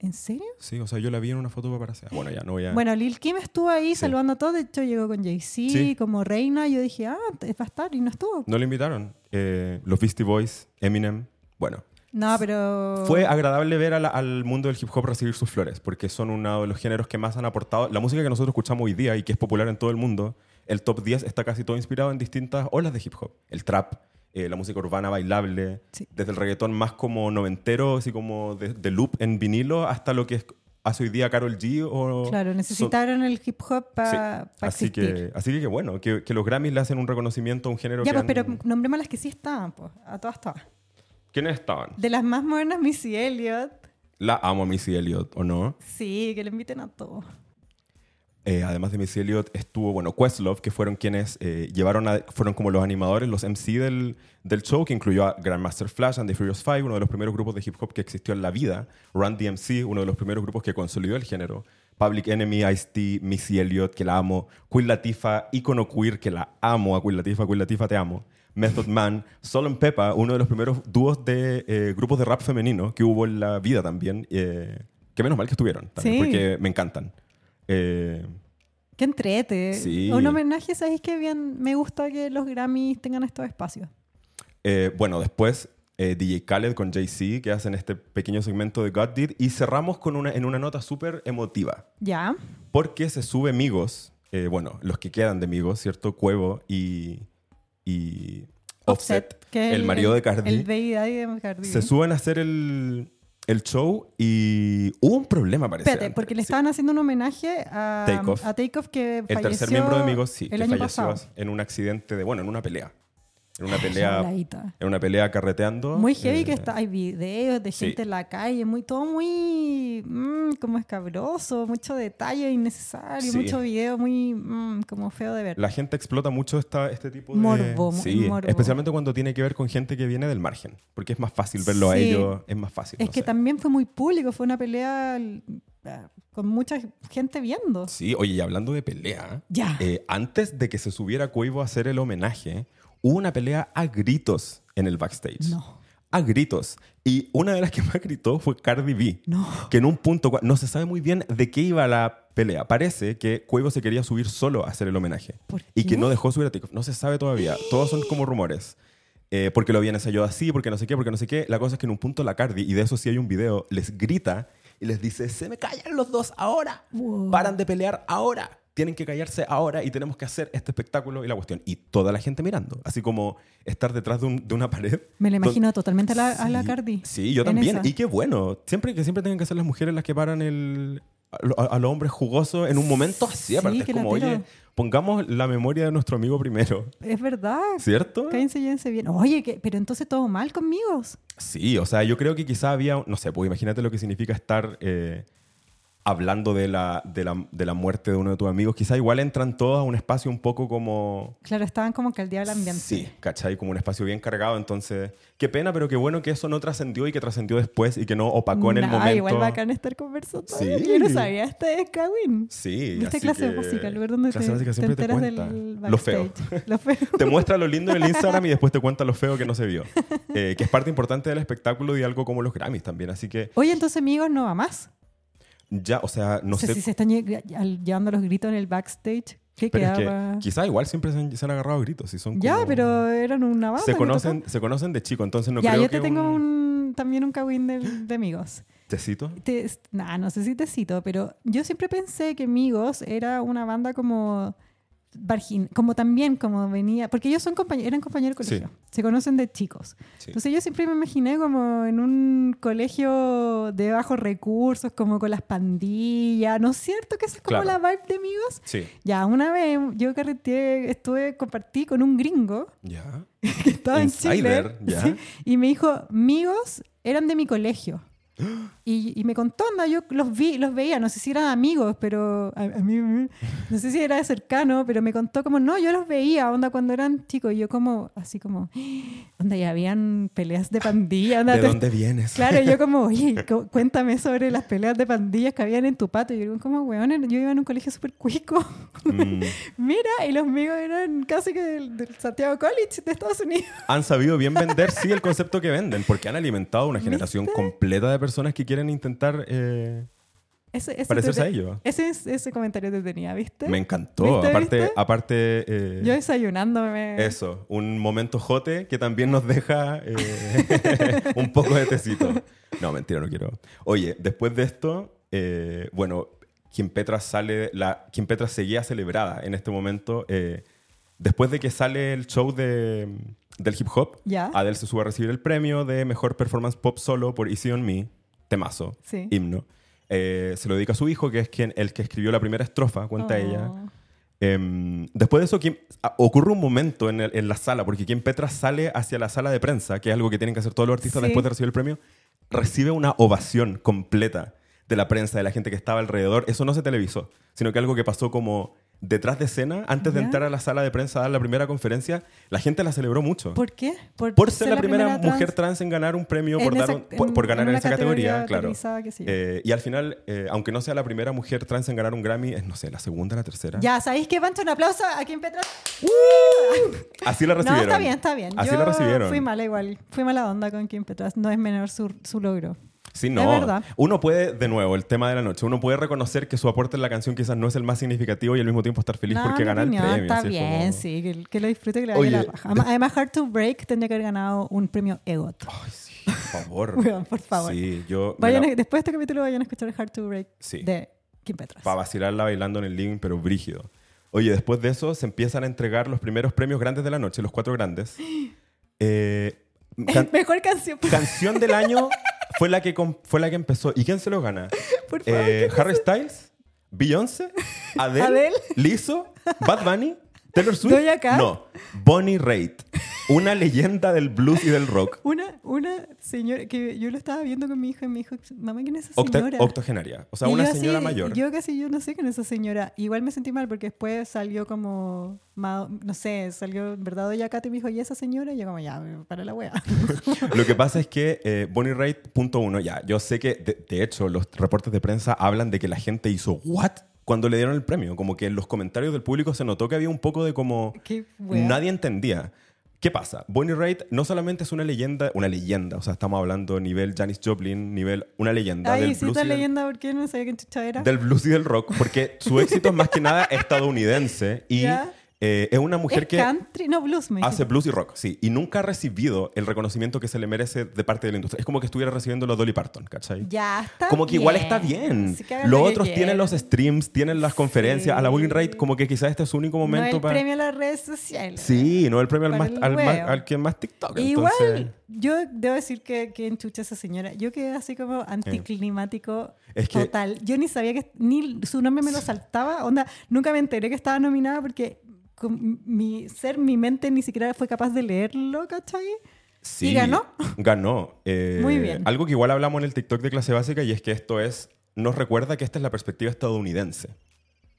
Speaker 3: ¿En serio?
Speaker 2: Sí, o sea, yo la vi en una foto paparazzi. Ah, Bueno, ya no voy a.
Speaker 3: Bueno, Lil Kim estuvo ahí saludando a todos. De hecho, llegó con Jay-Z
Speaker 2: Sí.
Speaker 3: como reina. Yo dije, ah, va a estar. Y no estuvo.
Speaker 2: No le invitaron. Eh, los Beastie Boys, Eminem. Bueno,
Speaker 3: No, pero.
Speaker 2: Fue agradable ver a la- al mundo del hip hop recibir sus flores, porque son uno de los géneros que más han aportado. La música que nosotros escuchamos hoy día y que es popular en todo el mundo, el top 10 está casi todo inspirado en distintas olas de hip hop. El trap, eh, la música urbana bailable,
Speaker 3: Sí.
Speaker 2: desde el reggaetón más como noventero, así como de, de loop en vinilo, hasta lo que es- hace hoy día Carol G o...
Speaker 3: Claro,
Speaker 2: so-
Speaker 3: necesitaron el hip hop
Speaker 2: Sí.
Speaker 3: para
Speaker 2: así,
Speaker 3: existir.
Speaker 2: que, así que qué bueno, que, que los Grammys le hacen un reconocimiento a un género
Speaker 3: Ya,
Speaker 2: que
Speaker 3: pues, pero
Speaker 2: han-
Speaker 3: nombremos las que sí estaban, pues. A todas, todas.
Speaker 2: ¿Quiénes estaban?
Speaker 3: De las más modernas, Missy Elliott.
Speaker 2: La amo a Missy Elliott, ¿o no?
Speaker 3: Sí, que le inviten a todos.
Speaker 2: Eh, además de Missy Elliott estuvo, bueno, Questlove, que fueron quienes eh, llevaron, a- fueron como los animadores, los MC del, del show, que incluyó a Grandmaster Flash and the Furious Five, uno de los primeros grupos de hip hop que existió en la vida, Run DMC, uno de los primeros grupos que consolidó el género, Public Enemy, Ice-T, Missy Elliott, que la amo, Queen Latifah, Icono Queer, que la amo a Queen Latifah, Queen Latifah te amo, Method Man, Solon Peppa, uno de los primeros dúos de eh, grupos de rap femenino que hubo en la vida también, eh, que menos mal que estuvieron, también,
Speaker 3: Sí.
Speaker 2: porque me encantan. Eh,
Speaker 3: Qué entrete.
Speaker 2: Sí.
Speaker 3: Un homenaje, ¿sabéis qué bien? Me gusta que los Grammys tengan estos espacios.
Speaker 2: eh, bueno, después eh, DJ Khaled con Jay-Z que hacen este pequeño segmento de God Did y cerramos con una, en una nota súper emotiva
Speaker 3: Ya.
Speaker 2: porque se sube Migos, eh, bueno, los que quedan de Migos, ¿cierto? Cuevo y, y Offset,
Speaker 3: que
Speaker 2: el, marido de Cardi,
Speaker 3: El baby daddy de Cardi.
Speaker 2: se suben a hacer el, el show y hubo un problema, parece.
Speaker 3: Espérate,
Speaker 2: antes.
Speaker 3: porque le
Speaker 2: Sí.
Speaker 3: estaban haciendo un homenaje a
Speaker 2: Take Off.
Speaker 3: a Takeoff que
Speaker 2: El
Speaker 3: falleció
Speaker 2: tercer miembro de Migos, sí,
Speaker 3: el
Speaker 2: que
Speaker 3: año
Speaker 2: falleció
Speaker 3: pasado.
Speaker 2: en un accidente de, bueno, en una pelea. En una
Speaker 3: Ya,
Speaker 2: pelea,
Speaker 3: habladita.
Speaker 2: en una pelea carreteando.
Speaker 3: Muy heavy
Speaker 2: eh,
Speaker 3: que está, hay videos de
Speaker 2: sí.
Speaker 3: gente en la calle, muy todo muy mm, como escabroso, mucho detalle innecesario,
Speaker 2: Sí.
Speaker 3: mucho video muy mm, como feo de ver.
Speaker 2: La gente explota mucho esta, este tipo de...
Speaker 3: Morbo, mo-
Speaker 2: sí,
Speaker 3: morbo.
Speaker 2: especialmente cuando tiene que ver con gente que viene del margen, porque es más fácil verlo a
Speaker 3: Sí.
Speaker 2: ellos, es más fácil.
Speaker 3: es
Speaker 2: no
Speaker 3: que
Speaker 2: sé.
Speaker 3: también fue muy público, fue una pelea l- ah, con mucha gente viendo.
Speaker 2: Sí, oye, y hablando de pelea,
Speaker 3: Ya.
Speaker 2: eh, antes de que se subiera Cuevo a hacer el homenaje, hubo una pelea a gritos en el backstage.
Speaker 3: No.
Speaker 2: A gritos. Y una de las que más gritó fue Cardi B.
Speaker 3: No.
Speaker 2: Que en un punto cua- no se sabe muy bien de qué iba la pelea. Parece que Cuevo se quería subir solo a hacer el homenaje.
Speaker 3: ¿Por
Speaker 2: Y que
Speaker 3: qué?
Speaker 2: no dejó subir a Takeoff. No se sabe todavía. Todos son como rumores. Eh, porque lo habían ensayado así, porque no sé qué, porque no sé qué. La cosa es que en un punto la Cardi, y de eso sí hay un video, les grita y les dice, se me callan los dos ahora. Paran de pelear ahora. Tienen que callarse ahora y tenemos que hacer este espectáculo y la cuestión. Y toda la gente mirando. Así como estar detrás de, un- de una pared.
Speaker 3: Me la
Speaker 2: Don-
Speaker 3: imagino totalmente a la, a la
Speaker 2: Sí,
Speaker 3: Cardi.
Speaker 2: Sí, yo
Speaker 3: en
Speaker 2: también.
Speaker 3: esa.
Speaker 2: Y qué bueno. Siempre que siempre tengan que ser las mujeres las que paran el, a, lo- a los hombres jugosos en un momento así.
Speaker 3: Sí,
Speaker 2: Aparte,
Speaker 3: qué
Speaker 2: es como,
Speaker 3: latero.
Speaker 2: oye, pongamos la memoria de nuestro amigo primero.
Speaker 3: Es verdad.
Speaker 2: ¿Cierto?
Speaker 3: Cállense, llévense bien. Oye, que- pero entonces todo mal conmigo.
Speaker 2: Sí, o sea, yo creo que quizá había, no sé, pues imagínate lo que significa estar eh, hablando de la, de, la, de la muerte de uno de tus amigos. Quizá igual entran todos a un espacio un poco como...
Speaker 3: Claro, estaban como caldeado el ambiente.
Speaker 2: Sí, ¿cachai? Como un espacio bien cargado, entonces... Qué pena, pero qué bueno que eso no trascendió y que trascendió después y que no opacó en el
Speaker 3: Nah,
Speaker 2: momento.
Speaker 3: Igual bacán estar conversando.
Speaker 2: Sí.
Speaker 3: Yo no sabía, este es Kawin.
Speaker 2: Sí,
Speaker 3: Viste
Speaker 2: así
Speaker 3: clase de
Speaker 2: que-
Speaker 3: música, el lugar donde
Speaker 2: clase
Speaker 3: te,
Speaker 2: de música
Speaker 3: te
Speaker 2: siempre te
Speaker 3: enteras
Speaker 2: cuenta
Speaker 3: del
Speaker 2: lo feo.
Speaker 3: backstage. Lo feo.
Speaker 2: Te muestra lo lindo en el Instagram y después te cuenta lo feo que no se vio. Eh, que es parte importante del espectáculo y algo como los Grammys también. Así que
Speaker 3: Oye, entonces amigos no va más.
Speaker 2: ya, o sea, no
Speaker 3: No sé,
Speaker 2: sé.
Speaker 3: si se están lle- al- llevando los gritos en el backstage. ¿Qué
Speaker 2: pero es
Speaker 3: quedaba?
Speaker 2: que quizá igual siempre se han, se han agarrado a gritos. Y son
Speaker 3: ya,
Speaker 2: como-
Speaker 3: pero eran una banda.
Speaker 2: Se
Speaker 3: que
Speaker 2: conocen,
Speaker 3: tocó.
Speaker 2: se conocen de chico, entonces no
Speaker 3: ya,
Speaker 2: creo
Speaker 3: yo te
Speaker 2: que
Speaker 3: tengo
Speaker 2: un...
Speaker 3: un, también un Kawin de, de amigos.
Speaker 2: ¿Tecito?
Speaker 3: Te, nah, no sé si te cito, pero yo siempre pensé que Migos era una banda como margin- como también como venía, porque ellos son compañeros, eran compañeros de
Speaker 2: Sí.
Speaker 3: colegio, se conocen de chicos.
Speaker 2: Sí.
Speaker 3: Entonces yo siempre me imaginé como en un colegio de bajos recursos, como con las pandillas, ¿no es cierto? Que esa es como
Speaker 2: Claro.
Speaker 3: la vibe de Migos.
Speaker 2: Sí.
Speaker 3: Ya, una vez yo carreteé, estuve, compartí con un gringo
Speaker 2: Ya.
Speaker 3: que estaba
Speaker 2: Insider,
Speaker 3: en Chile.
Speaker 2: ya.
Speaker 3: sí, y me dijo, amigos eran de mi colegio. Y, y me contó, anda, yo los vi, los veía, no sé si eran amigos, pero a- a mí- a mí- no sé si era de cercano, pero me contó como, no, yo los veía, onda, cuando eran chicos, y yo como, así como, "Ah, onda, ya habían peleas de pandilla, onda,
Speaker 2: ¿De
Speaker 3: te-
Speaker 2: dónde vienes?
Speaker 3: Claro, yo como, oye, cu- cuéntame sobre las peleas de pandillas que habían en tu pato. Y yo digo, como, weón, yo iba en un colegio súper cuico.
Speaker 2: Mm,
Speaker 3: Mira, y los amigos eran casi que del, del Santiago College de Estados Unidos.
Speaker 2: han sabido bien vender, sí, el concepto que venden, porque han alimentado una generación completa de personas que quieren intentar eh,
Speaker 3: Ese, ese
Speaker 2: parecerse
Speaker 3: te-
Speaker 2: a ellos.
Speaker 3: Ese, es- ese comentario te tenía, ¿viste?
Speaker 2: Me encantó.
Speaker 3: ¿Viste,
Speaker 2: aparte,
Speaker 3: viste?
Speaker 2: aparte eh,
Speaker 3: Yo desayunándome.
Speaker 2: eso, un momento jote que también nos deja eh, un poco de tecito. No, mentira, no quiero. Oye, después de esto, eh, bueno, quien Petra sale, la, quien Petra seguía celebrada en este momento. eh, después de que sale el show de, del hip hop,
Speaker 3: Ya.
Speaker 2: Adele se sube a recibir el premio de mejor performance pop solo por Easy on Me, temazo,
Speaker 3: Sí.
Speaker 2: himno. Eh, se lo dedica a su hijo, que es quien, el que escribió la primera estrofa, cuenta
Speaker 3: Oh.
Speaker 2: ella. Em, después de eso, Kim- a- ocurre un momento en, el- en la sala, porque Kim Petra sale hacia la sala de prensa, que es algo que tienen que hacer todos los artistas
Speaker 3: Sí.
Speaker 2: después de recibir el premio, recibe una ovación completa de la prensa, de la gente que estaba alrededor. Eso no se televisó, sino que algo que pasó como detrás de escena, antes de
Speaker 3: Ya.
Speaker 2: entrar a la sala de prensa a dar la primera conferencia, la gente la celebró mucho. Por,
Speaker 3: ¿Por qué? Por,
Speaker 2: ser la, primera, mujer trans en ganar un premio, por,
Speaker 3: en
Speaker 2: dar
Speaker 3: esa-
Speaker 2: un- por, por ganar en
Speaker 3: una
Speaker 2: esa categoría, claro.
Speaker 3: autorizada, qué sé yo.
Speaker 2: Eh, y al final, eh, aunque no sea la primera mujer trans en ganar un Grammy, es, no sé, la segunda, la tercera.
Speaker 3: Ya, ¿sabéis qué, Pancho? Un aplauso a quien Petra.
Speaker 2: ¡Uh! Así la
Speaker 3: No,
Speaker 2: recibieron.
Speaker 3: está bien, está bien.
Speaker 2: Así
Speaker 3: Yo
Speaker 2: la recibieron.
Speaker 3: Fui mala igual. Fui mala onda con Kim Petras. No es menor su, su logro.
Speaker 2: Sí, no.
Speaker 3: Es verdad.
Speaker 2: Uno puede, de nuevo, el tema de la noche, uno puede reconocer que su aporte en la canción quizás no es el más significativo y al mismo tiempo estar feliz
Speaker 3: No,
Speaker 2: porque
Speaker 3: mi
Speaker 2: gana el
Speaker 3: opinión,
Speaker 2: premio.
Speaker 3: Está
Speaker 2: así es
Speaker 3: bien,
Speaker 2: como-
Speaker 3: sí. Que, que lo disfrute y que le vaya
Speaker 2: Oye,
Speaker 3: la paja. Además, además, Hard to Break tendría que haber ganado un premio EGOT.
Speaker 2: Ay, sí, por favor.
Speaker 3: Weón, por favor.
Speaker 2: Sí, yo. me
Speaker 3: Vayan
Speaker 2: la-
Speaker 3: a- después de este capítulo vayan a escuchar Hard to Break
Speaker 2: Sí.
Speaker 3: de Kim Petras.
Speaker 2: Para vacilarla bailando en el living, pero brígido. Oye, después de eso se empiezan a entregar los primeros premios grandes de la noche, los cuatro grandes. Eh, can-
Speaker 3: Mejor canción.
Speaker 2: canción del año fue la, que com- fue la que empezó. ¿Y quién se lo gana?
Speaker 3: Por favor,
Speaker 2: Eh, Harry Styles, Beyoncé, Adele,
Speaker 3: Adele.
Speaker 2: Lizzo, Bad Bunny, Taylor Swift.
Speaker 3: Doja Cat.
Speaker 2: No, Bonnie Raitt, una leyenda del blues y del rock.
Speaker 3: Una, una señora que yo lo estaba viendo con mi hijo y me dijo, mamá, ¿quién es esa
Speaker 2: Octa-
Speaker 3: señora?
Speaker 2: octogenaria, o sea,
Speaker 3: Y
Speaker 2: una
Speaker 3: yo así-
Speaker 2: señora mayor.
Speaker 3: Yo casi yo no sé quién es esa señora. Igual me sentí mal porque después salió como, ma- no sé, salió en verdad Doña Cata y me dijo, ¿y esa señora? Y yo como, ya, para la wea.
Speaker 2: Lo que pasa es que eh, Bonnie Raitt, punto uno, ya, yo sé que, de, de hecho, los reportes de prensa hablan de que la gente hizo what cuando le dieron el premio, como que en los comentarios del público se notó que había un poco de como...
Speaker 3: Qué wea.
Speaker 2: Nadie entendía. ¿Qué pasa? Bonnie Raitt no solamente es una leyenda, una leyenda, o sea, estamos hablando nivel Janis Joplin, nivel una leyenda
Speaker 3: Ay,
Speaker 2: del,
Speaker 3: sí,
Speaker 2: blues
Speaker 3: esta
Speaker 2: y del,
Speaker 3: leyenda, porque no sabía quién chucha era?
Speaker 2: del blues y del rock, porque su éxito es más que nada estadounidense y
Speaker 3: Ya.
Speaker 2: eh, es una mujer
Speaker 3: ¿Es
Speaker 2: que
Speaker 3: country? No, blues, me
Speaker 2: hace
Speaker 3: dijiste.
Speaker 2: blues y rock, sí, y nunca ha recibido el reconocimiento que se le merece de parte de la industria. Es como que estuviera recibiendo los Dolly Parton, ¿cachai?
Speaker 3: Ya está
Speaker 2: Como que igual está bien. Los otros tienen los streams, tienen las conferencias. A la Bonnie Raitt como que quizás este es su único
Speaker 3: momentos
Speaker 2: momento
Speaker 3: no el
Speaker 2: para...
Speaker 3: premio a las redes sociales.
Speaker 2: Sí, no el premio al,
Speaker 3: Para
Speaker 2: más,
Speaker 3: el
Speaker 2: al, más-
Speaker 3: huevo.
Speaker 2: al que más TikTok.
Speaker 3: Igual,
Speaker 2: entonces-
Speaker 3: yo debo decir que, que enchucha esa señora. Yo quedé así como anticlimático
Speaker 2: Es que-
Speaker 3: total. Yo ni sabía que ni su nombre me lo saltaba. Onda, nunca me enteré que estaba nominada porque con mi ser, mi mente ni siquiera fue capaz de leerlo, ¿cachai?
Speaker 2: Sí,
Speaker 3: ¿Y ganó?
Speaker 2: Ganó. Eh,
Speaker 3: Muy bien.
Speaker 2: Algo que igual hablamos en el TikTok de clase básica y es que esto es, nos recuerda que esta es la perspectiva estadounidense.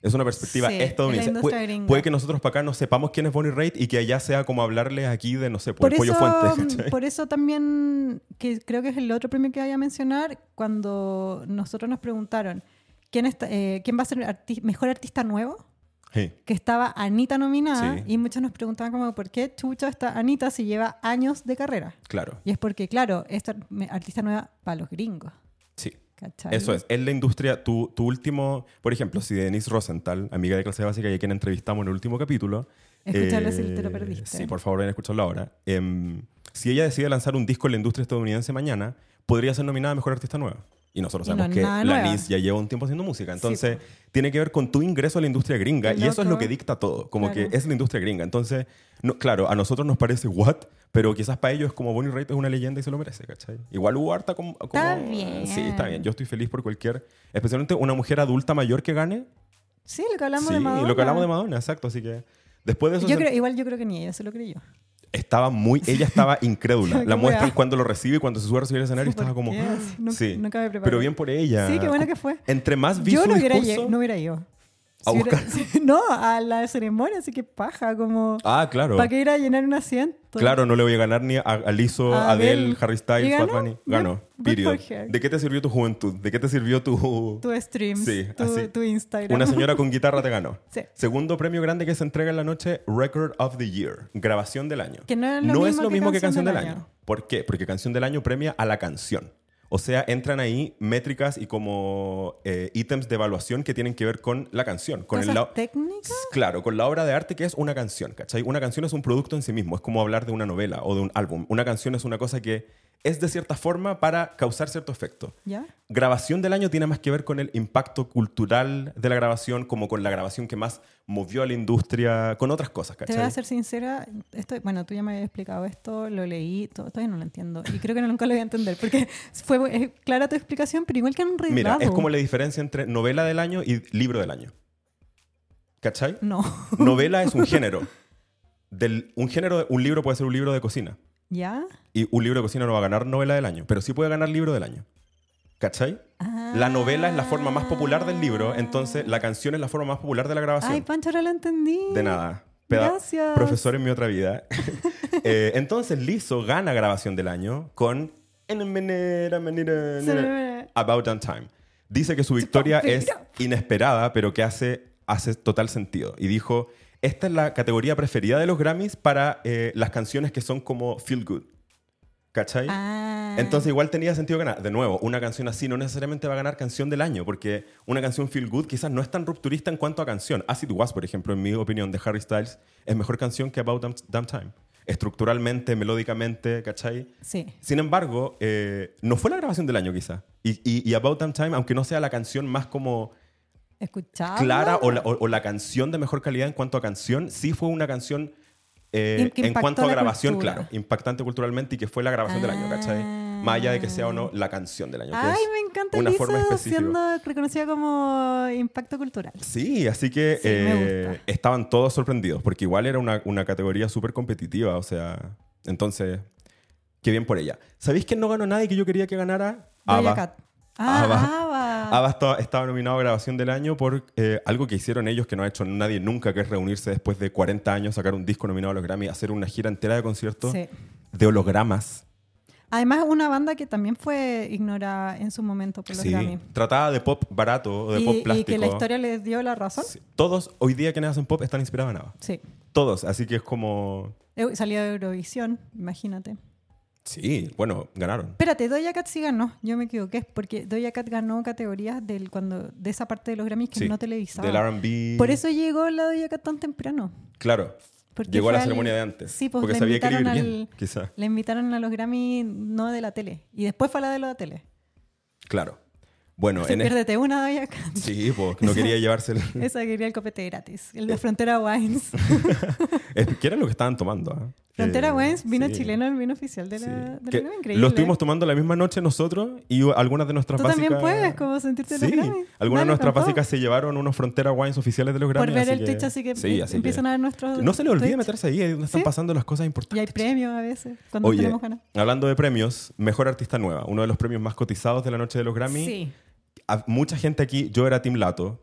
Speaker 2: Es una perspectiva
Speaker 3: Sí,
Speaker 2: estadounidense.
Speaker 3: es la industria
Speaker 2: Puede,
Speaker 3: gringa.
Speaker 2: puede que nosotros para acá no sepamos quién es Bonnie Raitt y que allá sea como hablarles aquí de, no sé, por,
Speaker 3: Por
Speaker 2: el pollo
Speaker 3: eso, mm,
Speaker 2: fuente. ¿cachai?
Speaker 3: por eso también, que creo que es el otro premio que voy a mencionar, cuando nosotros nos preguntaron quién, está, eh, ¿quién va a ser arti- mejor artista nuevo.
Speaker 2: Sí.
Speaker 3: que estaba Anita nominada
Speaker 2: Sí.
Speaker 3: y muchos nos preguntaban como por qué chucha está Anita si lleva años de carrera.
Speaker 2: Claro.
Speaker 3: Y es porque, claro, esta me- artista nueva para los gringos,
Speaker 2: Sí.
Speaker 3: ¿cachai?
Speaker 2: Eso es, es la industria, tu, tu último, por ejemplo, si Denise Rosenthal, amiga de clase básica y a quien entrevistamos en el último capítulo. eh,
Speaker 3: Escucharlo si te lo perdiste.
Speaker 2: Sí, por favor, ven a escucharlo ahora. Em, si ella decide lanzar un disco en la industria estadounidense mañana, podría ser nominada a Mejor Artista Nueva. Y nosotros
Speaker 3: Y no
Speaker 2: sabemos
Speaker 3: es
Speaker 2: que
Speaker 3: nada
Speaker 2: la
Speaker 3: nueva.
Speaker 2: Denise ya lleva un tiempo haciendo música. Entonces, tiene que ver con tu ingreso a la industria gringa
Speaker 3: Qué
Speaker 2: y eso es lo
Speaker 3: loco.
Speaker 2: que dicta todo. Como que
Speaker 3: Claro.
Speaker 2: es la industria gringa. Entonces, no, claro, a nosotros nos parece what, pero quizás para ellos es como Bonnie Raitt es una leyenda y se lo merece, ¿cachai? Igual hubo harta como... como-
Speaker 3: Está bien.
Speaker 2: Sí, está bien. Yo estoy feliz por cualquier... Especialmente una mujer adulta mayor que gane.
Speaker 3: Sí, lo que hablamos
Speaker 2: sí,
Speaker 3: de Madonna.
Speaker 2: lo que hablamos de Madonna, exacto. Así que después de eso...
Speaker 3: Yo
Speaker 2: se-
Speaker 3: creo- igual yo creo que ni ella se lo creyó.
Speaker 2: estaba muy ella estaba incrédula
Speaker 3: Qué
Speaker 2: la muestran
Speaker 3: wea.
Speaker 2: cuando lo recibe y cuando se sube a recibir el escenario estaba como "Ah,
Speaker 3: qué? Así, nunca-
Speaker 2: sí
Speaker 3: nunca me preparé.
Speaker 2: pero bien por ella
Speaker 3: Sí, qué bueno que fue.
Speaker 2: entre más vi
Speaker 3: Yo
Speaker 2: su
Speaker 3: no hubiera,
Speaker 2: discurso
Speaker 3: lle- no hubiera ido.
Speaker 2: A
Speaker 3: Si hubiera-
Speaker 2: buscar.
Speaker 3: sí, no, a la ceremonia, así que paja, como...
Speaker 2: ah claro
Speaker 3: ¿Para qué ir a llenar un asiento?
Speaker 2: claro no le voy a ganar ni a, a Lizzo
Speaker 3: A
Speaker 2: Adele
Speaker 3: Adele.
Speaker 2: Harry Styles
Speaker 3: Pues Ah, ¿Y ganó?
Speaker 2: Bad Bunny
Speaker 3: Good-
Speaker 2: ganó
Speaker 3: good
Speaker 2: period
Speaker 3: for her.
Speaker 2: de qué te sirvió tu juventud de qué te sirvió tu
Speaker 3: Tu streams,
Speaker 2: Sí,
Speaker 3: tu,
Speaker 2: así.
Speaker 3: tu Instagram.
Speaker 2: Una señora con guitarra te ganó.
Speaker 3: Sí.
Speaker 2: Segundo premio grande que se entrega en la noche, Record of the Year, grabación del año.
Speaker 3: Que no es lo mismo que Canción del Año.
Speaker 2: ¿Por qué? Porque Canción del Año premia a la canción. O sea, entran ahí métricas y como eh, ítems de evaluación que tienen que ver con la canción, con
Speaker 3: ¿Cosas
Speaker 2: el la-
Speaker 3: técnicas?
Speaker 2: Claro, con la obra de arte que es una canción, ¿cachai? Una canción es un producto en sí mismo, es como hablar de una novela o de un álbum. Una canción es una cosa que es de cierta forma para causar cierto efecto.
Speaker 3: ¿Ya?
Speaker 2: Grabación del año tiene más que ver con el impacto cultural de la grabación, como con la grabación que más movió a la industria, con otras cosas,
Speaker 3: Te
Speaker 2: ¿cachai?
Speaker 3: voy a ser sincera, esto, bueno, tú ya me habías explicado esto, lo leí, to- todavía no lo entiendo y creo que nunca lo voy a entender porque fue es clara tu explicación, pero igual que han
Speaker 2: Mira,
Speaker 3: revelado.
Speaker 2: es como la diferencia entre novela del año y libro del año. ¿Cachai?
Speaker 3: No,
Speaker 2: Novela es un género. Del, un género, un libro puede ser un libro de cocina.
Speaker 3: ¿ya?
Speaker 2: Y un libro de cocina no va a ganar novela del año, pero sí puede ganar libro del año. ¿Cachai?
Speaker 3: Ah.
Speaker 2: La novela es la forma más popular del libro, entonces la canción es la forma más popular de la grabación.
Speaker 3: Ay, Pancho, ahora lo entendí.
Speaker 2: De nada.
Speaker 3: Gracias.
Speaker 2: Profesor en mi otra vida. Eh, entonces Lizzo gana grabación del año con In a minute, a minute,
Speaker 3: Sí.
Speaker 2: About on Time. Dice que su victoria
Speaker 3: Mira.
Speaker 2: es inesperada, pero que hace, hace total sentido. Y dijo, esta es la categoría preferida de los Grammys para eh, las canciones que son como Feel Good. ¿Cachai?
Speaker 3: Ah.
Speaker 2: Entonces igual tenía sentido ganar. De nuevo, una canción así no necesariamente va a ganar canción del año, porque una canción feel good quizás no es tan rupturista en cuanto a canción. Acid Was, por ejemplo, en mi opinión, de Harry Styles, es mejor canción que About Damn- Damn Time. Estructuralmente, melódicamente, ¿cachai?
Speaker 3: Sí.
Speaker 2: Sin embargo, eh, no fue la grabación del año quizás. Y, y- y About Damn Time, aunque no sea la canción más como
Speaker 3: Escuchaba.
Speaker 2: clara o la, o- o la canción de mejor calidad en cuanto a canción, sí fue una canción eh,
Speaker 3: Y que
Speaker 2: en
Speaker 3: impactó
Speaker 2: cuanto a
Speaker 3: la
Speaker 2: grabación,
Speaker 3: cultura.
Speaker 2: claro, impactante culturalmente y que fue la grabación del año, ¿cachai?
Speaker 3: Ah.
Speaker 2: Más allá de que sea o no la canción del año. que
Speaker 3: Ay,
Speaker 2: es
Speaker 3: me encanta
Speaker 2: una
Speaker 3: Lizzo
Speaker 2: forma específica.
Speaker 3: siendo reconocida como impacto cultural.
Speaker 2: Sí, así que
Speaker 3: Sí, me
Speaker 2: eh,
Speaker 3: gusta.
Speaker 2: estaban todos sorprendidos, porque igual era una, una categoría súper competitiva, o sea, entonces, qué bien por ella. ¿Sabéis que no ganó nadie que yo quería que ganara?
Speaker 3: Doja
Speaker 2: ABBA.
Speaker 3: Cat. Ah,
Speaker 2: Abba.
Speaker 3: Abba.
Speaker 2: ABBA estaba, estaba nominado a grabación del año por eh, algo que hicieron ellos que no ha hecho nadie nunca, que es reunirse después de 40 años, sacar un disco nominado a los Grammy, hacer una gira entera de conciertos
Speaker 3: Sí.
Speaker 2: de hologramas.
Speaker 3: Además, una banda que también fue ignorada en su momento por los
Speaker 2: Sí.
Speaker 3: Grammy.
Speaker 2: Trataba de pop barato, o de
Speaker 3: Y,
Speaker 2: pop
Speaker 3: y
Speaker 2: plástico.
Speaker 3: que la historia les dio la razón.
Speaker 2: Sí. Todos, hoy día quienes hacen pop están inspirados en ABBA.
Speaker 3: Sí.
Speaker 2: Todos, así que es como...
Speaker 3: Eu- Salió de Eurovisión, imagínate.
Speaker 2: Sí, bueno, ganaron.
Speaker 3: Espérate, Doja Cat sí ganó. Yo me equivoqué, porque Doja Cat ganó categorías del, cuando, de esa parte de los Grammys que
Speaker 2: Sí,
Speaker 3: no televisaban.
Speaker 2: Del RB.
Speaker 3: Por eso llegó la Doja Cat tan temprano.
Speaker 2: Claro.
Speaker 3: Porque
Speaker 2: Llegó a
Speaker 3: fue
Speaker 2: la
Speaker 3: al-
Speaker 2: ceremonia de antes.
Speaker 3: Sí, pues
Speaker 2: porque
Speaker 3: la
Speaker 2: sabía que iba a ir
Speaker 3: invitaron
Speaker 2: bien,
Speaker 3: al-
Speaker 2: quizás.
Speaker 3: La invitaron a los Grammy no de la tele. Y después fue a la de la tele.
Speaker 2: Claro. Bueno,
Speaker 3: Sí,
Speaker 2: en es-
Speaker 3: piérdete una Doja Cat.
Speaker 2: Sí, pues no quería llevárselo.
Speaker 3: Esa quería el copete gratis.
Speaker 2: Eh.
Speaker 3: El de Frontera Wines.
Speaker 2: Es- ¿Qué era lo que estaban tomando? ah?
Speaker 3: Frontera
Speaker 2: Eh,
Speaker 3: Wines, vino
Speaker 2: sí,
Speaker 3: chileno, el vino oficial de
Speaker 2: sí.
Speaker 3: la, de
Speaker 2: Que
Speaker 3: la Grammy. Increíble.
Speaker 2: Lo estuvimos tomando la misma noche nosotros y algunas de nuestras
Speaker 3: Tú
Speaker 2: básicas.
Speaker 3: también puedes como sentirte en los
Speaker 2: Sí,
Speaker 3: Grammy.
Speaker 2: algunas
Speaker 3: Dale,
Speaker 2: de nuestras
Speaker 3: con todo.
Speaker 2: básicas se llevaron unos Frontera Wines oficiales de los Grammy.
Speaker 3: Por ver
Speaker 2: así
Speaker 3: el
Speaker 2: que-
Speaker 3: Twitch, así que
Speaker 2: Sí,
Speaker 3: eh,
Speaker 2: así que-
Speaker 3: empiezan a ver nuestros.
Speaker 2: No se le olvide
Speaker 3: Twitch.
Speaker 2: meterse ahí, ahí es donde están
Speaker 3: Sí.
Speaker 2: pasando las cosas importantes.
Speaker 3: Y hay premios a veces, cuando
Speaker 2: Oye,
Speaker 3: tenemos ganas.
Speaker 2: hablando de premios, Mejor Artista Nueva, uno de los premios más cotizados de la noche de los Grammy. a- mucha gente aquí, yo era Team Lato.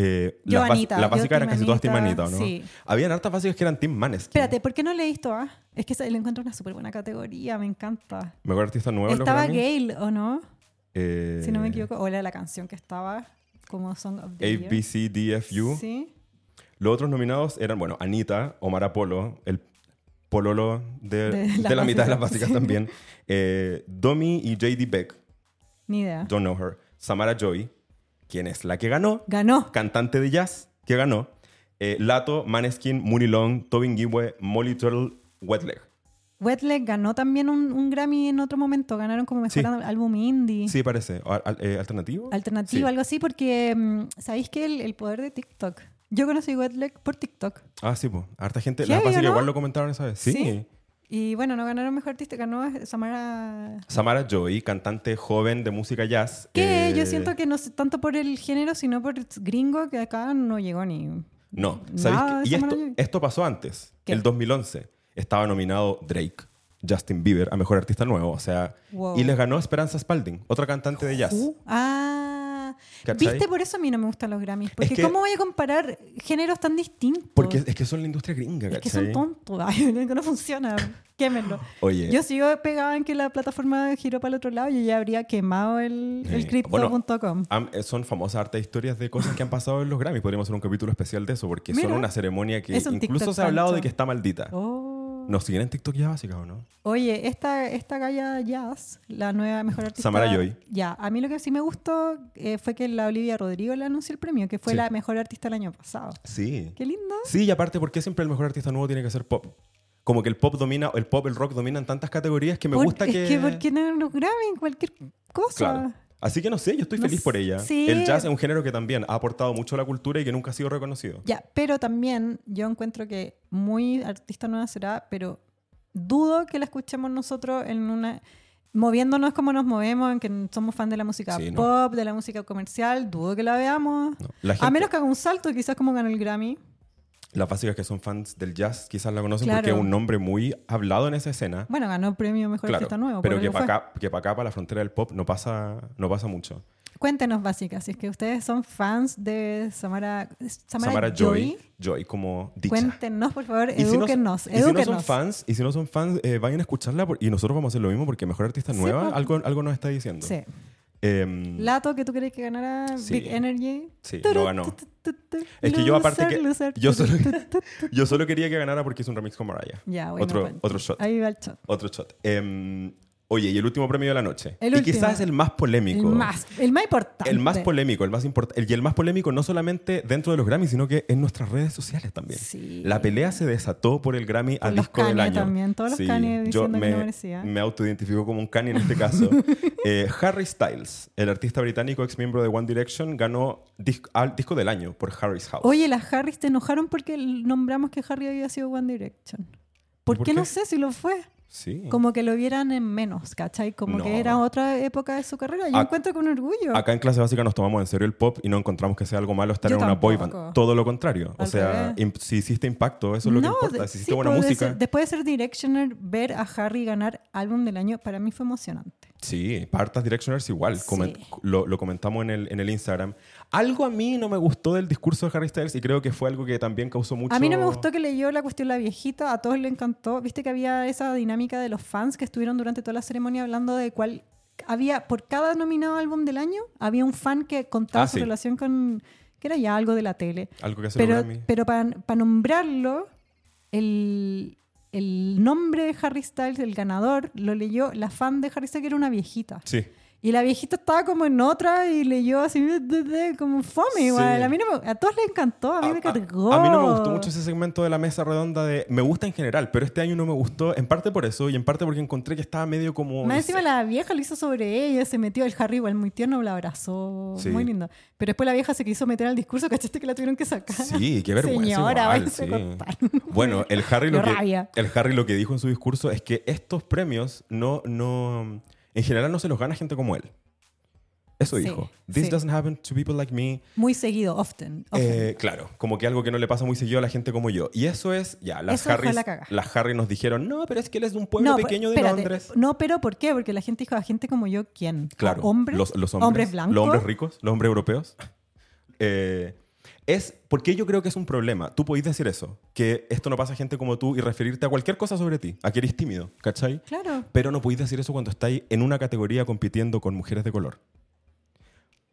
Speaker 2: Eh,
Speaker 3: Yo
Speaker 2: las bas-
Speaker 3: Anita,
Speaker 2: las
Speaker 3: yo
Speaker 2: básicas eran
Speaker 3: Team
Speaker 2: casi todas Team
Speaker 3: Anita,
Speaker 2: Anita, ¿o ¿no?
Speaker 3: sí.
Speaker 2: Habían hartas básicas que eran Team Manes.
Speaker 3: Espérate, ¿por qué no leíste A? Es que esa- le encuentro una súper buena categoría, me encanta.
Speaker 2: Mejor artista nuevo. en los
Speaker 3: Estaba
Speaker 2: Grammy.
Speaker 3: Gale, ¿o no?
Speaker 2: Eh,
Speaker 3: Si no me equivoco. O era la canción que estaba como Song of the
Speaker 2: A, B, C, D, F, U.
Speaker 3: Year. Sí.
Speaker 2: Los otros nominados eran, bueno, Anita, Omar Apolo, el pololo de,
Speaker 3: De
Speaker 2: de
Speaker 3: las
Speaker 2: la, mitad de las básicas
Speaker 3: básicas, sí.
Speaker 2: también. Eh, Domi y JD Beck,
Speaker 3: Ni idea.
Speaker 2: Don't Know Her. Samara Joy, quien es la que ganó.
Speaker 3: Ganó.
Speaker 2: cantante de jazz que ganó. eh, Lato, Maneskin, Mooney Long, Tobin Gimwe, Molly Turtle, Wetleg.
Speaker 3: Wetleg ganó también un, un Grammy en otro momento. Ganaron como mejor
Speaker 2: Sí.
Speaker 3: al- álbum indie.
Speaker 2: Sí, parece. Al- al- eh, ¿Alternativo?
Speaker 3: Alternativo, algo así, porque mm, sabéis que el, el poder de TikTok. Yo conocí Wetleg por TikTok.
Speaker 2: Ah, sí, pues. Harta gente.
Speaker 3: Heavy,
Speaker 2: Las básicas
Speaker 3: ¿no?
Speaker 2: igual lo comentaron esa vez. Sí.
Speaker 3: Sí. Y bueno, no ganaron mejor artista, ganó Samara
Speaker 2: Samara Joy, cantante joven de música jazz.
Speaker 3: Que
Speaker 2: eh,
Speaker 3: yo siento que no sé tanto por el género, sino por el gringo que acá no llegó ni.
Speaker 2: No.
Speaker 3: nada
Speaker 2: ¿Sabéis qué? Y
Speaker 3: de Samara
Speaker 2: esto,
Speaker 3: Joy.
Speaker 2: esto pasó antes.
Speaker 3: ¿Qué?
Speaker 2: El 2011. Estaba nominado Drake, Justin Bieber, a Mejor Artista Nuevo. O sea...
Speaker 3: Wow.
Speaker 2: Y les ganó Esperanza Spalding, otra cantante de jazz.
Speaker 3: Uh, Ah,
Speaker 2: ¿Cachai?
Speaker 3: viste, por eso a mí no me gustan los Grammys. Porque,
Speaker 2: que-
Speaker 3: ¿cómo voy a comparar géneros tan distintos?
Speaker 2: Porque es que son la industria gringa,
Speaker 3: es que
Speaker 2: ¿cachai?
Speaker 3: son tontos. Ay, no no funciona. Quémenlo.
Speaker 2: Oye.
Speaker 3: Yo sigo pegada en que la plataforma giró para el otro lado y ya habría quemado el, el
Speaker 2: Sí.
Speaker 3: crypto.com.
Speaker 2: Eh, Bueno, am- eh, son famosas hartas historias de cosas que han pasado en los Grammys. Podríamos hacer un capítulo especial de eso, porque
Speaker 3: Mira.
Speaker 2: son una ceremonia que
Speaker 3: Es un
Speaker 2: incluso
Speaker 3: TikTok
Speaker 2: se ha hablado
Speaker 3: falso.
Speaker 2: de que está maldita.
Speaker 3: Oh.
Speaker 2: Nos siguen en TikTok ya, básica, ¿o no?
Speaker 3: Oye, esta, esta galla Jazz, la nueva mejor artista.
Speaker 2: Samara Joy.
Speaker 3: Ya, a mí lo que sí me gustó eh, fue que la Olivia Rodrigo le anunció el premio, que fue
Speaker 2: Sí.
Speaker 3: la mejor artista el año pasado.
Speaker 2: Sí.
Speaker 3: Qué lindo.
Speaker 2: Sí, y aparte, ¿por qué siempre el mejor artista nuevo tiene que ser pop? Como que el pop domina, el pop, el rock dominan tantas categorías que me
Speaker 3: Por-
Speaker 2: gusta que...
Speaker 3: Es que porque no lo graben cualquier cosa.
Speaker 2: Claro. Así que no sé, yo estoy
Speaker 3: No
Speaker 2: feliz por
Speaker 3: sé.
Speaker 2: ella.
Speaker 3: Sí.
Speaker 2: El jazz es un género que también ha aportado mucho a la cultura y que nunca ha sido reconocido.
Speaker 3: Ya, pero también yo encuentro que muy artista nueva será, pero dudo que la escuchemos nosotros en una moviéndonos como nos movemos, en que somos fan de la música
Speaker 2: Sí, no.
Speaker 3: pop, de la música comercial, dudo que la veamos.
Speaker 2: No. La
Speaker 3: A
Speaker 2: gente-
Speaker 3: menos que haga un salto, quizás como ganó el Grammy.
Speaker 2: Las básicas que son fans del jazz quizás la conocen
Speaker 3: Claro.
Speaker 2: porque es un nombre muy hablado en esa escena.
Speaker 3: Bueno, ganó el premio Mejor
Speaker 2: claro,
Speaker 3: Artista Nuevo.
Speaker 2: pero
Speaker 3: por
Speaker 2: que
Speaker 3: algo
Speaker 2: para
Speaker 3: fue.
Speaker 2: acá, que para acá, para la frontera del pop, no pasa, no pasa mucho.
Speaker 3: Cuéntenos, básicas, si es que ustedes son fans de Samara, Samara,
Speaker 2: Samara
Speaker 3: Joy.
Speaker 2: Joy, Joy como dicha.
Speaker 3: Cuéntenos, por favor,
Speaker 2: Y si no-
Speaker 3: edúquenos.
Speaker 2: y si no son
Speaker 3: edúquenos.
Speaker 2: fans, y si no son fans eh, vayan a escucharla por- y nosotros vamos a hacer lo mismo porque Mejor Artista
Speaker 3: Sí,
Speaker 2: Nueva
Speaker 3: po.
Speaker 2: algo, algo nos está diciendo.
Speaker 3: Sí.
Speaker 2: Em,
Speaker 3: Lato que tú crees que ganara
Speaker 2: Sí.
Speaker 3: Big Energy.
Speaker 2: Sí, lo ganó.
Speaker 3: Tu, tu, tu, tu, tu.
Speaker 2: Es que yo aparte
Speaker 3: Loser,
Speaker 2: que-
Speaker 3: loser,
Speaker 2: yo
Speaker 3: tu, tu,
Speaker 2: solo-
Speaker 3: tu, tu, tu.
Speaker 2: yo solo quería que ganara porque es un remix con Mariah.
Speaker 3: Ya, bueno.
Speaker 2: otro,
Speaker 3: bueno.
Speaker 2: otro shot.
Speaker 3: Ahí va el shot.
Speaker 2: Otro shot. Em, oye, y el último premio de la noche.
Speaker 3: El
Speaker 2: y
Speaker 3: último.
Speaker 2: quizás el más
Speaker 3: El
Speaker 2: polémico.
Speaker 3: más, el más importante.
Speaker 2: El más polémico, el más importante. Y el más polémico no solamente dentro de los Grammys, sino que en nuestras redes sociales también.
Speaker 3: Sí.
Speaker 2: La pelea se desató por el Grammy a
Speaker 3: Por los
Speaker 2: disco del
Speaker 3: Kanye
Speaker 2: año.
Speaker 3: también, todos los Kanye
Speaker 2: yo
Speaker 3: diciendo que
Speaker 2: me,
Speaker 3: no merecía.
Speaker 2: Me autoidentifico como un Kanye en este caso. Eh, Harry Styles, el artista británico ex miembro de One Direction, ganó dis- al disco del año por Harry's House.
Speaker 3: Oye, las Harris te enojaron porque l- nombramos que Harry había sido One Direction. ¿Por,
Speaker 2: por
Speaker 3: qué,
Speaker 2: qué?
Speaker 3: no sé si lo fue?
Speaker 2: sí.
Speaker 3: Como que lo vieran en menos, ¿cachai? Como
Speaker 2: No.
Speaker 3: que era otra época de su carrera. Yo
Speaker 2: Ac-
Speaker 3: encuentro con orgullo.
Speaker 2: Acá en clase básica nos tomamos en serio el pop y no encontramos que sea algo malo estar
Speaker 3: Yo
Speaker 2: en una boy band.
Speaker 3: tampoco.
Speaker 2: Todo lo contrario. O
Speaker 3: Al
Speaker 2: sea,
Speaker 3: revés.
Speaker 2: im- si hiciste impacto, eso es lo que importa.
Speaker 3: de-
Speaker 2: Si
Speaker 3: sí,
Speaker 2: hiciste buena
Speaker 3: puede
Speaker 2: música.
Speaker 3: ser. después de ser Directioner, ver a Harry ganar álbum del año, para mí fue emocionante.
Speaker 2: Sí, Partas Directioners igual, comen-
Speaker 3: Sí.
Speaker 2: lo, lo comentamos en el, en el Instagram. Algo a mí no me gustó del discurso de Harry Styles y creo que fue algo que también causó mucho...
Speaker 3: A mí no me gustó que leyó la cuestión la viejita, a todos le encantó. Viste que había esa dinámica de los fans que estuvieron durante toda la ceremonia hablando de cuál había, por cada nominado álbum del año, había un fan que contaba
Speaker 2: Ah,
Speaker 3: su
Speaker 2: sí.
Speaker 3: relación con, que era ya algo de la tele.
Speaker 2: Algo que hace
Speaker 3: Pero,
Speaker 2: los Grammy.
Speaker 3: pero para nombrarlo, el, el nombre de Harry Styles, el ganador, lo leyó la fan de Harry Styles, que era una viejita.
Speaker 2: Sí.
Speaker 3: Y la viejita estaba como en otra y leyó así de- de- de, como fome igual.
Speaker 2: Sí.
Speaker 3: A mí no me- a todos les encantó, a mí me cargó.
Speaker 2: a mí no me gustó mucho ese segmento de la mesa redonda de... Me gusta en general, pero este año no me gustó, en parte por eso y en parte porque encontré que estaba medio como...
Speaker 3: Más
Speaker 2: no
Speaker 3: encima
Speaker 2: sé.
Speaker 3: la vieja lo hizo sobre ella, se metió el Harry igual muy tierno, la abrazó,
Speaker 2: Sí.
Speaker 3: muy lindo. Pero después la vieja se quiso meter al discurso, ¿cachaste que la tuvieron que sacar?
Speaker 2: Sí, qué vergüenza.
Speaker 3: Señora,
Speaker 2: igual,
Speaker 3: váyase a
Speaker 2: sí.
Speaker 3: cortar.
Speaker 2: Bueno, el Harry, lo
Speaker 3: Qué
Speaker 2: que,
Speaker 3: rabia.
Speaker 2: el Harry lo que dijo en su discurso es que estos premios no, no, en general no se los gana gente como él. Eso
Speaker 3: Sí,
Speaker 2: dijo. This
Speaker 3: sí.
Speaker 2: doesn't happen to people like me.
Speaker 3: Muy seguido, often. often.
Speaker 2: Eh, claro, como que algo que no le pasa muy seguido a la gente como yo. Y eso es, ya, las
Speaker 3: Eso dejó
Speaker 2: Harrys-
Speaker 3: la caga.
Speaker 2: las Harry nos dijeron, no, pero es que él es de un pueblo
Speaker 3: pero-
Speaker 2: pequeño de
Speaker 3: espérate.
Speaker 2: Londres.
Speaker 3: No, pero ¿por qué? Porque la gente dijo, a gente como yo, ¿quién? ¿A
Speaker 2: Claro.
Speaker 3: ¿Hombres?
Speaker 2: Los, los hombres,
Speaker 3: hombres blancos.
Speaker 2: Los hombres ricos, los hombres europeos. Eh, es porque yo creo que es un problema. Tú podéis decir eso, que esto no pasa a gente como tú y referirte a cualquier cosa sobre ti, a que eres tímido, ¿cachai?
Speaker 3: Claro.
Speaker 2: Pero no podéis decir eso cuando estáis en una categoría compitiendo con mujeres de color.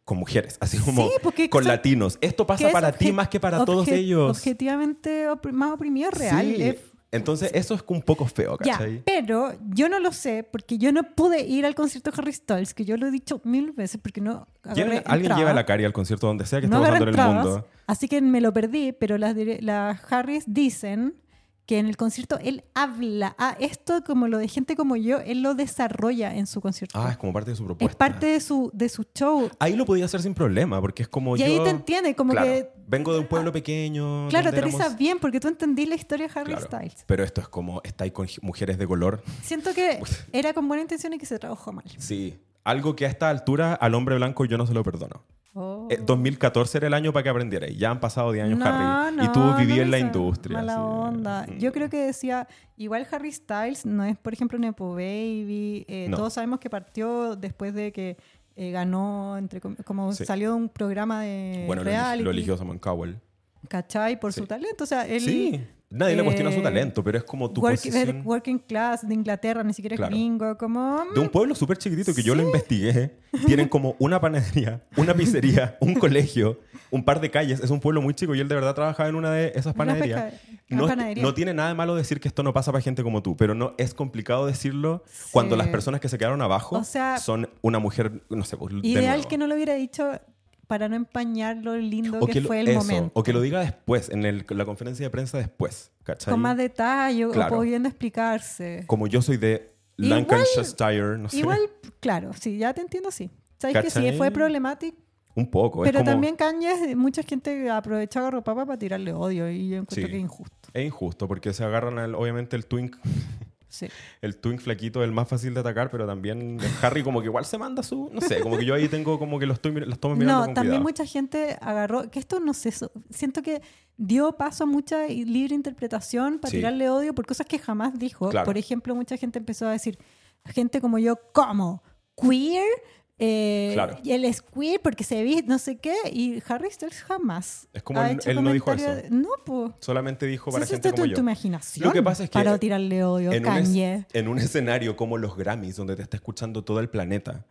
Speaker 2: Con mujeres, así como
Speaker 3: Sí, pues, porque
Speaker 2: con
Speaker 3: son-
Speaker 2: latinos. Esto
Speaker 3: que
Speaker 2: pasa
Speaker 3: es
Speaker 2: para ti
Speaker 3: obje-
Speaker 2: más que para
Speaker 3: obje-
Speaker 2: todos ellos.
Speaker 3: Objetivamente opri- más oprimido es
Speaker 2: Sí.
Speaker 3: real. es-
Speaker 2: Entonces, eso es un poco feo,
Speaker 3: Ya,
Speaker 2: ¿cachai?
Speaker 3: pero yo no lo sé porque yo no pude ir al concierto de Harry Styles, que yo lo he dicho mil veces porque no
Speaker 2: Lleven-
Speaker 3: agarré
Speaker 2: alguien
Speaker 3: entrada.
Speaker 2: lleva la cari al concierto donde sea que
Speaker 3: no
Speaker 2: esté
Speaker 3: agarré
Speaker 2: pasando en el
Speaker 3: entradas,
Speaker 2: mundo.
Speaker 3: así que me lo perdí, pero las, dire- las Harrys dicen que en el concierto él habla. Ah, esto como lo de gente como yo, él lo desarrolla en su concierto.
Speaker 2: Ah, es como parte de su
Speaker 3: es
Speaker 2: propuesta.
Speaker 3: parte de su, de su show.
Speaker 2: Ahí lo podía hacer sin problema, porque es como
Speaker 3: Y
Speaker 2: yo...
Speaker 3: ahí te entiende, como
Speaker 2: Claro,
Speaker 3: que... Ah,
Speaker 2: Vengo de un pueblo pequeño.
Speaker 3: Claro,
Speaker 2: donde
Speaker 3: te rizas
Speaker 2: éramos-
Speaker 3: bien porque tú entendí la historia de Harry
Speaker 2: Claro,
Speaker 3: Styles.
Speaker 2: Pero esto es como, está ahí con gi- mujeres de color.
Speaker 3: Siento que era con buena intención y que se trabajó mal.
Speaker 2: Sí. Algo que a esta altura al hombre blanco yo no se lo perdono.
Speaker 3: Oh.
Speaker 2: Eh, 2014 era el año para que aprendierais. Ya han pasado 10 años,
Speaker 3: No,
Speaker 2: Harry. y
Speaker 3: no,
Speaker 2: tú viví
Speaker 3: no
Speaker 2: en la
Speaker 3: hizo
Speaker 2: industria.
Speaker 3: Mala
Speaker 2: así de- Mm.
Speaker 3: onda. Yo creo que decía, igual Harry Styles no es, por ejemplo, Nepo Baby. eh,
Speaker 2: No.
Speaker 3: Todos sabemos que partió después de que eh, ganó, entre com- como
Speaker 2: Sí.
Speaker 3: salió de un programa de
Speaker 2: Bueno, lo,
Speaker 3: reality.
Speaker 2: eligió- lo eligió Simon Cowell.
Speaker 3: ¿cachai? Por su talento. O sea, él,
Speaker 2: sí, nadie le
Speaker 3: eh,
Speaker 2: cuestiona su talento, pero es como tu
Speaker 3: work-
Speaker 2: posición
Speaker 3: Working class de Inglaterra, ni siquiera
Speaker 2: Claro.
Speaker 3: es gringo, como... mm,
Speaker 2: de un pueblo súper chiquitito que yo lo investigué. Tienen como una panadería, una pizzería, un colegio, un par de calles. Es un pueblo muy chico y él de verdad trabajaba en una de esas
Speaker 3: Una
Speaker 2: panaderías.
Speaker 3: pesca- una
Speaker 2: No, es-
Speaker 3: panadería.
Speaker 2: no tiene nada de malo decir que esto no pasa para gente como tú, pero no es complicado decirlo cuando
Speaker 3: Sí.
Speaker 2: las personas que se quedaron abajo
Speaker 3: O sea,
Speaker 2: son una mujer, no sé, pues, de
Speaker 3: Ideal
Speaker 2: nuevo.
Speaker 3: que no lo hubiera dicho para no empañar lo lindo que,
Speaker 2: lo-
Speaker 3: fue el
Speaker 2: eso,
Speaker 3: momento.
Speaker 2: O que lo diga después, en el- la conferencia de prensa después, ¿cachai?
Speaker 3: Con más detalle o-
Speaker 2: Claro.
Speaker 3: o pudiendo explicarse.
Speaker 2: Como yo soy de
Speaker 3: Igual-
Speaker 2: Lancashire, no sé,
Speaker 3: Igual, claro, sí, ya te entiendo, sí. Sabes que sí,
Speaker 2: ¿Cachai?
Speaker 3: fue problemático,
Speaker 2: un poco. es
Speaker 3: pero
Speaker 2: como-
Speaker 3: también Kanye, mucha gente aprovechó a Garropapa para tirarle odio y yo encuentro
Speaker 2: Sí.
Speaker 3: que es injusto.
Speaker 2: Es injusto porque se agarran, al- obviamente, el twink,
Speaker 3: Sí.
Speaker 2: el twink flaquito es el más fácil de atacar, pero también el Harry como que igual se manda su... No sé, como que yo ahí tengo como que los, estoy, mir- los tomo mirando
Speaker 3: No,
Speaker 2: con
Speaker 3: también
Speaker 2: cuidado.
Speaker 3: mucha gente agarró, que esto no sé, so- siento que dio paso a mucha i- libre interpretación para
Speaker 2: Sí.
Speaker 3: tirarle odio por cosas que jamás dijo.
Speaker 2: Claro.
Speaker 3: Por ejemplo, mucha gente empezó a decir, gente como yo, ¿cómo? ¿Queer? Eh,
Speaker 2: Claro.
Speaker 3: y él es queer porque se viste, no sé qué, y Harry Styles jamás.
Speaker 2: Es como
Speaker 3: ha
Speaker 2: él-
Speaker 3: hecho
Speaker 2: él no dijo
Speaker 3: comentario
Speaker 2: eso.
Speaker 3: de- No, pues.
Speaker 2: Solamente dijo para
Speaker 3: Eso
Speaker 2: gente
Speaker 3: está
Speaker 2: como
Speaker 3: en
Speaker 2: yo.
Speaker 3: tu imaginación.
Speaker 2: Lo que pasa es que
Speaker 3: Para tirarle odio,
Speaker 2: en, un es-
Speaker 3: Kanye.
Speaker 2: en un escenario como los Grammys, donde te está escuchando todo el planeta,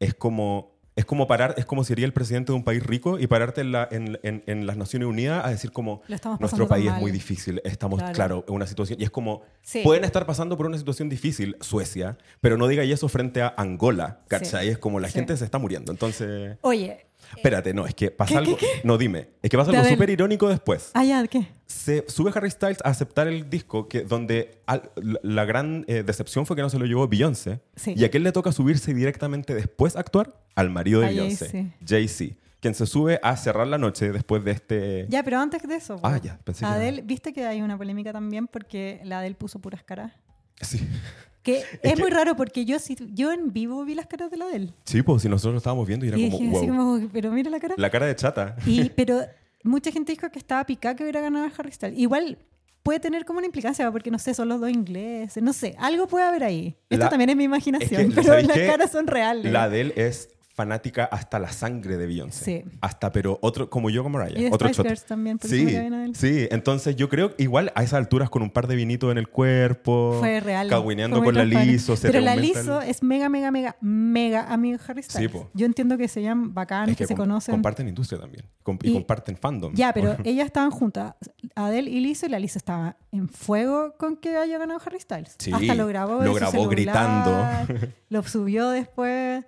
Speaker 2: es como, es como parar, es como si sería el presidente de un país rico y pararte en, la- en- en- en las Naciones Unidas a decir como
Speaker 3: Lo estamos
Speaker 2: nuestro
Speaker 3: pasando tan
Speaker 2: país es
Speaker 3: mal".
Speaker 2: muy difícil, estamos,
Speaker 3: Claro.
Speaker 2: claro, en una situación. Y es como,
Speaker 3: Sí.
Speaker 2: pueden estar pasando por una situación difícil, Suecia, pero no diga eso frente a Angola, ¿cachai?
Speaker 3: Sí.
Speaker 2: Es como la
Speaker 3: Sí. Eh.
Speaker 2: gente se está muriendo. Entonces,
Speaker 3: Oye,
Speaker 2: espérate, no, es que pasa algo, no dime, es que pasa
Speaker 3: De
Speaker 2: algo
Speaker 3: Adele.
Speaker 2: súper irónico después
Speaker 3: allá, Ah, ¿qué?
Speaker 2: se sube Harry Styles a aceptar el disco que donde al- la, la gran eh, decepción fue que no se lo llevó Beyoncé
Speaker 3: Sí.
Speaker 2: y a él le toca subirse directamente después a actuar al marido de
Speaker 3: A
Speaker 2: Beyoncé,
Speaker 3: Jay-Z.
Speaker 2: Jay-Z, quien se sube a cerrar la noche después de este
Speaker 3: Ya, pero antes de eso.
Speaker 2: Ah,
Speaker 3: po,
Speaker 2: ya, pensé que
Speaker 3: Adele, viste que hay una polémica también porque la Adele puso puras caras.
Speaker 2: Sí.
Speaker 3: Que es,
Speaker 2: que-
Speaker 3: muy raro porque yo, sí- yo en vivo vi las caras de la Adele.
Speaker 2: Sí, pues si nosotros lo estábamos viendo y era
Speaker 3: Y
Speaker 2: como
Speaker 3: dije
Speaker 2: wow.
Speaker 3: así como, pero mira la cara.
Speaker 2: La cara de chata.
Speaker 3: Y, pero mucha gente dijo que estaba picada que hubiera ganado a Harry Styles. Igual puede tener como una implicancia porque no sé, son los dos ingleses. No sé, algo puede haber ahí. Esto
Speaker 2: La-
Speaker 3: también es mi
Speaker 2: Es
Speaker 3: imaginación,
Speaker 2: que,
Speaker 3: pero
Speaker 2: ¿sabéis
Speaker 3: las
Speaker 2: qué?
Speaker 3: caras son reales.
Speaker 2: La de él es fanática hasta la sangre de Beyoncé.
Speaker 3: Sí.
Speaker 2: Hasta, pero otro, como yo con Mariah.
Speaker 3: Y de
Speaker 2: otro
Speaker 3: Spice
Speaker 2: shot.
Speaker 3: Girls también, por
Speaker 2: sí,
Speaker 3: ejemplo, que ven a él.
Speaker 2: sí, entonces yo creo que igual a esas alturas con un par de vinitos en el cuerpo.
Speaker 3: Fue real.
Speaker 2: Cagüineando
Speaker 3: Fue muy
Speaker 2: con la
Speaker 3: transparente.
Speaker 2: Liso. se
Speaker 3: Pero
Speaker 2: te
Speaker 3: la
Speaker 2: aumenta el-
Speaker 3: Liso es mega, mega, mega, mega amiga de Harry Styles.
Speaker 2: po.
Speaker 3: Yo entiendo que se llaman bacán,
Speaker 2: Es
Speaker 3: que, se
Speaker 2: com-
Speaker 3: conocen.
Speaker 2: Comparten industria también. Com- y,
Speaker 3: Y-
Speaker 2: comparten fandom.
Speaker 3: Ya, pero ellas estaban juntas, Adele y Liso, y la Liso estaba en fuego con que haya ganado Harry Styles.
Speaker 2: Sí,
Speaker 3: Hasta lo grabó.
Speaker 2: lo
Speaker 3: en su
Speaker 2: grabó
Speaker 3: celular, Lo subió después.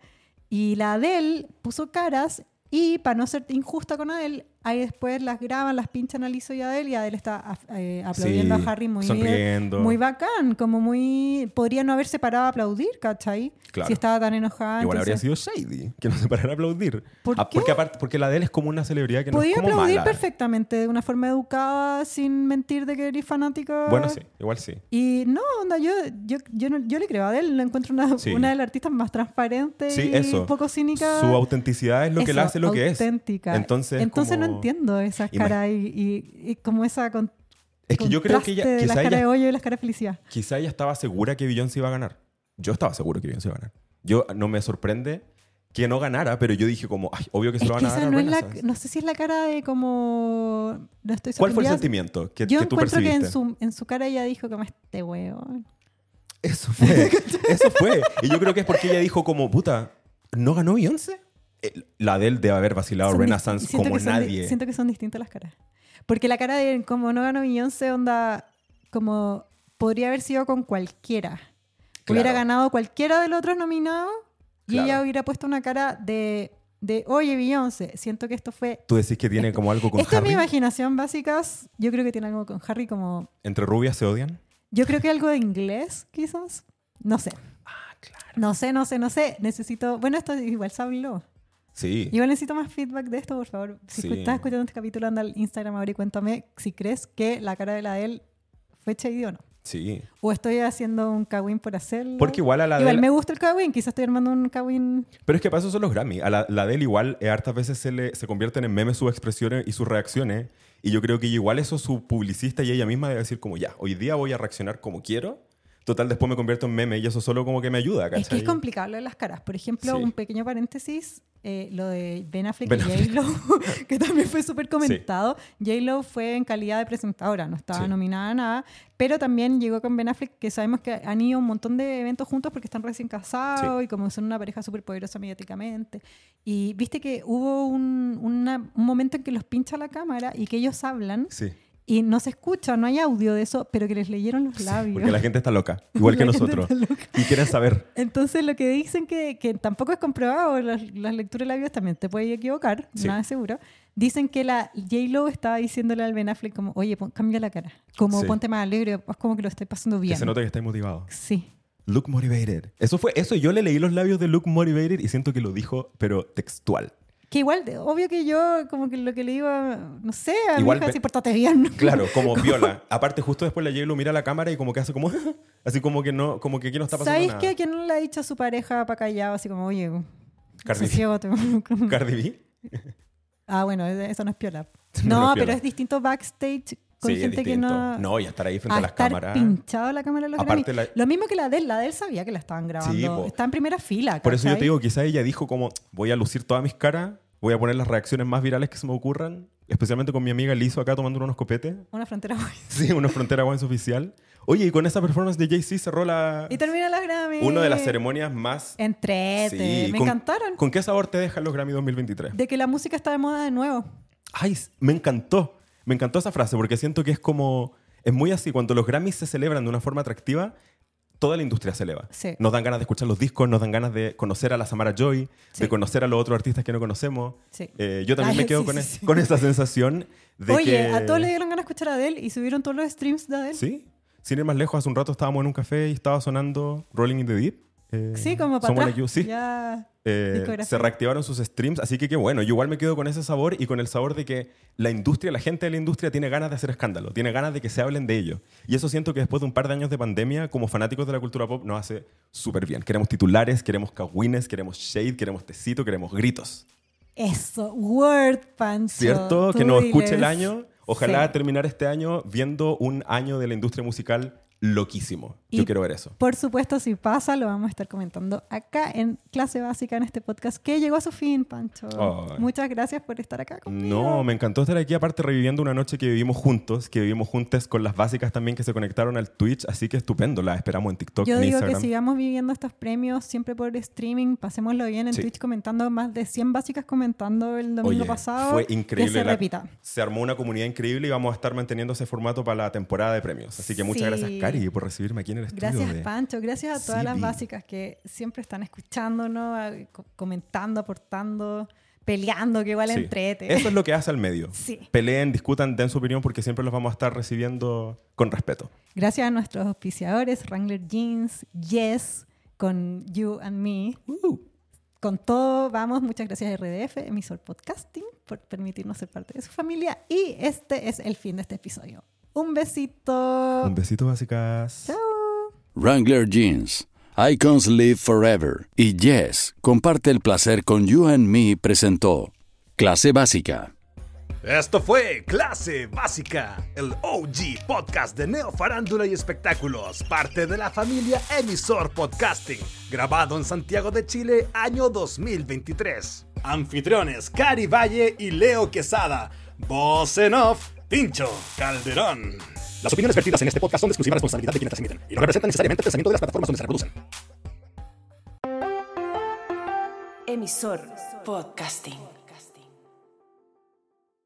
Speaker 3: Y la Adele puso caras y para no ser injusta con Adele, ahí después las graban, las pinchan a Liso y a Adele y Adele está af- eh, aplaudiendo
Speaker 2: Sí,
Speaker 3: a Harry muy
Speaker 2: sonriendo.
Speaker 3: muy bacán, como muy... Podría no haberse parado a aplaudir, ¿cachai?
Speaker 2: Claro.
Speaker 3: Si estaba tan enojada.
Speaker 2: Igual habría
Speaker 3: entonces-
Speaker 2: sido shady que no se parara a aplaudir. Ah,
Speaker 3: ¿Por qué?
Speaker 2: Porque, aparte, porque la de él es como una celebridad que no es
Speaker 3: Podía
Speaker 2: como
Speaker 3: aplaudir
Speaker 2: mala. ¿eh?
Speaker 3: perfectamente, de una forma educada, sin mentir de que eres fanática.
Speaker 2: Bueno, sí, igual sí.
Speaker 3: Y no, onda, yo, yo, yo, no- yo le creo a Adele, la encuentro una,
Speaker 2: Sí.
Speaker 3: una de las artistas más transparentes
Speaker 2: Sí,
Speaker 3: y
Speaker 2: eso.
Speaker 3: poco cínica.
Speaker 2: Su autenticidad es lo que
Speaker 3: Eso,
Speaker 2: la hace lo que es.
Speaker 3: auténtica.
Speaker 2: Entonces,
Speaker 3: Entonces no
Speaker 2: como-
Speaker 3: entiendo esas
Speaker 2: Ima-
Speaker 3: caras y, y- y como esa con-
Speaker 2: Es que yo creo que ella,
Speaker 3: contraste de las
Speaker 2: quizá,
Speaker 3: caras de
Speaker 2: ella,
Speaker 3: hoyo y las caras de felicidad.
Speaker 2: quizá ella estaba segura que Beyoncé iba a ganar. Yo estaba seguro que Beyoncé iba a ganar. Yo no me sorprende que no ganara, pero yo dije como, ay, obvio que se
Speaker 3: Es
Speaker 2: lo
Speaker 3: que
Speaker 2: van a dar.
Speaker 3: esa
Speaker 2: a
Speaker 3: no es la,
Speaker 2: Renaissance.
Speaker 3: no sé si es la cara de como no estoy
Speaker 2: ¿Cuál fue el
Speaker 3: sorprendida.
Speaker 2: sentimiento que,
Speaker 3: Yo
Speaker 2: que tú
Speaker 3: encuentro que
Speaker 2: percibiste?
Speaker 3: en su, en su cara ella dijo como este huevo.
Speaker 2: Eso fue. eso fue. Y yo creo que es porque ella dijo como, puta, ¿no ganó Beyoncé? Eh, La de él debe haber vacilado Renaissance como nadie.
Speaker 3: siento que son distintas las caras. Porque la cara de como no ganó Beyoncé onda como podría haber sido con cualquiera.
Speaker 2: Claro.
Speaker 3: Hubiera ganado cualquiera de los otros nominados y
Speaker 2: Claro.
Speaker 3: ella hubiera puesto una cara de de oye Beyoncé, siento que esto fue
Speaker 2: Tú decís que
Speaker 3: Eh,
Speaker 2: tiene como algo con
Speaker 3: Esta es mi
Speaker 2: Harry.
Speaker 3: imaginación básicas. Yo creo que tiene algo con Harry como
Speaker 2: Entre rubias se odian.
Speaker 3: Yo creo que algo de inglés, quizás. No sé.
Speaker 2: Ah,
Speaker 3: No sé, no sé, no sé. Necesito. Bueno, esto igual se habló.
Speaker 2: Sí.
Speaker 3: Igual necesito más feedback de esto, por favor. Si
Speaker 2: Sí.
Speaker 3: escu- estás escuchando este capítulo, anda al Instagram ahora y cuéntame si crees que la cara de la de él fue shady o no.
Speaker 2: Sí.
Speaker 3: O estoy haciendo un cagüín por hacerlo.
Speaker 2: Porque igual a la
Speaker 3: Igual
Speaker 2: Adele-
Speaker 3: me gusta el cagüín, quizás estoy armando un cagüín.
Speaker 2: Pero es que para eso son los Grammy. A la, la de él igual, eh, hartas veces se, le, se convierten en memes sus expresiones y sus reacciones. Y yo creo que igual eso su publicista y ella misma debe decir como, ya, hoy día voy a reaccionar como quiero. Total, después me convierto en meme y eso solo como que me ayuda, ¿cachai?
Speaker 3: Es que es complicado lo de las caras. Por ejemplo,
Speaker 2: Sí.
Speaker 3: un pequeño paréntesis. eh, lo de Ben Affleck
Speaker 2: Ben
Speaker 3: y
Speaker 2: Affleck.
Speaker 3: J-Lo, que también fue súper comentado. J-Lo fue en calidad de presentadora, no estaba
Speaker 2: Sí.
Speaker 3: nominada a nada, pero también llegó con Ben Affleck, que sabemos que han ido a un montón de eventos juntos porque están recién casados y como son una pareja súper poderosa mediáticamente. Y viste que hubo un, una- un momento en que los pincha la cámara y que ellos hablan
Speaker 2: Sí.
Speaker 3: y no se escucha, no hay audio de eso, pero que les leyeron los labios.
Speaker 2: Porque la gente está loca, igual que
Speaker 3: La gente
Speaker 2: nosotros.
Speaker 3: está loca.
Speaker 2: Y quieren saber.
Speaker 3: Entonces lo que dicen que, que tampoco es comprobado, las, las lecturas de labios también te puede equivocar,
Speaker 2: Sí.
Speaker 3: nada seguro. Dicen que la J-Lo estaba diciéndole al Ben Affleck como, oye, pon- cambia la cara, como
Speaker 2: Sí.
Speaker 3: ponte más alegre, haz como que lo estoy pasando
Speaker 2: Que
Speaker 3: bien.
Speaker 2: se nota que estáis motivados.
Speaker 3: Sí.
Speaker 2: Look motivated. Eso fue, eso yo le leí los labios de Look motivated y siento que lo dijo, pero textual.
Speaker 3: Que igual, de- obvio que yo, como que lo que le digo, no sé, a
Speaker 2: Igual
Speaker 3: mi hija,
Speaker 2: ve-
Speaker 3: si portate bien.
Speaker 2: Claro, como viola. Aparte, justo después la J-Lo mira a la cámara y como que hace como... así como que no, como que aquí no está pasando
Speaker 3: ¿Sabéis
Speaker 2: nada.
Speaker 3: qué? ¿Quién no le ha dicho a su pareja para callado? Así como, oye,
Speaker 2: Cardi B.
Speaker 3: sosiégate.
Speaker 2: Cardi B.
Speaker 3: ah, bueno, eso no es piola.
Speaker 2: No,
Speaker 3: No,
Speaker 2: no es piola.
Speaker 3: pero es distinto backstage con
Speaker 2: Sí, es
Speaker 3: gente que
Speaker 2: distinto.
Speaker 3: no...
Speaker 2: No, y estar ahí frente a,
Speaker 3: a
Speaker 2: las
Speaker 3: estar
Speaker 2: cámaras.
Speaker 3: pinchado la cámara de los
Speaker 2: Aparte
Speaker 3: Grammy.
Speaker 2: la-
Speaker 3: Lo mismo que la de él, la de él sabía que la estaban grabando.
Speaker 2: po.
Speaker 3: Está en primera fila.
Speaker 2: Por eso yo
Speaker 3: ¿cachai?
Speaker 2: te digo, quizá ella dijo como, voy a lucir todas mis caras, voy a poner las reacciones más virales que se me ocurran, especialmente con mi amiga Lizo acá tomando unos copetes.
Speaker 3: Una frontera guay.
Speaker 2: Sí, una frontera Wines oficial. Oye, y con esa performance de Jay-Z cerró la...
Speaker 3: Y termina las Grammy.
Speaker 2: Una de las ceremonias más...
Speaker 3: Entrete.
Speaker 2: Sí,
Speaker 3: me
Speaker 2: con-
Speaker 3: encantaron.
Speaker 2: ¿Con qué sabor te dejan los Grammy 2023?
Speaker 3: De que la música está de moda de nuevo.
Speaker 2: Ay, s- me encantó. Me encantó esa frase porque siento que es como... Es muy así, cuando los Grammys se celebran de una forma atractiva, toda la industria se eleva.
Speaker 3: Sí.
Speaker 2: Nos dan ganas de escuchar los discos, nos dan ganas de conocer a la Samara Joy, de
Speaker 3: Sí.
Speaker 2: conocer a los otros artistas que no conocemos.
Speaker 3: Sí.
Speaker 2: Eh, yo también
Speaker 3: Ay,
Speaker 2: me quedo
Speaker 3: sí,
Speaker 2: con,
Speaker 3: sí,
Speaker 2: es-
Speaker 3: sí.
Speaker 2: con esa sensación de
Speaker 3: Oye,
Speaker 2: que...
Speaker 3: a todos le dieron ganas de escuchar a Adele y subieron todos los streams de Adele.
Speaker 2: Sí. Sin ir más lejos, hace un rato estábamos en un café y estaba sonando Rolling in the Deep. eh,
Speaker 3: Sí, como para
Speaker 2: Someone
Speaker 3: atrás.
Speaker 2: Like You. Sí.
Speaker 3: Ya.
Speaker 2: Eh,
Speaker 3: Discografía.
Speaker 2: se reactivaron sus streams, así que qué bueno. Yo igual me quedo con ese sabor y con el sabor de que la industria, la gente de la industria tiene ganas de hacer escándalo, tiene ganas de que se hablen de ello. Y eso siento que después de un par de años de pandemia, como fanáticos de la cultura pop, nos hace súper bien. Queremos titulares, queremos cagüines, queremos shade, queremos tecito, queremos gritos.
Speaker 3: Eso, Word Pancho.
Speaker 2: ¿Cierto?
Speaker 3: tú
Speaker 2: que nos
Speaker 3: diles.
Speaker 2: escuche el año. Ojalá
Speaker 3: Sí.
Speaker 2: terminar este año viendo un año de la industria musical loquísimo. Yo
Speaker 3: Y-
Speaker 2: quiero ver eso.
Speaker 3: Por supuesto, si pasa, lo vamos a estar comentando acá en clase básica en este podcast que llegó a su fin, Pancho.
Speaker 2: Ay.
Speaker 3: Muchas gracias por estar acá conmigo.
Speaker 2: No, me encantó estar aquí, aparte reviviendo una noche que vivimos juntos, que vivimos juntas con las básicas también que se conectaron al Twitch, así que estupendo, la esperamos en TikTok,
Speaker 3: Yo
Speaker 2: en
Speaker 3: digo
Speaker 2: Instagram.
Speaker 3: que sigamos viviendo estos premios siempre por streaming, pasémoslo bien en
Speaker 2: Sí.
Speaker 3: Twitch comentando más de 100 básicas comentando el domingo
Speaker 2: Oye,
Speaker 3: pasado.
Speaker 2: fue increíble.
Speaker 3: Que se
Speaker 2: la-
Speaker 3: repita.
Speaker 2: se armó una comunidad increíble y vamos a estar manteniendo ese formato para la temporada de premios. Así que muchas
Speaker 3: Sí.
Speaker 2: gracias, Cari, por recibirme aquí en el estudio.
Speaker 3: Gracias,
Speaker 2: de-
Speaker 3: Pancho. Gracias a todas las
Speaker 2: Sibi.
Speaker 3: básicas que siempre están escuchándonos, a- co- comentando, aportando, peleando, que igual
Speaker 2: Sí.
Speaker 3: entrete.
Speaker 2: Eso es lo que hace al medio.
Speaker 3: Sí.
Speaker 2: Peleen, discutan, den su opinión porque siempre los vamos a estar recibiendo con respeto.
Speaker 3: Gracias a nuestros auspiciadores, Wrangler Jeans, Yes, con You and Me. Con todo, vamos. Muchas gracias a RDF, emisor podcasting, por permitirnos ser parte de su familia. Y este es el fin de este episodio. Un besito.
Speaker 2: Un besito, básicas.
Speaker 5: Wrangler Jeans, Icons Live Forever y Yes, comparte el placer con You and Me presentó Clase Básica.
Speaker 4: Esto fue Clase Básica, el OG podcast de Neo Farándula y Espectáculos, parte de la familia Emisor Podcasting, grabado en Santiago de Chile año 2023. Anfitriones Cari Valle y Leo Quesada. Voz en off, Tincho Calderón. Las opiniones vertidas en este podcast son de exclusiva responsabilidad de quienes las emiten y no representan necesariamente el pensamiento de las plataformas donde se reproducen.
Speaker 1: Emisor Podcasting.